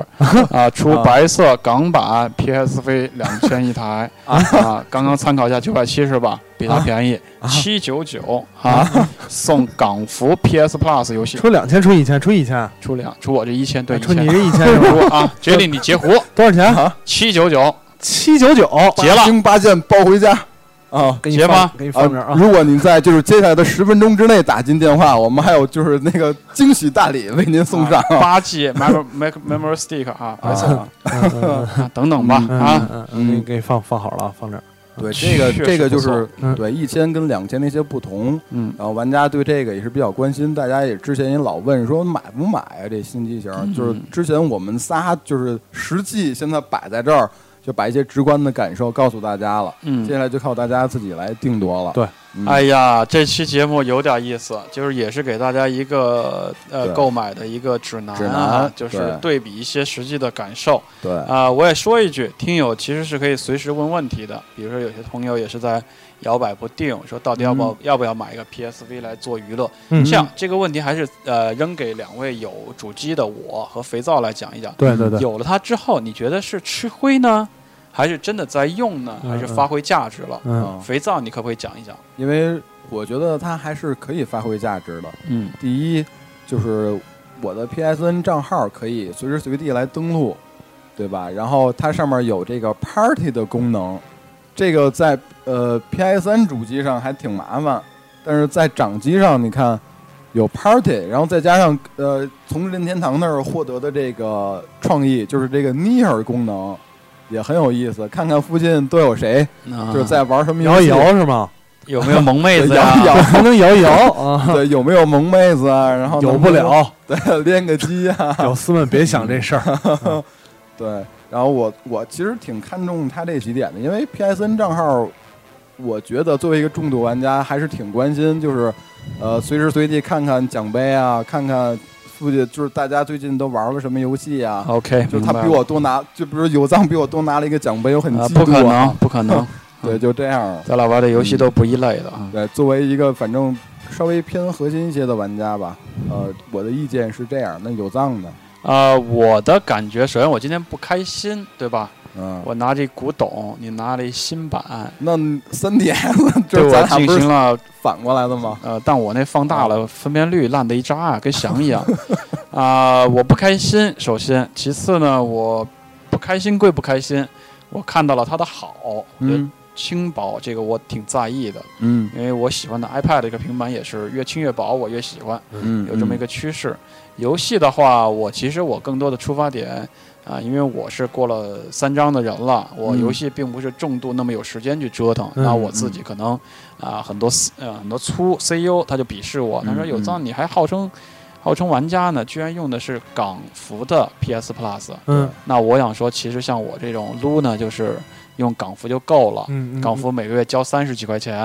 Speaker 3: 啊，出白色港版 PSV 两千一台啊，刚刚参考价九百七是吧？比
Speaker 2: 啊
Speaker 3: 它便宜七九九啊，送港服 PS Plus 游戏
Speaker 2: 出两千，出一千，出一千，
Speaker 3: 出两出我这一千对一
Speaker 2: 出你
Speaker 3: 千
Speaker 2: 这一千是 吧？
Speaker 3: 啊，决定你 截胡
Speaker 2: 多少钱？
Speaker 3: 七九九
Speaker 2: 七九九，
Speaker 3: 结了
Speaker 1: 八星八剑包回家啊。
Speaker 2: 给你
Speaker 3: 结
Speaker 2: 放
Speaker 3: 吧
Speaker 2: 给你放这儿啊！
Speaker 1: 如果您在就是接下来的十分钟之内打进电话，我们还有就是那个惊喜大礼为您送上。
Speaker 3: 啊八 G micro micro memory stick 啊，白色啊
Speaker 2: 嗯
Speaker 3: 啊等等吧
Speaker 2: 嗯
Speaker 3: 啊，
Speaker 2: 嗯嗯，给你给你放放好了啊，放这儿。
Speaker 1: 对，这个
Speaker 3: 确实
Speaker 1: 这个就
Speaker 3: 不错
Speaker 1: 是
Speaker 2: 嗯
Speaker 1: 对一千跟两千那些不同，
Speaker 3: 嗯，
Speaker 1: 然后玩家对这个也是比较关心，大家也之前也老问说买不
Speaker 3: 嗯
Speaker 1: 买啊这新机型，就是之前我们仨就是实际现在摆在这儿，就把一些直观的感受告诉大家了。
Speaker 3: 嗯
Speaker 1: 接下来就靠大家自己来定夺了。
Speaker 2: 对
Speaker 1: 嗯，
Speaker 3: 哎呀，这期节目有点意思，就是也是给大家一个呃
Speaker 1: 对
Speaker 3: 购买的一个指南
Speaker 1: 指
Speaker 3: 啊
Speaker 1: 南，
Speaker 3: 就是对比一些实际的感受
Speaker 1: 对，
Speaker 3: 啊、我也说一句，听友其实是可以随时问问题的，比如说有些朋友也是在摇摆不定，说到底要不要、要不要买一个 PSV 来做娱乐，
Speaker 2: 嗯
Speaker 3: 这样这个问题还是呃扔给两位有主机的我和肥皂来讲一讲。
Speaker 2: 对对对，
Speaker 3: 有了它之后，你觉得是吃亏呢，还是真的在用呢，
Speaker 2: 嗯
Speaker 3: 还是发挥价值了？
Speaker 2: 嗯，
Speaker 1: 嗯，
Speaker 3: 肥皂，你可不可以讲一讲？
Speaker 1: 因为我觉得它还是可以发挥价值的。
Speaker 3: 嗯
Speaker 1: 第一就是我的 PSN 账号可以随时随地来登录，对吧？然后它上面有这个 Party 的功能，这个在呃 PS3 主机上还挺麻烦，但是在掌机上你看有 Party，然后再加上呃从任天堂那儿获得的这个创意，就是这个 Near 功能。也很有意思，看看附近都有谁，就是在玩什么游
Speaker 2: 摇一
Speaker 1: 戏，
Speaker 2: 摇是吗？
Speaker 3: 啊有没有萌妹子
Speaker 1: 嗯摇一
Speaker 3: 呀？
Speaker 1: 摇，
Speaker 2: 还能摇一摇啊？
Speaker 1: 对，有没有萌妹子啊？然后
Speaker 2: 有
Speaker 1: 能
Speaker 2: 不
Speaker 1: 能
Speaker 2: 了，
Speaker 1: 对，练个鸡啊，
Speaker 2: 屌丝们别想这事儿。
Speaker 1: 对。然后我我其实挺看重他这几点的，因为 PSN 账号，我觉得作为一个重度玩家，还是挺关心，就是呃随时随地看看奖杯啊，看看附近就是大家最近都玩了什么游戏啊。
Speaker 3: OK，
Speaker 1: 就是他
Speaker 3: 明
Speaker 1: 比
Speaker 3: 白
Speaker 1: 我多拿，就比如有藏比我多拿了一个奖杯，我很
Speaker 3: 了啊，
Speaker 1: 嫉妒、
Speaker 3: 不可 能，，不可能，
Speaker 1: 对，就这样。
Speaker 3: 咱俩玩的游戏都不一类的啊。
Speaker 1: 对，作为一个反正稍微偏核心一些的玩家吧，呃，我的意见是这样。那有藏呢？
Speaker 3: 啊，我的感觉，首先我今天不开心，对吧？
Speaker 1: 嗯，
Speaker 3: 我拿着一古董，你拿了一新版，
Speaker 1: 那三 DS
Speaker 3: 对
Speaker 1: 就是
Speaker 3: 我
Speaker 1: 咱俩
Speaker 3: 进
Speaker 1: 不是
Speaker 3: 行了
Speaker 1: 反过来的吗？
Speaker 3: 呃，但我那放大了，分辨率烂的一渣啊，跟翔一 样。啊、我不开心，首先，其次呢，我不开心归不开心，我看到了它的好，我觉得轻薄这个我挺在意的，
Speaker 1: 嗯
Speaker 3: 因为我喜欢的 iPad 这个平板也是越轻越薄，我越喜欢，
Speaker 1: 嗯
Speaker 3: 有这么一
Speaker 1: 个
Speaker 3: 个趋势。游戏的话，我其实我更多的出发点啊、因为我是过了三章的人了，我
Speaker 1: 嗯
Speaker 3: 游戏并不是重度那么有时间去折腾。
Speaker 2: 嗯
Speaker 3: 那我自己可能啊、很多 C- 呃很多粗 CEO 他就鄙视我，他说
Speaker 1: 嗯
Speaker 3: 有藏你还号称号称玩家呢，居然用的是港服的 PS Plus。
Speaker 2: 嗯
Speaker 3: 那我想说，其实像我这种撸呢，就是用港服就够了。
Speaker 2: 嗯，嗯
Speaker 3: 港服每个月交三十几块钱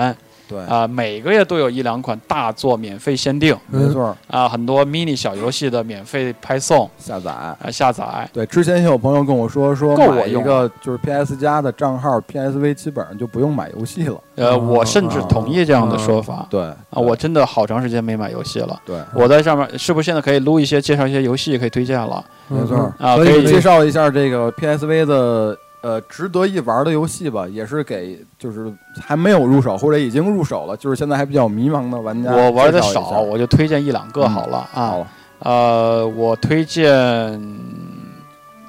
Speaker 3: 啊、
Speaker 1: 对，
Speaker 3: 每个月都有一两款大作免费限定。
Speaker 2: 嗯
Speaker 1: 没，错，
Speaker 3: 啊，很多 mini 小游戏的免费拍送
Speaker 1: 下载。
Speaker 3: 啊下载，
Speaker 1: 对，之前也有朋友跟我说，说
Speaker 3: 够我
Speaker 1: 买一
Speaker 3: 用
Speaker 1: 个就是 PS 加的账号，PSV 基本上就不用买游戏了。
Speaker 3: 呃，
Speaker 2: 啊
Speaker 3: 我甚至同意这样的说法
Speaker 1: 对
Speaker 3: 啊，我真的好长时间没买游戏了。
Speaker 1: 对，
Speaker 3: 我在上面是不是现在可以撸一些介绍一些游戏可以推荐了？
Speaker 1: 没错
Speaker 2: 嗯
Speaker 3: 啊
Speaker 2: 可
Speaker 3: 可
Speaker 2: 以
Speaker 3: 以
Speaker 1: 介
Speaker 2: 介绍
Speaker 1: 绍一下这个 PSV 的呃值得一玩的游戏吧，也是给就是还没有入手或者已经入手了，就是现在还比较迷茫的玩家。
Speaker 3: 我玩的
Speaker 1: 介绍一下啊
Speaker 3: 少，我就推荐一两个
Speaker 1: 嗯
Speaker 3: 好了
Speaker 1: 好
Speaker 3: 啊。
Speaker 1: 了，
Speaker 3: 呃，我推荐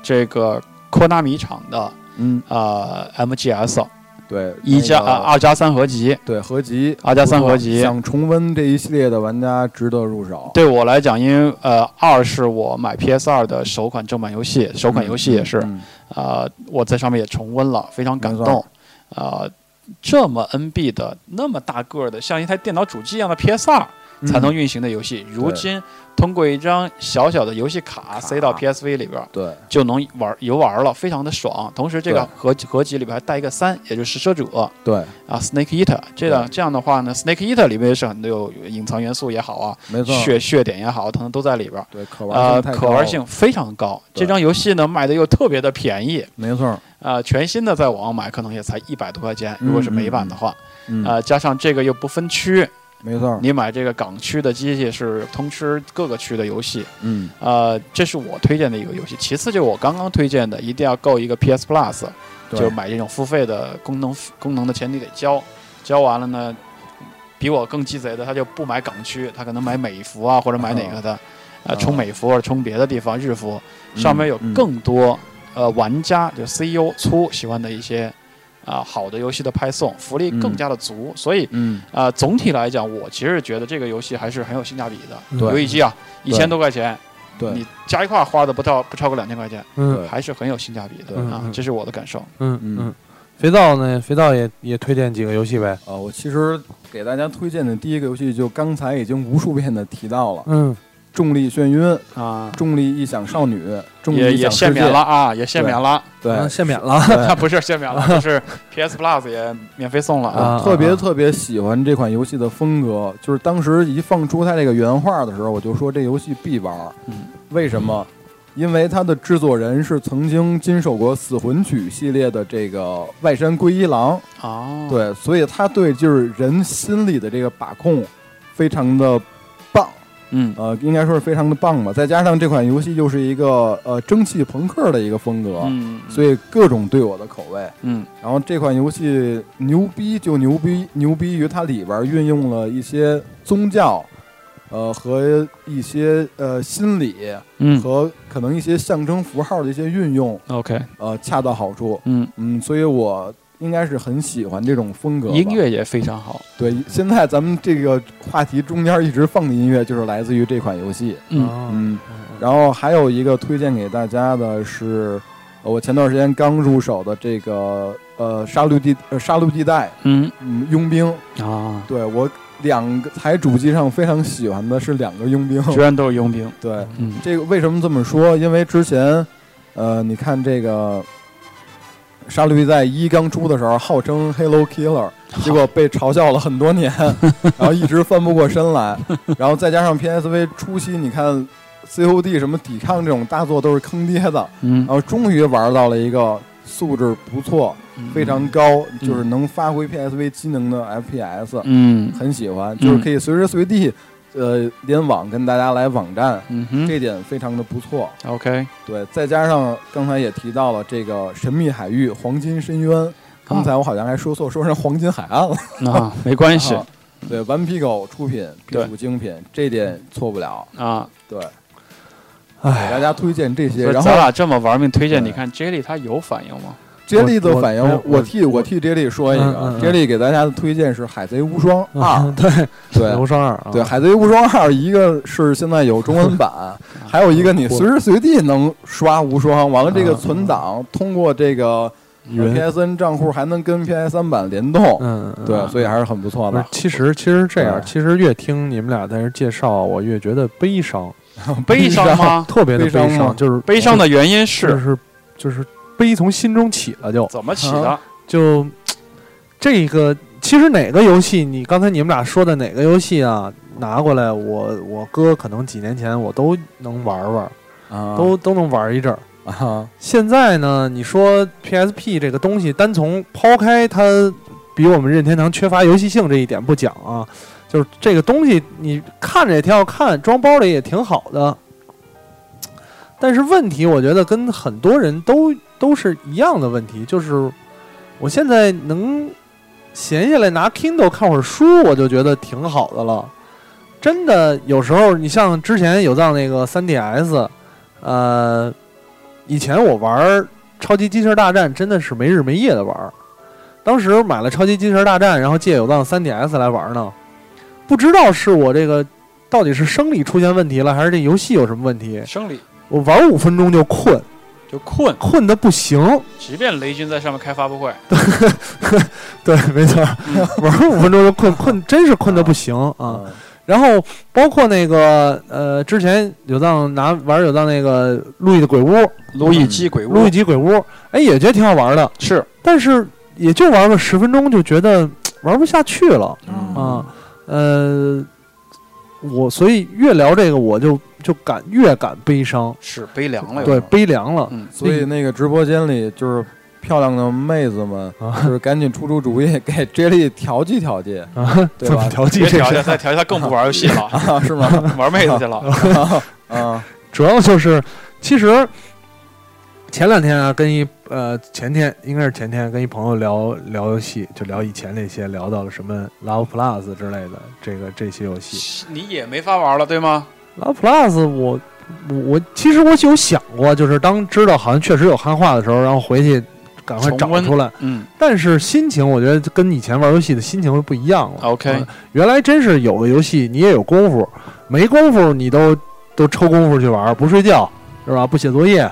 Speaker 3: 这个科纳米厂的
Speaker 1: 嗯，
Speaker 3: 呃 MGS
Speaker 1: 哎对，
Speaker 3: 一加
Speaker 1: 那个
Speaker 3: 啊二加三合集，
Speaker 1: 对合集
Speaker 3: 二加三
Speaker 1: 不错
Speaker 3: 合集
Speaker 1: 想重温这一系列的玩家值得入手。
Speaker 3: 对我来讲，因为呃二是我买 PS 二的首款正版游戏，首款游戏也是。
Speaker 1: 嗯
Speaker 3: 呃，我在上面也重温了，非常感
Speaker 1: 没
Speaker 3: 动
Speaker 1: 错。
Speaker 3: 呃，这么 NB 的那么大个儿的，像一台电脑主机一样的 PS 二
Speaker 1: 嗯
Speaker 3: 才能运行的游戏，如今通过一张小小的游戏卡塞到 PSV 里边儿，
Speaker 1: 对，
Speaker 3: 就能玩游玩了，非常的爽。同时，这个
Speaker 1: 对
Speaker 3: 合合集里边还带一个三，也就是食蛇者
Speaker 1: 对，
Speaker 3: 啊，Snake Eater。这样这样的话呢，Snake Eater 里面也是很多有隐藏元素也好啊，
Speaker 1: 没错，
Speaker 3: 血血点也好，等等都在里边儿。
Speaker 1: 对可
Speaker 3: 呃，
Speaker 1: 玩性太
Speaker 3: 可
Speaker 1: 高
Speaker 3: 玩
Speaker 1: 了
Speaker 3: 性非常高。
Speaker 1: 对
Speaker 3: 这张游戏呢卖的又特别的便宜，
Speaker 1: 没错，
Speaker 3: 呃，全新的在网上买可能也才一百多块钱，
Speaker 1: 嗯
Speaker 3: 如果是美版的话，
Speaker 1: 嗯，
Speaker 3: 呃，加上这个又不分区，
Speaker 1: 没错，
Speaker 3: 你买这个港区的机器是通吃各个区的游戏，
Speaker 1: 嗯，
Speaker 3: 呃，这是我推荐的一个游戏。其次就是我刚刚推荐的，一定要购一个 PS Plus，
Speaker 1: 对
Speaker 3: 就是买这种付费的功能功能的前提得交，交完了呢，比我更鸡贼的他就不买港区，他可能买美服啊或者买哪个的，呃，充美服或者充别的地方日服，上面有
Speaker 1: 嗯嗯嗯嗯
Speaker 3: 更多、呃玩家就 CEO 粗喜欢的一些啊、好的游戏的派送，福利更加的足，所以
Speaker 1: 嗯，
Speaker 3: 呃总体来讲，我其实觉得这个游戏还是很有性价比的。
Speaker 2: 嗯
Speaker 1: 对
Speaker 3: 游戏机啊，一
Speaker 1: 对
Speaker 3: 千多块钱，
Speaker 1: 对，
Speaker 3: 你加一块儿花的不到不超过两千块钱，
Speaker 2: 嗯
Speaker 1: 对，
Speaker 3: 还是很有性价比的
Speaker 2: 嗯
Speaker 3: 啊
Speaker 2: 嗯，
Speaker 3: 这是我的感受。
Speaker 2: 嗯
Speaker 1: 嗯
Speaker 2: 嗯，肥皂呢？肥皂也也推荐几个游戏呗。
Speaker 1: 呃，我其实给大家推荐的第一个游戏，就刚才已经无数遍的提到了，
Speaker 2: 嗯，
Speaker 1: 《重力眩晕、
Speaker 2: 啊，
Speaker 1: 重力异想少女、重力
Speaker 3: 也
Speaker 1: 异
Speaker 3: 也
Speaker 1: 想
Speaker 3: 限
Speaker 1: 世界
Speaker 3: 免了，啊，也限免 了，
Speaker 1: 对，
Speaker 2: 啊限免了
Speaker 3: 它不是限免了，就是 PS Plus 也免费送了
Speaker 1: 我
Speaker 3: 啊。
Speaker 2: 啊
Speaker 1: 特
Speaker 2: 啊
Speaker 1: 别特别喜欢这款游戏的风格，就是当时一放出它这个原画的时候，我就说这游戏必玩。
Speaker 3: 嗯
Speaker 1: 为什么？因为它的制作人是曾经经手过《死魂曲》系列的这个外山圭一郎，啊
Speaker 3: 哦，
Speaker 1: 对，所以他对就是人心理的这个把控非常的棒，
Speaker 3: 嗯，
Speaker 1: 呃，应该说是非常的棒吧。再加上这款游戏又是一个呃蒸汽朋克的一个风格，
Speaker 3: 嗯，
Speaker 1: 所以各种对我的口味。
Speaker 3: 嗯
Speaker 1: 然后这款游戏牛逼就牛逼，牛逼于它里边运用了一些宗教，呃和一些呃心理
Speaker 3: 嗯
Speaker 1: 和可能一些象征符号的一些运用，
Speaker 3: ，OK，
Speaker 1: 呃恰到好处。
Speaker 3: 嗯，
Speaker 1: 嗯，所以我应该是很喜欢这种风格吧。
Speaker 3: 音乐也非常好。
Speaker 1: 对，现在咱们这个话题中间一直放的音乐就是来自于这款游戏。
Speaker 3: 嗯
Speaker 2: 啊
Speaker 1: 嗯，
Speaker 2: 然
Speaker 1: 然后还有一个推荐给大家的是，呃我前段时间刚入手的这个呃杀戮地呃杀戮地带，
Speaker 3: 嗯
Speaker 1: 嗯，佣兵。
Speaker 3: 啊，
Speaker 1: 对我两个台主机上非常喜欢的是两个佣兵。
Speaker 3: 居然都是 佣兵。
Speaker 1: 对，
Speaker 3: 嗯
Speaker 1: 这个为什么这么说？因为之前，呃，你看这个《杀戮地带一》刚出的时候，号称 Hello Killer，结果被嘲笑了很多 年，然后一直翻不过身来。然后再加上 PSV 初期，你看 COD 什么抵抗这种大作都是坑爹的，
Speaker 3: 嗯
Speaker 1: 然，后终于玩到了一个素质不错、
Speaker 3: 嗯
Speaker 1: 非常高，就是能发挥 PSV 机能的 FPS，
Speaker 3: 嗯
Speaker 1: 很喜欢，就是可以随时随地，呃，联网跟大家来网站。
Speaker 3: 嗯哼
Speaker 1: 这点非常的不错，
Speaker 3: ，OK，
Speaker 1: 对，再加上刚才也提到了这个神秘海域、黄金深渊，刚才我好像还说错，说成黄金海岸了。
Speaker 3: 啊，没关系
Speaker 1: 啊对，顽皮狗出品必
Speaker 3: 对
Speaker 1: 属精品，这点错不了。
Speaker 3: 啊。
Speaker 1: 对，给
Speaker 2: 后
Speaker 1: 大家推荐这些。
Speaker 3: 所以
Speaker 1: 然后
Speaker 3: 咱俩这么玩命推荐，
Speaker 1: 对
Speaker 3: 你看 Jelly 他有反应吗？
Speaker 1: 杰利的反
Speaker 2: 我
Speaker 1: 应，
Speaker 2: 我
Speaker 1: 我替我替杰利说一
Speaker 2: 嗯
Speaker 1: 个
Speaker 2: 嗯，嗯
Speaker 1: 杰利给大家的推荐是《海贼无双二》
Speaker 2: 二对
Speaker 1: 对，
Speaker 2: 流双二啊
Speaker 1: 对，《海贼无双二》一个是现在有中文版，
Speaker 2: 啊
Speaker 1: 还有一个你随时随地能刷无双。完了，这个
Speaker 2: 啊
Speaker 1: 存档通过这个
Speaker 2: 云
Speaker 1: PSN 账户还能跟 PS 三版联动，
Speaker 2: 嗯嗯
Speaker 1: 对，所以还是很不错
Speaker 2: 不是
Speaker 1: 的，。
Speaker 2: 其实其实这样，
Speaker 1: 对
Speaker 2: 其实越听你们俩在这介绍，我越觉得悲伤，
Speaker 3: 悲伤 吗？
Speaker 2: 特别的
Speaker 1: 悲伤
Speaker 2: 悲
Speaker 1: 吗
Speaker 2: 伤，就是
Speaker 3: 悲伤的原因
Speaker 2: 就是是就是悲从心中起了，就
Speaker 3: 怎么起的？
Speaker 2: 就这个，其实哪个游戏，你刚才你们俩说的哪个游戏啊，拿过来我我哥可能几年前我都能玩玩，
Speaker 1: 啊
Speaker 2: 都都能玩一阵儿。
Speaker 1: 啊，
Speaker 2: 现在呢，你说 PSP 这个东西，单从抛开它比我们任天堂缺乏游戏性这一点不讲啊，就是这个东西你看着也挺好看，装包里也挺好的，但是问题我觉得跟很多人都都是一样的问题，就是我现在能闲下来拿 Kindle 看会儿书，我就觉得挺好的了。真的，有时候你像之前有藏那个 3DS，呃，以前我玩《超级机器人大战》真的是没日没夜的玩儿，当时买了《超级机器人大战》，然后借有藏 3DS 来玩呢，不知道是我这个到底是生理出现问题了，还是这游戏有什么问题，
Speaker 3: 生理
Speaker 2: 我玩五分钟就困，
Speaker 3: 就困，
Speaker 2: 困得不行。
Speaker 3: 即便雷军在上面开发布会，
Speaker 2: 对，没错儿，
Speaker 3: 嗯
Speaker 2: 玩五分钟就困，困真是困得不行啊。
Speaker 1: 嗯
Speaker 2: 然后包括那个呃，之前有藏拿玩有藏那个《路易的鬼屋》，《
Speaker 3: 路易基鬼
Speaker 2: 路
Speaker 3: 屋
Speaker 2: 易吉鬼屋》，哎，也觉得挺好玩的，
Speaker 3: 是
Speaker 2: 但是也就玩个十分钟就觉得玩不下去了
Speaker 1: 嗯
Speaker 2: 啊。呃，我所以越聊这个，我就就感越感悲伤，
Speaker 3: 是悲凉了，有
Speaker 2: 对，
Speaker 3: 时候
Speaker 2: 悲凉了。
Speaker 3: 嗯，
Speaker 1: 所以那个直播间里就是漂亮的妹子们，
Speaker 2: 啊
Speaker 1: 就是赶紧出出主意，给杰利调剂调剂
Speaker 2: 啊，
Speaker 1: 对
Speaker 2: 怎
Speaker 1: 吧
Speaker 2: 么调剂
Speaker 3: 别
Speaker 2: 这
Speaker 3: 调
Speaker 2: 事
Speaker 3: 教？再调教更不玩游戏 了，
Speaker 1: 啊，是吗？
Speaker 3: 玩妹子去了。
Speaker 1: 啊，
Speaker 2: 主要就是，其实前两天啊，跟一呃前天应该是前天跟一朋友聊聊游戏，就聊以前那些，聊到了什么 Love Plus 之类的这个这些游戏。
Speaker 3: 你也没法玩了，对吗？
Speaker 2: Love Plus 我我我其实我有想过，就是当知道好像确实有汉化的时候，然后回去赶快
Speaker 3: 重
Speaker 2: 找
Speaker 3: 温
Speaker 2: 出来。
Speaker 3: 嗯
Speaker 2: 但是心情我觉得跟以前玩游戏的心情会不一样了。
Speaker 3: ，OK，
Speaker 2: 嗯原来真是有个游戏你也有功夫，没功夫你都都抽功夫去玩，不睡觉是吧？不写作业，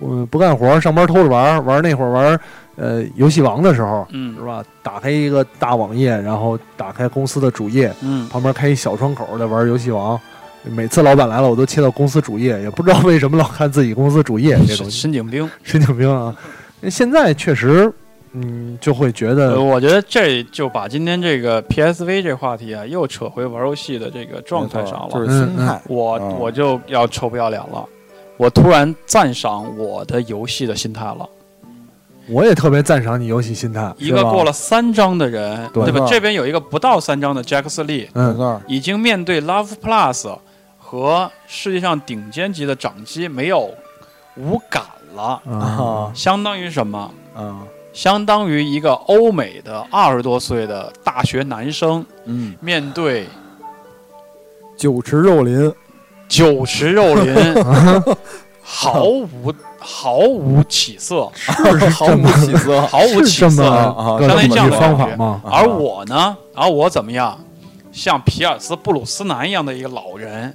Speaker 2: 嗯，不干活，上班偷着玩，玩那会儿玩呃游戏王的时候是
Speaker 3: 嗯
Speaker 2: 吧？打开一个大网页，然后打开公司的主页，
Speaker 3: 嗯
Speaker 2: 旁边开一小窗口在玩游戏王，每次老板来了，我都切到公司主页，也不知道为什么老看自己公司主页这东
Speaker 3: 神
Speaker 2: 西。
Speaker 3: 神经病。
Speaker 2: 神经病啊！现在确实，嗯，就会觉
Speaker 3: 呃，
Speaker 2: 得
Speaker 3: 我觉得这就把今天这个 PSV 这话题啊，又扯回玩游戏的这个状态上了。
Speaker 1: 就是心态。
Speaker 3: 我
Speaker 1: 嗯
Speaker 3: 我就要臭不要脸了，我突然赞赏我的游戏的心态了。
Speaker 2: 我也特别赞赏你游戏心态。
Speaker 3: 一个
Speaker 1: 是吧
Speaker 3: 过了三章的人，
Speaker 2: 对
Speaker 3: 对吧
Speaker 1: 是？
Speaker 3: 这边有一个不到三章的 Jack s l e
Speaker 1: 没
Speaker 2: 嗯，
Speaker 1: 错儿，
Speaker 3: 已经面对 Love Plus 和世界上顶尖级的掌机没有无感了，
Speaker 2: 啊，
Speaker 3: 相当于什么？
Speaker 1: 啊，
Speaker 3: 相当于一个欧美的二十多岁的大学男生
Speaker 1: 嗯，
Speaker 3: 面对
Speaker 1: 酒池肉林，
Speaker 3: 酒池肉 林，毫无毫无起色，
Speaker 2: 是
Speaker 1: 毫
Speaker 2: 这
Speaker 1: 无
Speaker 2: 么
Speaker 1: 起色
Speaker 3: 毫无
Speaker 2: 是
Speaker 3: 起
Speaker 2: 这
Speaker 3: 色。
Speaker 2: 么
Speaker 1: 啊
Speaker 2: 各
Speaker 3: 相当于
Speaker 2: 种
Speaker 3: 这样
Speaker 2: 的
Speaker 3: 的
Speaker 2: 方
Speaker 3: 感
Speaker 2: 法
Speaker 3: 觉
Speaker 2: 吗？
Speaker 1: 啊
Speaker 3: 而我呢，而我怎么样？像皮尔斯·布鲁斯南一样的一个老人，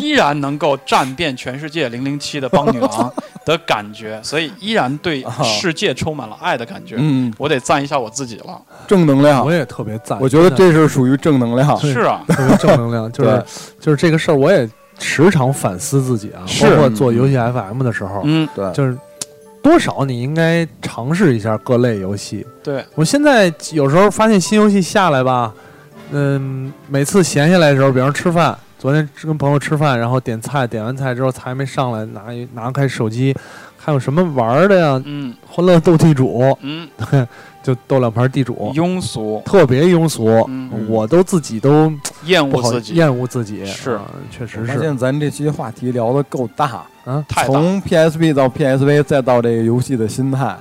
Speaker 3: 依然能够战遍全世界零零七的邦女郎的感觉，所以依然对世界充满了爱的感觉。
Speaker 1: 嗯，
Speaker 3: 我得赞一下我自己了。
Speaker 1: 正能量
Speaker 2: 我，也特别赞。
Speaker 1: 啊我觉得这
Speaker 2: 真
Speaker 1: 是属于正能量。
Speaker 2: 对
Speaker 3: 是啊，
Speaker 2: 的特别正能 量，就是
Speaker 1: 对
Speaker 2: 就是这个事儿，我也时常反思自己啊，包
Speaker 3: 是
Speaker 2: 括
Speaker 1: 嗯
Speaker 2: 做游戏 FM 的时候，
Speaker 3: 嗯，
Speaker 1: 对，
Speaker 2: 就是多少你应该尝试一下各类游戏。
Speaker 3: 对，
Speaker 2: 我现在有时候发现新游戏下来吧，嗯，每次闲下来的时候，比方说吃饭，昨天跟朋友吃饭，然后点菜，点完菜之后菜还没上来，拿一拿开手机，看有什么玩儿的呀？
Speaker 3: 嗯
Speaker 2: 欢乐斗地主，
Speaker 3: 嗯，
Speaker 2: 就斗两盘地主，
Speaker 3: 庸俗，
Speaker 2: 特别庸俗，
Speaker 3: 嗯，
Speaker 2: 我都自己都
Speaker 3: 厌
Speaker 2: 不
Speaker 3: 恶
Speaker 2: 好
Speaker 3: 自己，
Speaker 2: 厌恶自己，
Speaker 3: 是
Speaker 2: 啊确实
Speaker 1: 我发
Speaker 2: 是
Speaker 1: 现咱这期话题聊的够大，
Speaker 2: 啊，
Speaker 3: 太大。
Speaker 1: 从 PSP 到 PSV，再到这个游戏的心态，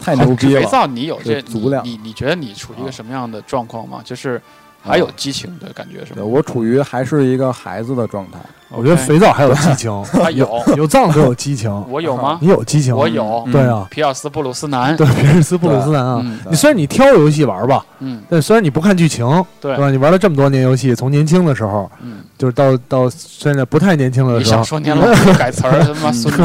Speaker 1: 太牛逼
Speaker 3: 肥
Speaker 1: 了。
Speaker 3: 皂，你有这
Speaker 1: 这足量
Speaker 3: 你你你觉得你处于一个什么样的状况吗？就是
Speaker 1: 啊
Speaker 3: 还有激情的感觉是
Speaker 1: 对
Speaker 3: 吗？
Speaker 1: 我处于还是一个孩子的状态，
Speaker 2: 我觉得
Speaker 3: OK
Speaker 2: 肥皂还有 激情，
Speaker 3: 他有，
Speaker 2: 有藏都有激情，
Speaker 3: 我有吗？
Speaker 2: 你有激情，
Speaker 3: 我有
Speaker 1: 嗯
Speaker 2: 对啊，
Speaker 3: 皮尔斯布鲁斯南，
Speaker 2: 对皮尔斯布鲁斯南啊，
Speaker 3: 嗯
Speaker 2: 你虽然你挑游戏玩吧，
Speaker 3: 嗯
Speaker 2: 但虽然你不看剧情，
Speaker 3: 对
Speaker 2: 对吧？你玩了这么多年游戏，从年轻的时候
Speaker 3: 嗯，
Speaker 2: 就是到到现在不太年轻
Speaker 1: 嗯
Speaker 2: 了
Speaker 3: 你
Speaker 2: 的时
Speaker 3: 想
Speaker 2: 候，
Speaker 3: 说年老就改 词儿，他妈孙子，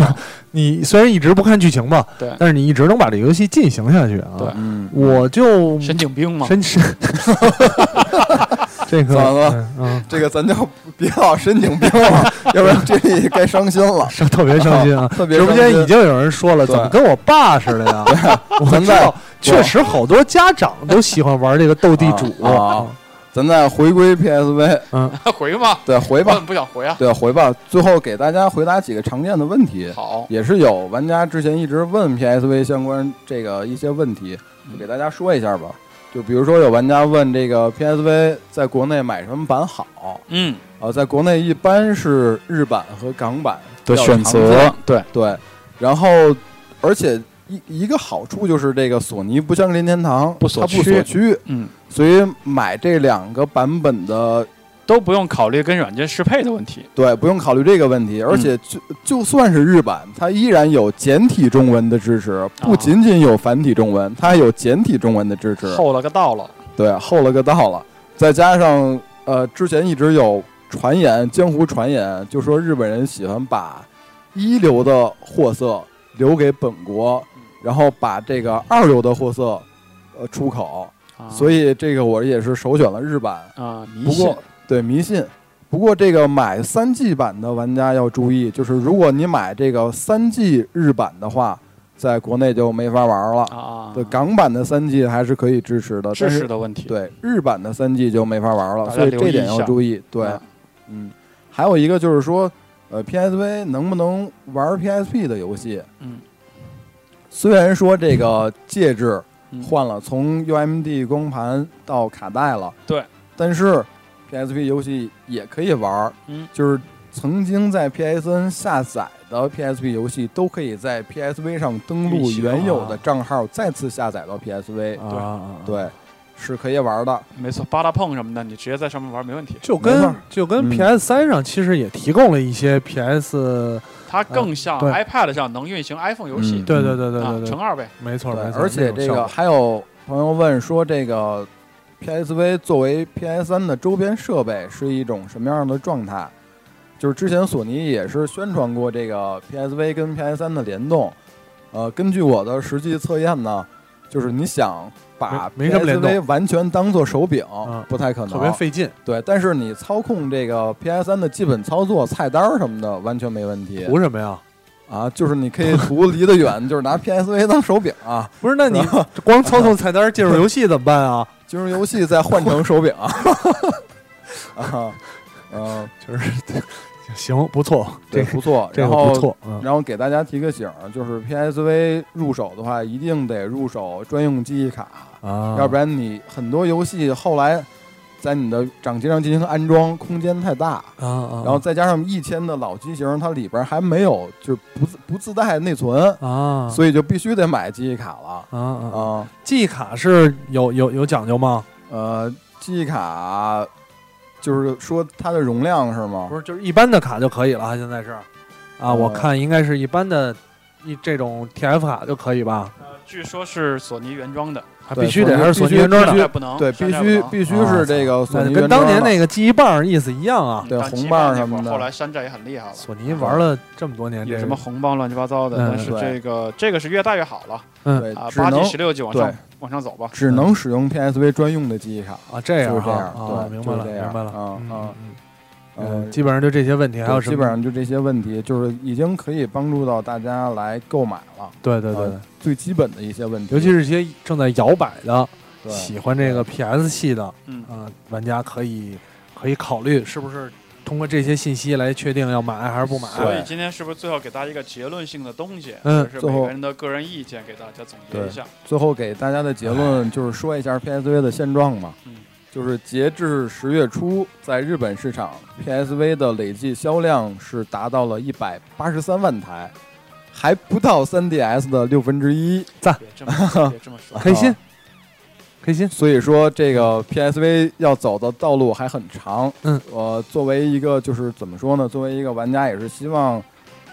Speaker 2: 你虽然一直不看剧情吧，
Speaker 3: 对
Speaker 2: 但是你一直能把这游戏进行下去啊。
Speaker 3: 对
Speaker 1: 嗯，
Speaker 2: 我就
Speaker 3: 神经病吗？
Speaker 2: 真是 这个
Speaker 1: 怎么了
Speaker 2: 嗯嗯
Speaker 1: 这个咱就别老申请病了， 要不然这里该伤心了。
Speaker 2: 伤 特别伤心啊！
Speaker 1: 特别
Speaker 2: 直
Speaker 1: 伤
Speaker 2: 播
Speaker 1: 心
Speaker 2: 间已经有人说了，
Speaker 1: 对啊
Speaker 2: 怎么跟我爸似的 呀？我
Speaker 1: 咱
Speaker 2: 知
Speaker 1: 在
Speaker 2: 道，确实好多家长都喜欢玩这个斗地主嗯
Speaker 1: 啊啊咱再回归 PSV，
Speaker 3: 回吗？
Speaker 1: 对，回
Speaker 3: 我怎
Speaker 1: 吧，
Speaker 3: 么不想回啊？
Speaker 1: 对，回吧。最后给大家回答几个常见的问题，
Speaker 3: 好，
Speaker 1: 也是有玩家之前一直问 PSV 相关这个一些问题，
Speaker 3: 嗯
Speaker 1: 给大家说一下吧。就比如说有玩家问这个 PSV 在国内买什么版好？
Speaker 3: 嗯，
Speaker 1: 啊，在国内一般是日版和港版
Speaker 3: 的
Speaker 1: 比较
Speaker 3: 选
Speaker 1: 常见
Speaker 3: 择，对，
Speaker 1: 对，然后而且一一个好处就是这个索尼不像任天堂，
Speaker 3: 不锁
Speaker 1: 它不
Speaker 3: 区
Speaker 1: 锁区，
Speaker 3: 嗯，
Speaker 1: 所以买这两个版本的，
Speaker 3: 都不用考虑跟软件适配的问题。
Speaker 1: 对，不用考虑这个问题。而且就、就算是日版，它依然有简体中文的支持，不仅仅有繁体中文，它还有简体中文的支持。
Speaker 3: 厚了个道了，
Speaker 1: 对，厚了个道了。再加上呃，之前一直有传言，江湖传言就说日本人喜欢把一流的货色留给本国，然后把这个二流的货色呃出口，所
Speaker 3: 以
Speaker 1: 以这个我也是首选了日版。
Speaker 3: 啊，迷
Speaker 1: 不
Speaker 3: 信
Speaker 1: 过，对迷信。不过这个买三 G 版的玩家要注意，就是如果你买这个三 G 日版的话，在国内就没法玩了。
Speaker 3: 啊，
Speaker 1: 对港版的三 G 还是可以支持的，
Speaker 3: 知
Speaker 1: 但是
Speaker 3: 识的问题，
Speaker 1: 对，日版的三 G 就没法玩了，
Speaker 3: 大家
Speaker 1: 所以
Speaker 3: 留
Speaker 1: 这
Speaker 3: 意
Speaker 1: 点
Speaker 3: 一
Speaker 1: 要
Speaker 3: 下
Speaker 1: 注意。对，
Speaker 3: 啊
Speaker 1: 嗯，还有一个就是说，呃，PSV 能不能玩 PSP 的游戏？
Speaker 3: 嗯，
Speaker 1: 虽然说这个介质
Speaker 3: 嗯
Speaker 1: 换了，从 UMD 光盘到卡带了，
Speaker 3: 对，
Speaker 1: 但是 PSP 游戏也可以玩，
Speaker 3: 嗯，
Speaker 1: 就是曾经在 PSN 下载的 PSP 游戏都可以在 PSV 上登
Speaker 3: 运
Speaker 1: 录
Speaker 3: 行
Speaker 1: 原有
Speaker 2: 啊
Speaker 1: 的账号，再次下载到 PSV，、
Speaker 2: 啊啊，啊，
Speaker 1: 对，是可以玩的。
Speaker 3: 没错，八大碰什么的，你直接在上面玩没问题。
Speaker 2: 就
Speaker 1: 没
Speaker 2: 跟
Speaker 1: 错
Speaker 2: 就跟
Speaker 1: 嗯
Speaker 2: PS 三上其实也提供了一些 PS，
Speaker 3: 它更像
Speaker 2: 对
Speaker 3: iPad 上能运行 iPhone 游戏
Speaker 1: 啊嗯
Speaker 2: 对对对对
Speaker 3: 啊
Speaker 2: 对，对
Speaker 3: 乘，二呗。
Speaker 2: 没错
Speaker 1: 对
Speaker 2: 没，错，
Speaker 1: 而且这
Speaker 2: 那种效
Speaker 1: 个
Speaker 2: 果
Speaker 1: 还有朋友问说，这个 PSV 作为 PS 三的周边设备是一种什么样的状态？就是之前索尼也是宣传过这个 PSV 跟 PS 三的联动，呃，根据我的实际测验呢，就是你想把
Speaker 2: 没没什么联动
Speaker 1: PSV 完全当做手柄
Speaker 2: 嗯，
Speaker 1: 不太可
Speaker 2: 特别
Speaker 1: 能。
Speaker 2: 费劲。
Speaker 1: 对，但是你操控这个 PS 三的基本操作、菜单儿什么的完全没问题
Speaker 2: 图什么呀？
Speaker 1: 啊，就是你可以图离得远， 就是拿 PSV 当手柄啊，
Speaker 2: 不是，那你 光操纵菜单进入游戏怎么办啊？
Speaker 1: 金融游戏再换成手柄啊。 啊，嗯，
Speaker 2: 就是 行，不错，
Speaker 1: 对
Speaker 2: 这
Speaker 1: 不错，
Speaker 2: 这
Speaker 1: 然
Speaker 2: 个
Speaker 1: 后
Speaker 2: 不错，嗯，
Speaker 1: 然后给大家提个醒儿，就是 PSV 入手的话，一定得入手专用记忆卡，
Speaker 2: 啊，
Speaker 1: 要不然你很多游戏后来在你的掌机上进行安装，空间太大。
Speaker 2: 啊啊，
Speaker 1: 然后再加上一千的老机型，它里边还没有就是不自不自带内存，
Speaker 2: 啊，
Speaker 1: 所以就必须得买记忆卡了
Speaker 2: 啊啊，
Speaker 1: 啊。
Speaker 2: 记忆卡是有有有讲究吗？
Speaker 1: 呃，记忆卡就是说它的容量是吗
Speaker 2: 不？是，就是一般的卡就可以了啊，现在是啊，我
Speaker 1: 呃
Speaker 2: 看应该是一般的，一这种 TF 卡就可以吧？
Speaker 3: 呃，据说是索尼原装的，
Speaker 2: 还
Speaker 1: 对
Speaker 2: 必须得还是索
Speaker 1: 索
Speaker 2: 尼
Speaker 1: 尼
Speaker 2: 原装
Speaker 1: 必须，
Speaker 2: 的
Speaker 3: 山寨不能，
Speaker 1: 对，
Speaker 3: 山
Speaker 1: 必
Speaker 3: 寨不
Speaker 1: 须
Speaker 3: 能
Speaker 1: 必须是这个索
Speaker 2: 啊那
Speaker 1: 尼
Speaker 2: 跟
Speaker 1: 原
Speaker 2: 当
Speaker 1: 装
Speaker 2: 年
Speaker 1: 的
Speaker 2: 那个记忆棒意思一样啊
Speaker 3: 嗯。
Speaker 1: 对
Speaker 3: 当
Speaker 1: 红
Speaker 3: 机
Speaker 1: 棒
Speaker 3: 那
Speaker 1: 什
Speaker 3: 会儿
Speaker 1: 么的
Speaker 3: 后来山寨也很厉害
Speaker 1: 嗯
Speaker 3: 了。啊
Speaker 2: 索尼玩了这么多年，这
Speaker 3: 有
Speaker 2: 个
Speaker 3: 什么红棒乱七八糟的，
Speaker 2: 嗯呃
Speaker 3: 但是
Speaker 1: 对
Speaker 3: 这个这个是越带越好了
Speaker 1: 对
Speaker 3: 啊，
Speaker 1: 只
Speaker 3: 八 G
Speaker 1: 能
Speaker 3: 十六 G 往上往上走吧。
Speaker 1: 只能使用 PSV 专用的记忆卡。
Speaker 2: 啊？这样
Speaker 1: 就是这
Speaker 2: 哈
Speaker 1: 样
Speaker 2: 啊，
Speaker 1: 对
Speaker 2: 明白了，
Speaker 1: 就是这样
Speaker 2: 明白了
Speaker 1: 啊啊
Speaker 2: 嗯嗯嗯，
Speaker 1: 嗯，
Speaker 2: 基本上就这些问题，还有
Speaker 1: 对
Speaker 2: 什么？
Speaker 1: 基本上就这些问题，就是已经可以帮助到大家来购买了
Speaker 2: 对对对
Speaker 1: 呃，最基本的一些问题，
Speaker 2: 尤其是一些正在摇摆的、
Speaker 1: 对
Speaker 2: 喜欢这个 PS 系的
Speaker 3: 嗯，
Speaker 2: 啊玩家，可以可以考虑是不是通过这些信息来确定要买还是不买。
Speaker 3: 啊所以今天是不是最后给大家一个结论性的东西？
Speaker 2: 嗯
Speaker 3: 就是
Speaker 1: 最
Speaker 3: 每
Speaker 1: 后
Speaker 3: 个人的个人意见，给大家总结一下。
Speaker 1: 最后给大家的结
Speaker 2: 哎
Speaker 1: 论就是说一下 PSV 的现状嘛
Speaker 3: 嗯，
Speaker 1: 就是截至十月初，在日本市场 PSV 的累计销量是达到了一百八十三万台，还不到 3DS 的六分之一。
Speaker 3: 别这么 说别这么说，
Speaker 2: 开心，开心，
Speaker 1: 所以说，这个 PSV 要走的道路还很长。
Speaker 2: 嗯，
Speaker 1: 呃，作为一个就是怎么说呢？作为一个玩家，也是希望，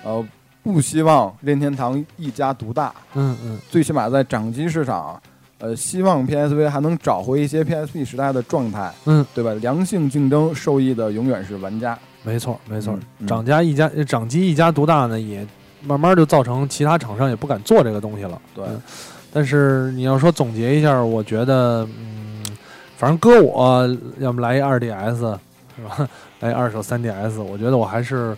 Speaker 1: 呃，不希望任天堂一家独大。
Speaker 2: 嗯嗯
Speaker 1: 最起码在掌机市场，呃，希望 PSV 还能找回一些 PSP 时代的状态。
Speaker 2: 嗯，
Speaker 1: 对吧？良性竞争，受益的永远是玩家。
Speaker 2: 没错没错
Speaker 1: 嗯，嗯
Speaker 2: 掌家一家呃掌机一家独大呢，也慢慢就造成其他厂商也不敢做这个东西了。
Speaker 1: 对，
Speaker 2: 嗯但是你要说总结一下，我觉得，嗯，反正搁我，要么来一二 DS 是吧？来一二手三 DS，我觉得我还是、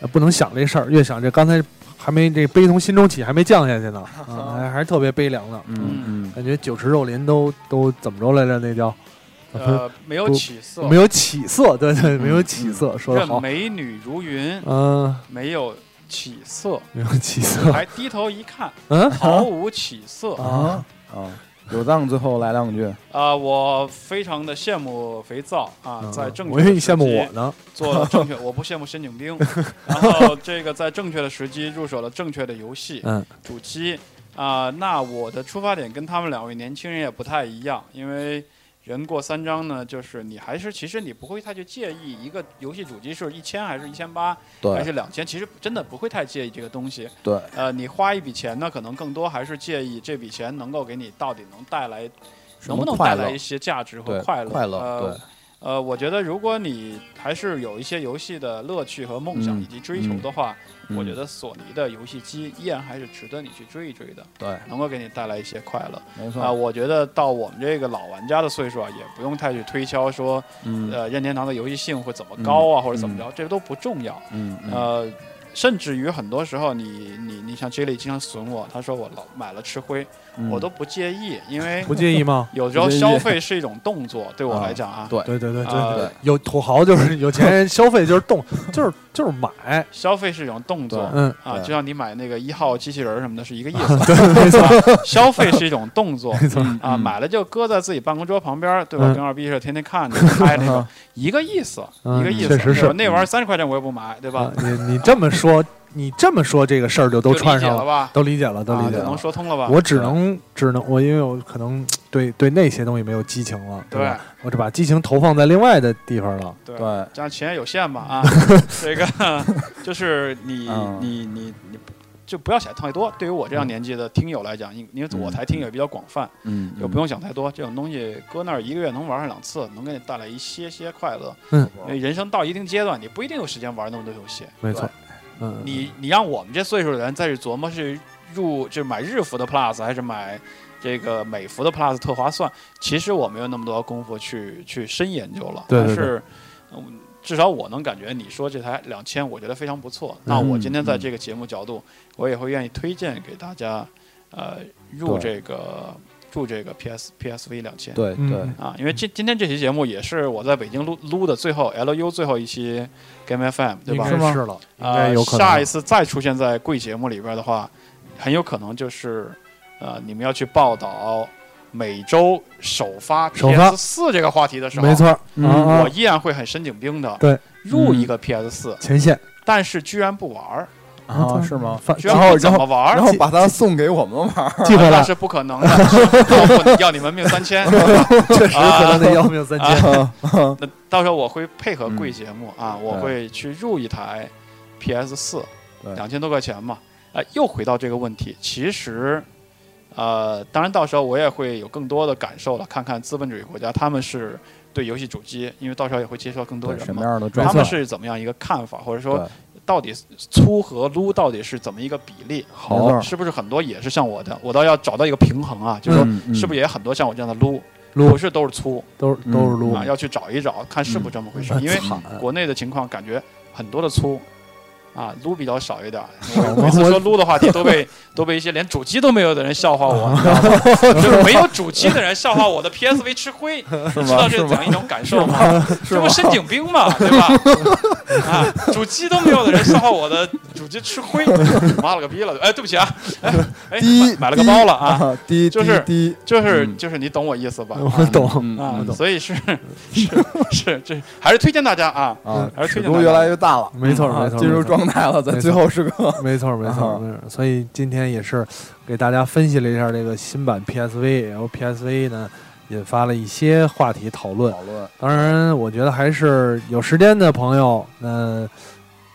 Speaker 2: 呃不能想这事儿，越想这刚才还没这悲从心中起，还没降下去呢，啊，还还是特别悲凉的。
Speaker 1: 嗯嗯，
Speaker 2: 感觉九池肉林都都怎么着来着？那叫、
Speaker 3: 呃，没有
Speaker 2: 不
Speaker 3: 起色，
Speaker 2: 没有起色，对对，
Speaker 1: 嗯
Speaker 2: 没有起色，说得
Speaker 3: 任
Speaker 2: 好，
Speaker 3: 美女如 云，
Speaker 2: 嗯、
Speaker 3: 没有起色，
Speaker 2: 没有起色，
Speaker 3: 还低头一 看，
Speaker 2: 嗯
Speaker 3: 毫无起色。
Speaker 2: 啊，
Speaker 1: 啊，有藏最后来两句。
Speaker 3: 啊，我非常的羡慕肥皂啊，在正
Speaker 2: 嗯我
Speaker 3: 确
Speaker 2: 以为
Speaker 3: 的
Speaker 2: 你
Speaker 3: 时
Speaker 2: 羡慕我
Speaker 3: 机
Speaker 2: 呢，
Speaker 3: 做了 正确，我不羡慕申请兵。然后这个在正确的时机入手了正确的游戏
Speaker 2: 嗯
Speaker 3: 主机啊、那我的出发点跟他们两位年轻人也不太一样，因为人过三章呢，就是你还是其实你不会太去介意一个游戏主机是一千还是一千八还
Speaker 1: 对
Speaker 3: 是两千，其实真的不会太介意这个东西。
Speaker 1: 对，
Speaker 3: 呃，你花一笔钱呢，可能更多还是介意这笔钱能够给你到底能带来能不能带来一些价值和
Speaker 1: 对
Speaker 3: 快乐？
Speaker 1: 快乐
Speaker 3: 呃
Speaker 1: 对。
Speaker 3: 呃，我觉得如果你还是有一些游戏的乐趣和梦想
Speaker 1: 嗯
Speaker 3: 以及追求的话，
Speaker 1: 嗯
Speaker 3: 我觉得索尼的游戏机依然还是值得你去追一追的，
Speaker 1: 对，
Speaker 3: 能够给你带来一些快乐。
Speaker 1: 没
Speaker 3: 啊、
Speaker 1: 错。
Speaker 3: 我觉得到我们这个老玩家的岁数啊，也不用太去推敲说，
Speaker 1: 嗯
Speaker 3: 呃，任天堂的游戏性会怎么高啊，或者怎么
Speaker 1: 嗯
Speaker 3: 着，这都不重要。
Speaker 1: 嗯嗯
Speaker 3: 呃，甚至于很多时候你，你你像 J 莉经常损我，他说我老买了吃亏，
Speaker 1: 嗯，
Speaker 3: 我都不介意，因为
Speaker 2: 不介意吗？
Speaker 3: 有时候
Speaker 1: 不介意
Speaker 3: 消费是一种动作，对我
Speaker 1: 啊
Speaker 3: 来讲啊，
Speaker 1: 对
Speaker 2: 对对对对
Speaker 3: 啊
Speaker 1: 对
Speaker 2: 有土豪就是有钱人，消费就是动，就是就是买，
Speaker 3: 消费是一种动作
Speaker 1: 对
Speaker 2: 嗯，
Speaker 3: 啊，
Speaker 1: 对
Speaker 3: 就像你买那个一号机器人儿什么的，是一个意 思。对，没错，消费是一种动作。
Speaker 1: 嗯
Speaker 3: 啊，
Speaker 1: 嗯
Speaker 3: 买了就搁在自己办公桌旁边儿，对吧？
Speaker 2: 嗯
Speaker 3: 跟二逼似的，天天看着拍那个
Speaker 1: 啊，
Speaker 3: 一个意思，
Speaker 2: 嗯
Speaker 3: 一个意思。
Speaker 2: 确实是
Speaker 3: 对吧那玩意儿三十块钱我也不买，对吧
Speaker 2: 啊？你你这么说，你这么说这个事儿就都
Speaker 3: 就理
Speaker 2: 串
Speaker 3: 解
Speaker 2: 上
Speaker 3: 了，吧？
Speaker 2: 都理解了，都
Speaker 3: 啊
Speaker 2: 理解
Speaker 3: 就
Speaker 1: 了
Speaker 3: 能说通了吧？
Speaker 2: 我只能只能我因为我可能对对那些东西没有激情了，对
Speaker 3: 对
Speaker 2: 吧？我就把激情投放在另外的地方了，
Speaker 3: 对
Speaker 1: 对
Speaker 3: 加钱有限嘛 啊，这个 就是你
Speaker 1: 嗯
Speaker 3: 你你你就不要想太多。对于我这样年纪的听友来讲，因因为
Speaker 2: 嗯
Speaker 3: 我台听友比较广泛，
Speaker 1: 嗯，
Speaker 3: 就不用想太多。这种东西搁那儿一个月能玩上两次，能给你带来一些些快乐。
Speaker 2: 嗯
Speaker 3: 因为人生到一定阶段，你不一定有时间玩那么多游戏。
Speaker 2: 没错
Speaker 1: 对，
Speaker 2: 嗯，
Speaker 3: 你你让我们这岁数的人再去琢磨是入就买日服的 Plus 还是买这个美服的 Plus 特划算，其实我没有那么多功夫去去深研究了。
Speaker 2: 对对
Speaker 3: 但是，嗯，至少我能感觉你说这台两千，我觉得非常不错。
Speaker 2: 嗯
Speaker 3: 那我今天在这个节目角度，我也会愿意推荐给大家，呃，入
Speaker 1: 对
Speaker 3: 这个入这个 PS PSV 两千。
Speaker 1: 对
Speaker 2: 嗯
Speaker 1: 对，
Speaker 3: 啊，因为今今天这期节目也是我在北京录录的最后 LU 最后一期 Game FM，对
Speaker 2: 应
Speaker 3: 吧？
Speaker 2: 该
Speaker 4: 是吗
Speaker 2: 是了，啊应该
Speaker 3: 呃
Speaker 2: 有，可能。
Speaker 3: 下一次再出现在贵节目里边的话，很有可能就是呃，你们要去报道每周首发
Speaker 2: 首发
Speaker 3: PS 四这个话题的时候，
Speaker 2: 没，错，
Speaker 1: 嗯
Speaker 2: 啊
Speaker 3: 我
Speaker 2: 啊，
Speaker 3: 依然会很神经病的，
Speaker 2: 对，嗯
Speaker 3: 入一个 PS 四，
Speaker 2: 前线嗯
Speaker 3: 但是居然不玩儿，
Speaker 1: 啊是吗？
Speaker 2: 反
Speaker 3: 居然
Speaker 1: 然后
Speaker 3: 不怎么玩
Speaker 1: 然
Speaker 3: 儿。啊
Speaker 1: 后把它送给我们玩儿，
Speaker 2: 寄回
Speaker 3: 那
Speaker 2: 来，
Speaker 3: 是不可能的， 要不要你们命三千？
Speaker 2: 确实
Speaker 3: 啊
Speaker 2: 可能得要命三千。
Speaker 3: 那到时候我会配合贵节目
Speaker 1: 嗯
Speaker 3: 啊，我会去入一台 PS 四
Speaker 1: 对，
Speaker 3: 两千多块钱嘛。呃，又回到这个问题，其实，呃，当然到时候我也会有更多的感受了，看看资本主义国家他们是对游戏主机，因为到时候也会接触到更多
Speaker 1: 对什
Speaker 3: 人
Speaker 1: 么
Speaker 3: 嘛，
Speaker 1: 样的状
Speaker 3: 他
Speaker 1: 态？
Speaker 3: 们是怎么样一个看法，或者说
Speaker 1: 对
Speaker 3: 到底粗和撸到底是怎么一个比例，
Speaker 1: 没错
Speaker 3: 是不是很多也是像我的，我倒要找到一个平衡啊，就是说
Speaker 1: 嗯嗯
Speaker 3: 是不是也很多像我这样的撸，
Speaker 2: 撸
Speaker 3: 不是都是粗，
Speaker 2: 都是都是撸
Speaker 3: 啊，，要去找一找，看嗯啊是不是这么回事。因为
Speaker 2: 惨啊
Speaker 3: 国内的情况，感觉很多的粗啊，撸比较少一 点儿。
Speaker 2: 我
Speaker 3: 我每次说撸的话题，都 被都被一些连主机都没有的人笑话我，你知道吗？ 就是没有主机的人笑话我的 PSV 吃灰， 你知道这怎样一种感受吗？这不申请兵吗？对吧？ 啊，主机都没有的人笑话我的主机吃灰， 妈了个逼了！哎，对不起啊，哎哎，
Speaker 1: 滴
Speaker 3: 买买了个包了啊，，
Speaker 1: 滴
Speaker 3: 就是
Speaker 1: 滴，
Speaker 3: 就是
Speaker 1: 嗯
Speaker 3: 就是你懂我意思吧？
Speaker 2: 我懂
Speaker 1: 滴嗯
Speaker 3: 啊
Speaker 2: 我，懂
Speaker 3: 所以是 是是，这还是推荐大家啊，
Speaker 1: 啊，
Speaker 3: 还是
Speaker 1: 尺
Speaker 3: 推荐大
Speaker 1: 度
Speaker 3: 家
Speaker 1: 越来越大了，
Speaker 2: 嗯没错
Speaker 1: 啊
Speaker 2: 没错，
Speaker 1: 进入
Speaker 2: 没错
Speaker 1: 状态了，咱
Speaker 2: 没
Speaker 1: 最
Speaker 2: 错
Speaker 1: 后是个
Speaker 2: 没错，没
Speaker 1: 啊
Speaker 2: 错，没错。所以今天也是给大家分析了一下这个新版 PSV，然后 PSV 呢引发了一些话题讨论。
Speaker 1: 讨论，
Speaker 2: 当然，我觉得还是有时间的朋友，那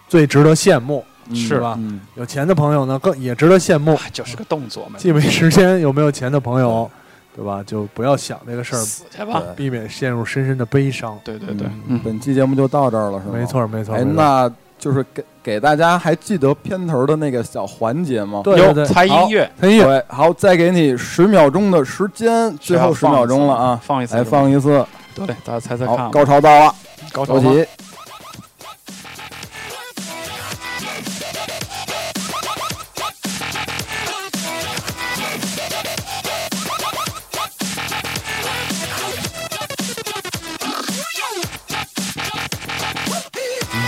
Speaker 2: 最值得羡慕；
Speaker 1: 嗯
Speaker 2: 是吧
Speaker 1: 嗯
Speaker 2: 有钱的朋友呢，更也值得羡慕。
Speaker 3: 哎就是个动作 嘛，
Speaker 2: 既没时间，又没有钱的朋友，对吧？就不要想这个事儿，
Speaker 3: 死去吧。
Speaker 1: 对
Speaker 2: 避免陷入深深的悲伤。
Speaker 3: 对对对
Speaker 1: 嗯，
Speaker 3: 嗯，
Speaker 1: 本期节目就到这儿了，是吗？
Speaker 2: 没。错，没错。
Speaker 1: 哎，
Speaker 2: 没错
Speaker 1: 那就是给给大家还记得片头的那个小环节吗？
Speaker 2: 对对
Speaker 3: 有
Speaker 2: 对，
Speaker 3: 猜音乐，
Speaker 2: 陈毅，
Speaker 1: 对，好，再给你十秒钟的时间，最后十秒钟了啊，
Speaker 3: 放一次
Speaker 1: 来
Speaker 3: 是吧，
Speaker 1: 放一次，
Speaker 3: 对，大家猜猜
Speaker 1: 好，
Speaker 3: 看吧，
Speaker 1: 高潮到了，
Speaker 3: 高
Speaker 1: 着
Speaker 3: 潮吗
Speaker 1: 急，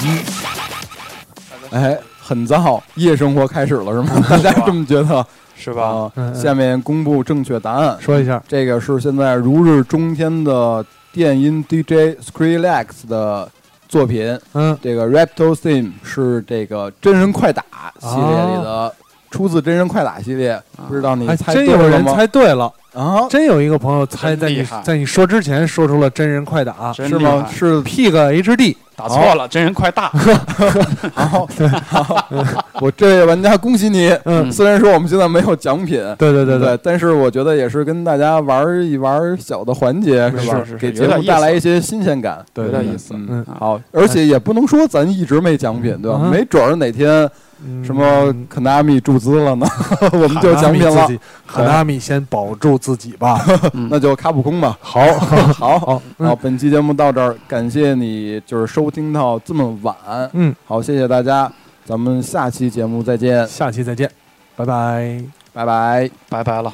Speaker 3: 嗯
Speaker 1: 哎，很燥，夜生活开始了是吗？大家这么觉得
Speaker 3: 嗯是
Speaker 1: 是
Speaker 3: 吧？？
Speaker 2: 嗯嗯
Speaker 1: 下面公布正确答案，
Speaker 2: 说一下，
Speaker 1: 这个是现在如日中天的电音 DJ Skrillex 的作品，
Speaker 2: 嗯，
Speaker 1: 这个 Reptile Theme 是这个真人快打系列里的，出自真人快打系列，不知道你
Speaker 2: 还
Speaker 1: 猜
Speaker 2: 哎真
Speaker 1: 对
Speaker 2: 有
Speaker 1: 了
Speaker 2: 人
Speaker 1: 吗
Speaker 2: 猜对了。
Speaker 1: 啊？
Speaker 2: 真有一个朋友猜
Speaker 3: 真
Speaker 2: 在你
Speaker 3: 厉害
Speaker 2: 在你说之前说出了真人快打，
Speaker 3: 真
Speaker 1: 是
Speaker 3: 厉
Speaker 1: 吗？
Speaker 3: 害，
Speaker 1: 是，
Speaker 2: P 个 HD，
Speaker 3: 打错了，真人快 大，啊
Speaker 1: 然后我这位玩家恭喜你，
Speaker 2: 嗯
Speaker 1: 虽然说我们现在没有奖品。
Speaker 2: 对对对
Speaker 1: 对，，但是我觉得也是跟大家玩一玩小的环节，
Speaker 3: 是
Speaker 1: 吧
Speaker 3: 是？是
Speaker 1: 给
Speaker 3: 有
Speaker 1: 节
Speaker 3: 点
Speaker 1: 目
Speaker 3: 意
Speaker 1: 带
Speaker 3: 思
Speaker 1: 来一些新鲜感，
Speaker 2: 对
Speaker 3: 有
Speaker 2: 对
Speaker 3: 点
Speaker 2: 对
Speaker 3: 意思。
Speaker 1: 嗯
Speaker 2: 嗯，
Speaker 1: 好，而且也不能说咱一直没奖品，对吧？
Speaker 2: 嗯
Speaker 1: 没准儿哪天
Speaker 2: 嗯
Speaker 1: 什么肯纳米注资了呢， 我们就有奖品了。，
Speaker 2: 卡纳米先保住自己吧。
Speaker 1: 那就卡普空吧。好， 好，
Speaker 2: 好，
Speaker 1: 好，
Speaker 2: 嗯
Speaker 1: 本期节目到这儿，感谢你就是收听到这么晚。
Speaker 2: 嗯，
Speaker 1: 好，谢谢大家，咱们下期节目再见，
Speaker 2: 下期再见，拜拜。
Speaker 1: 拜拜。
Speaker 3: 拜拜了。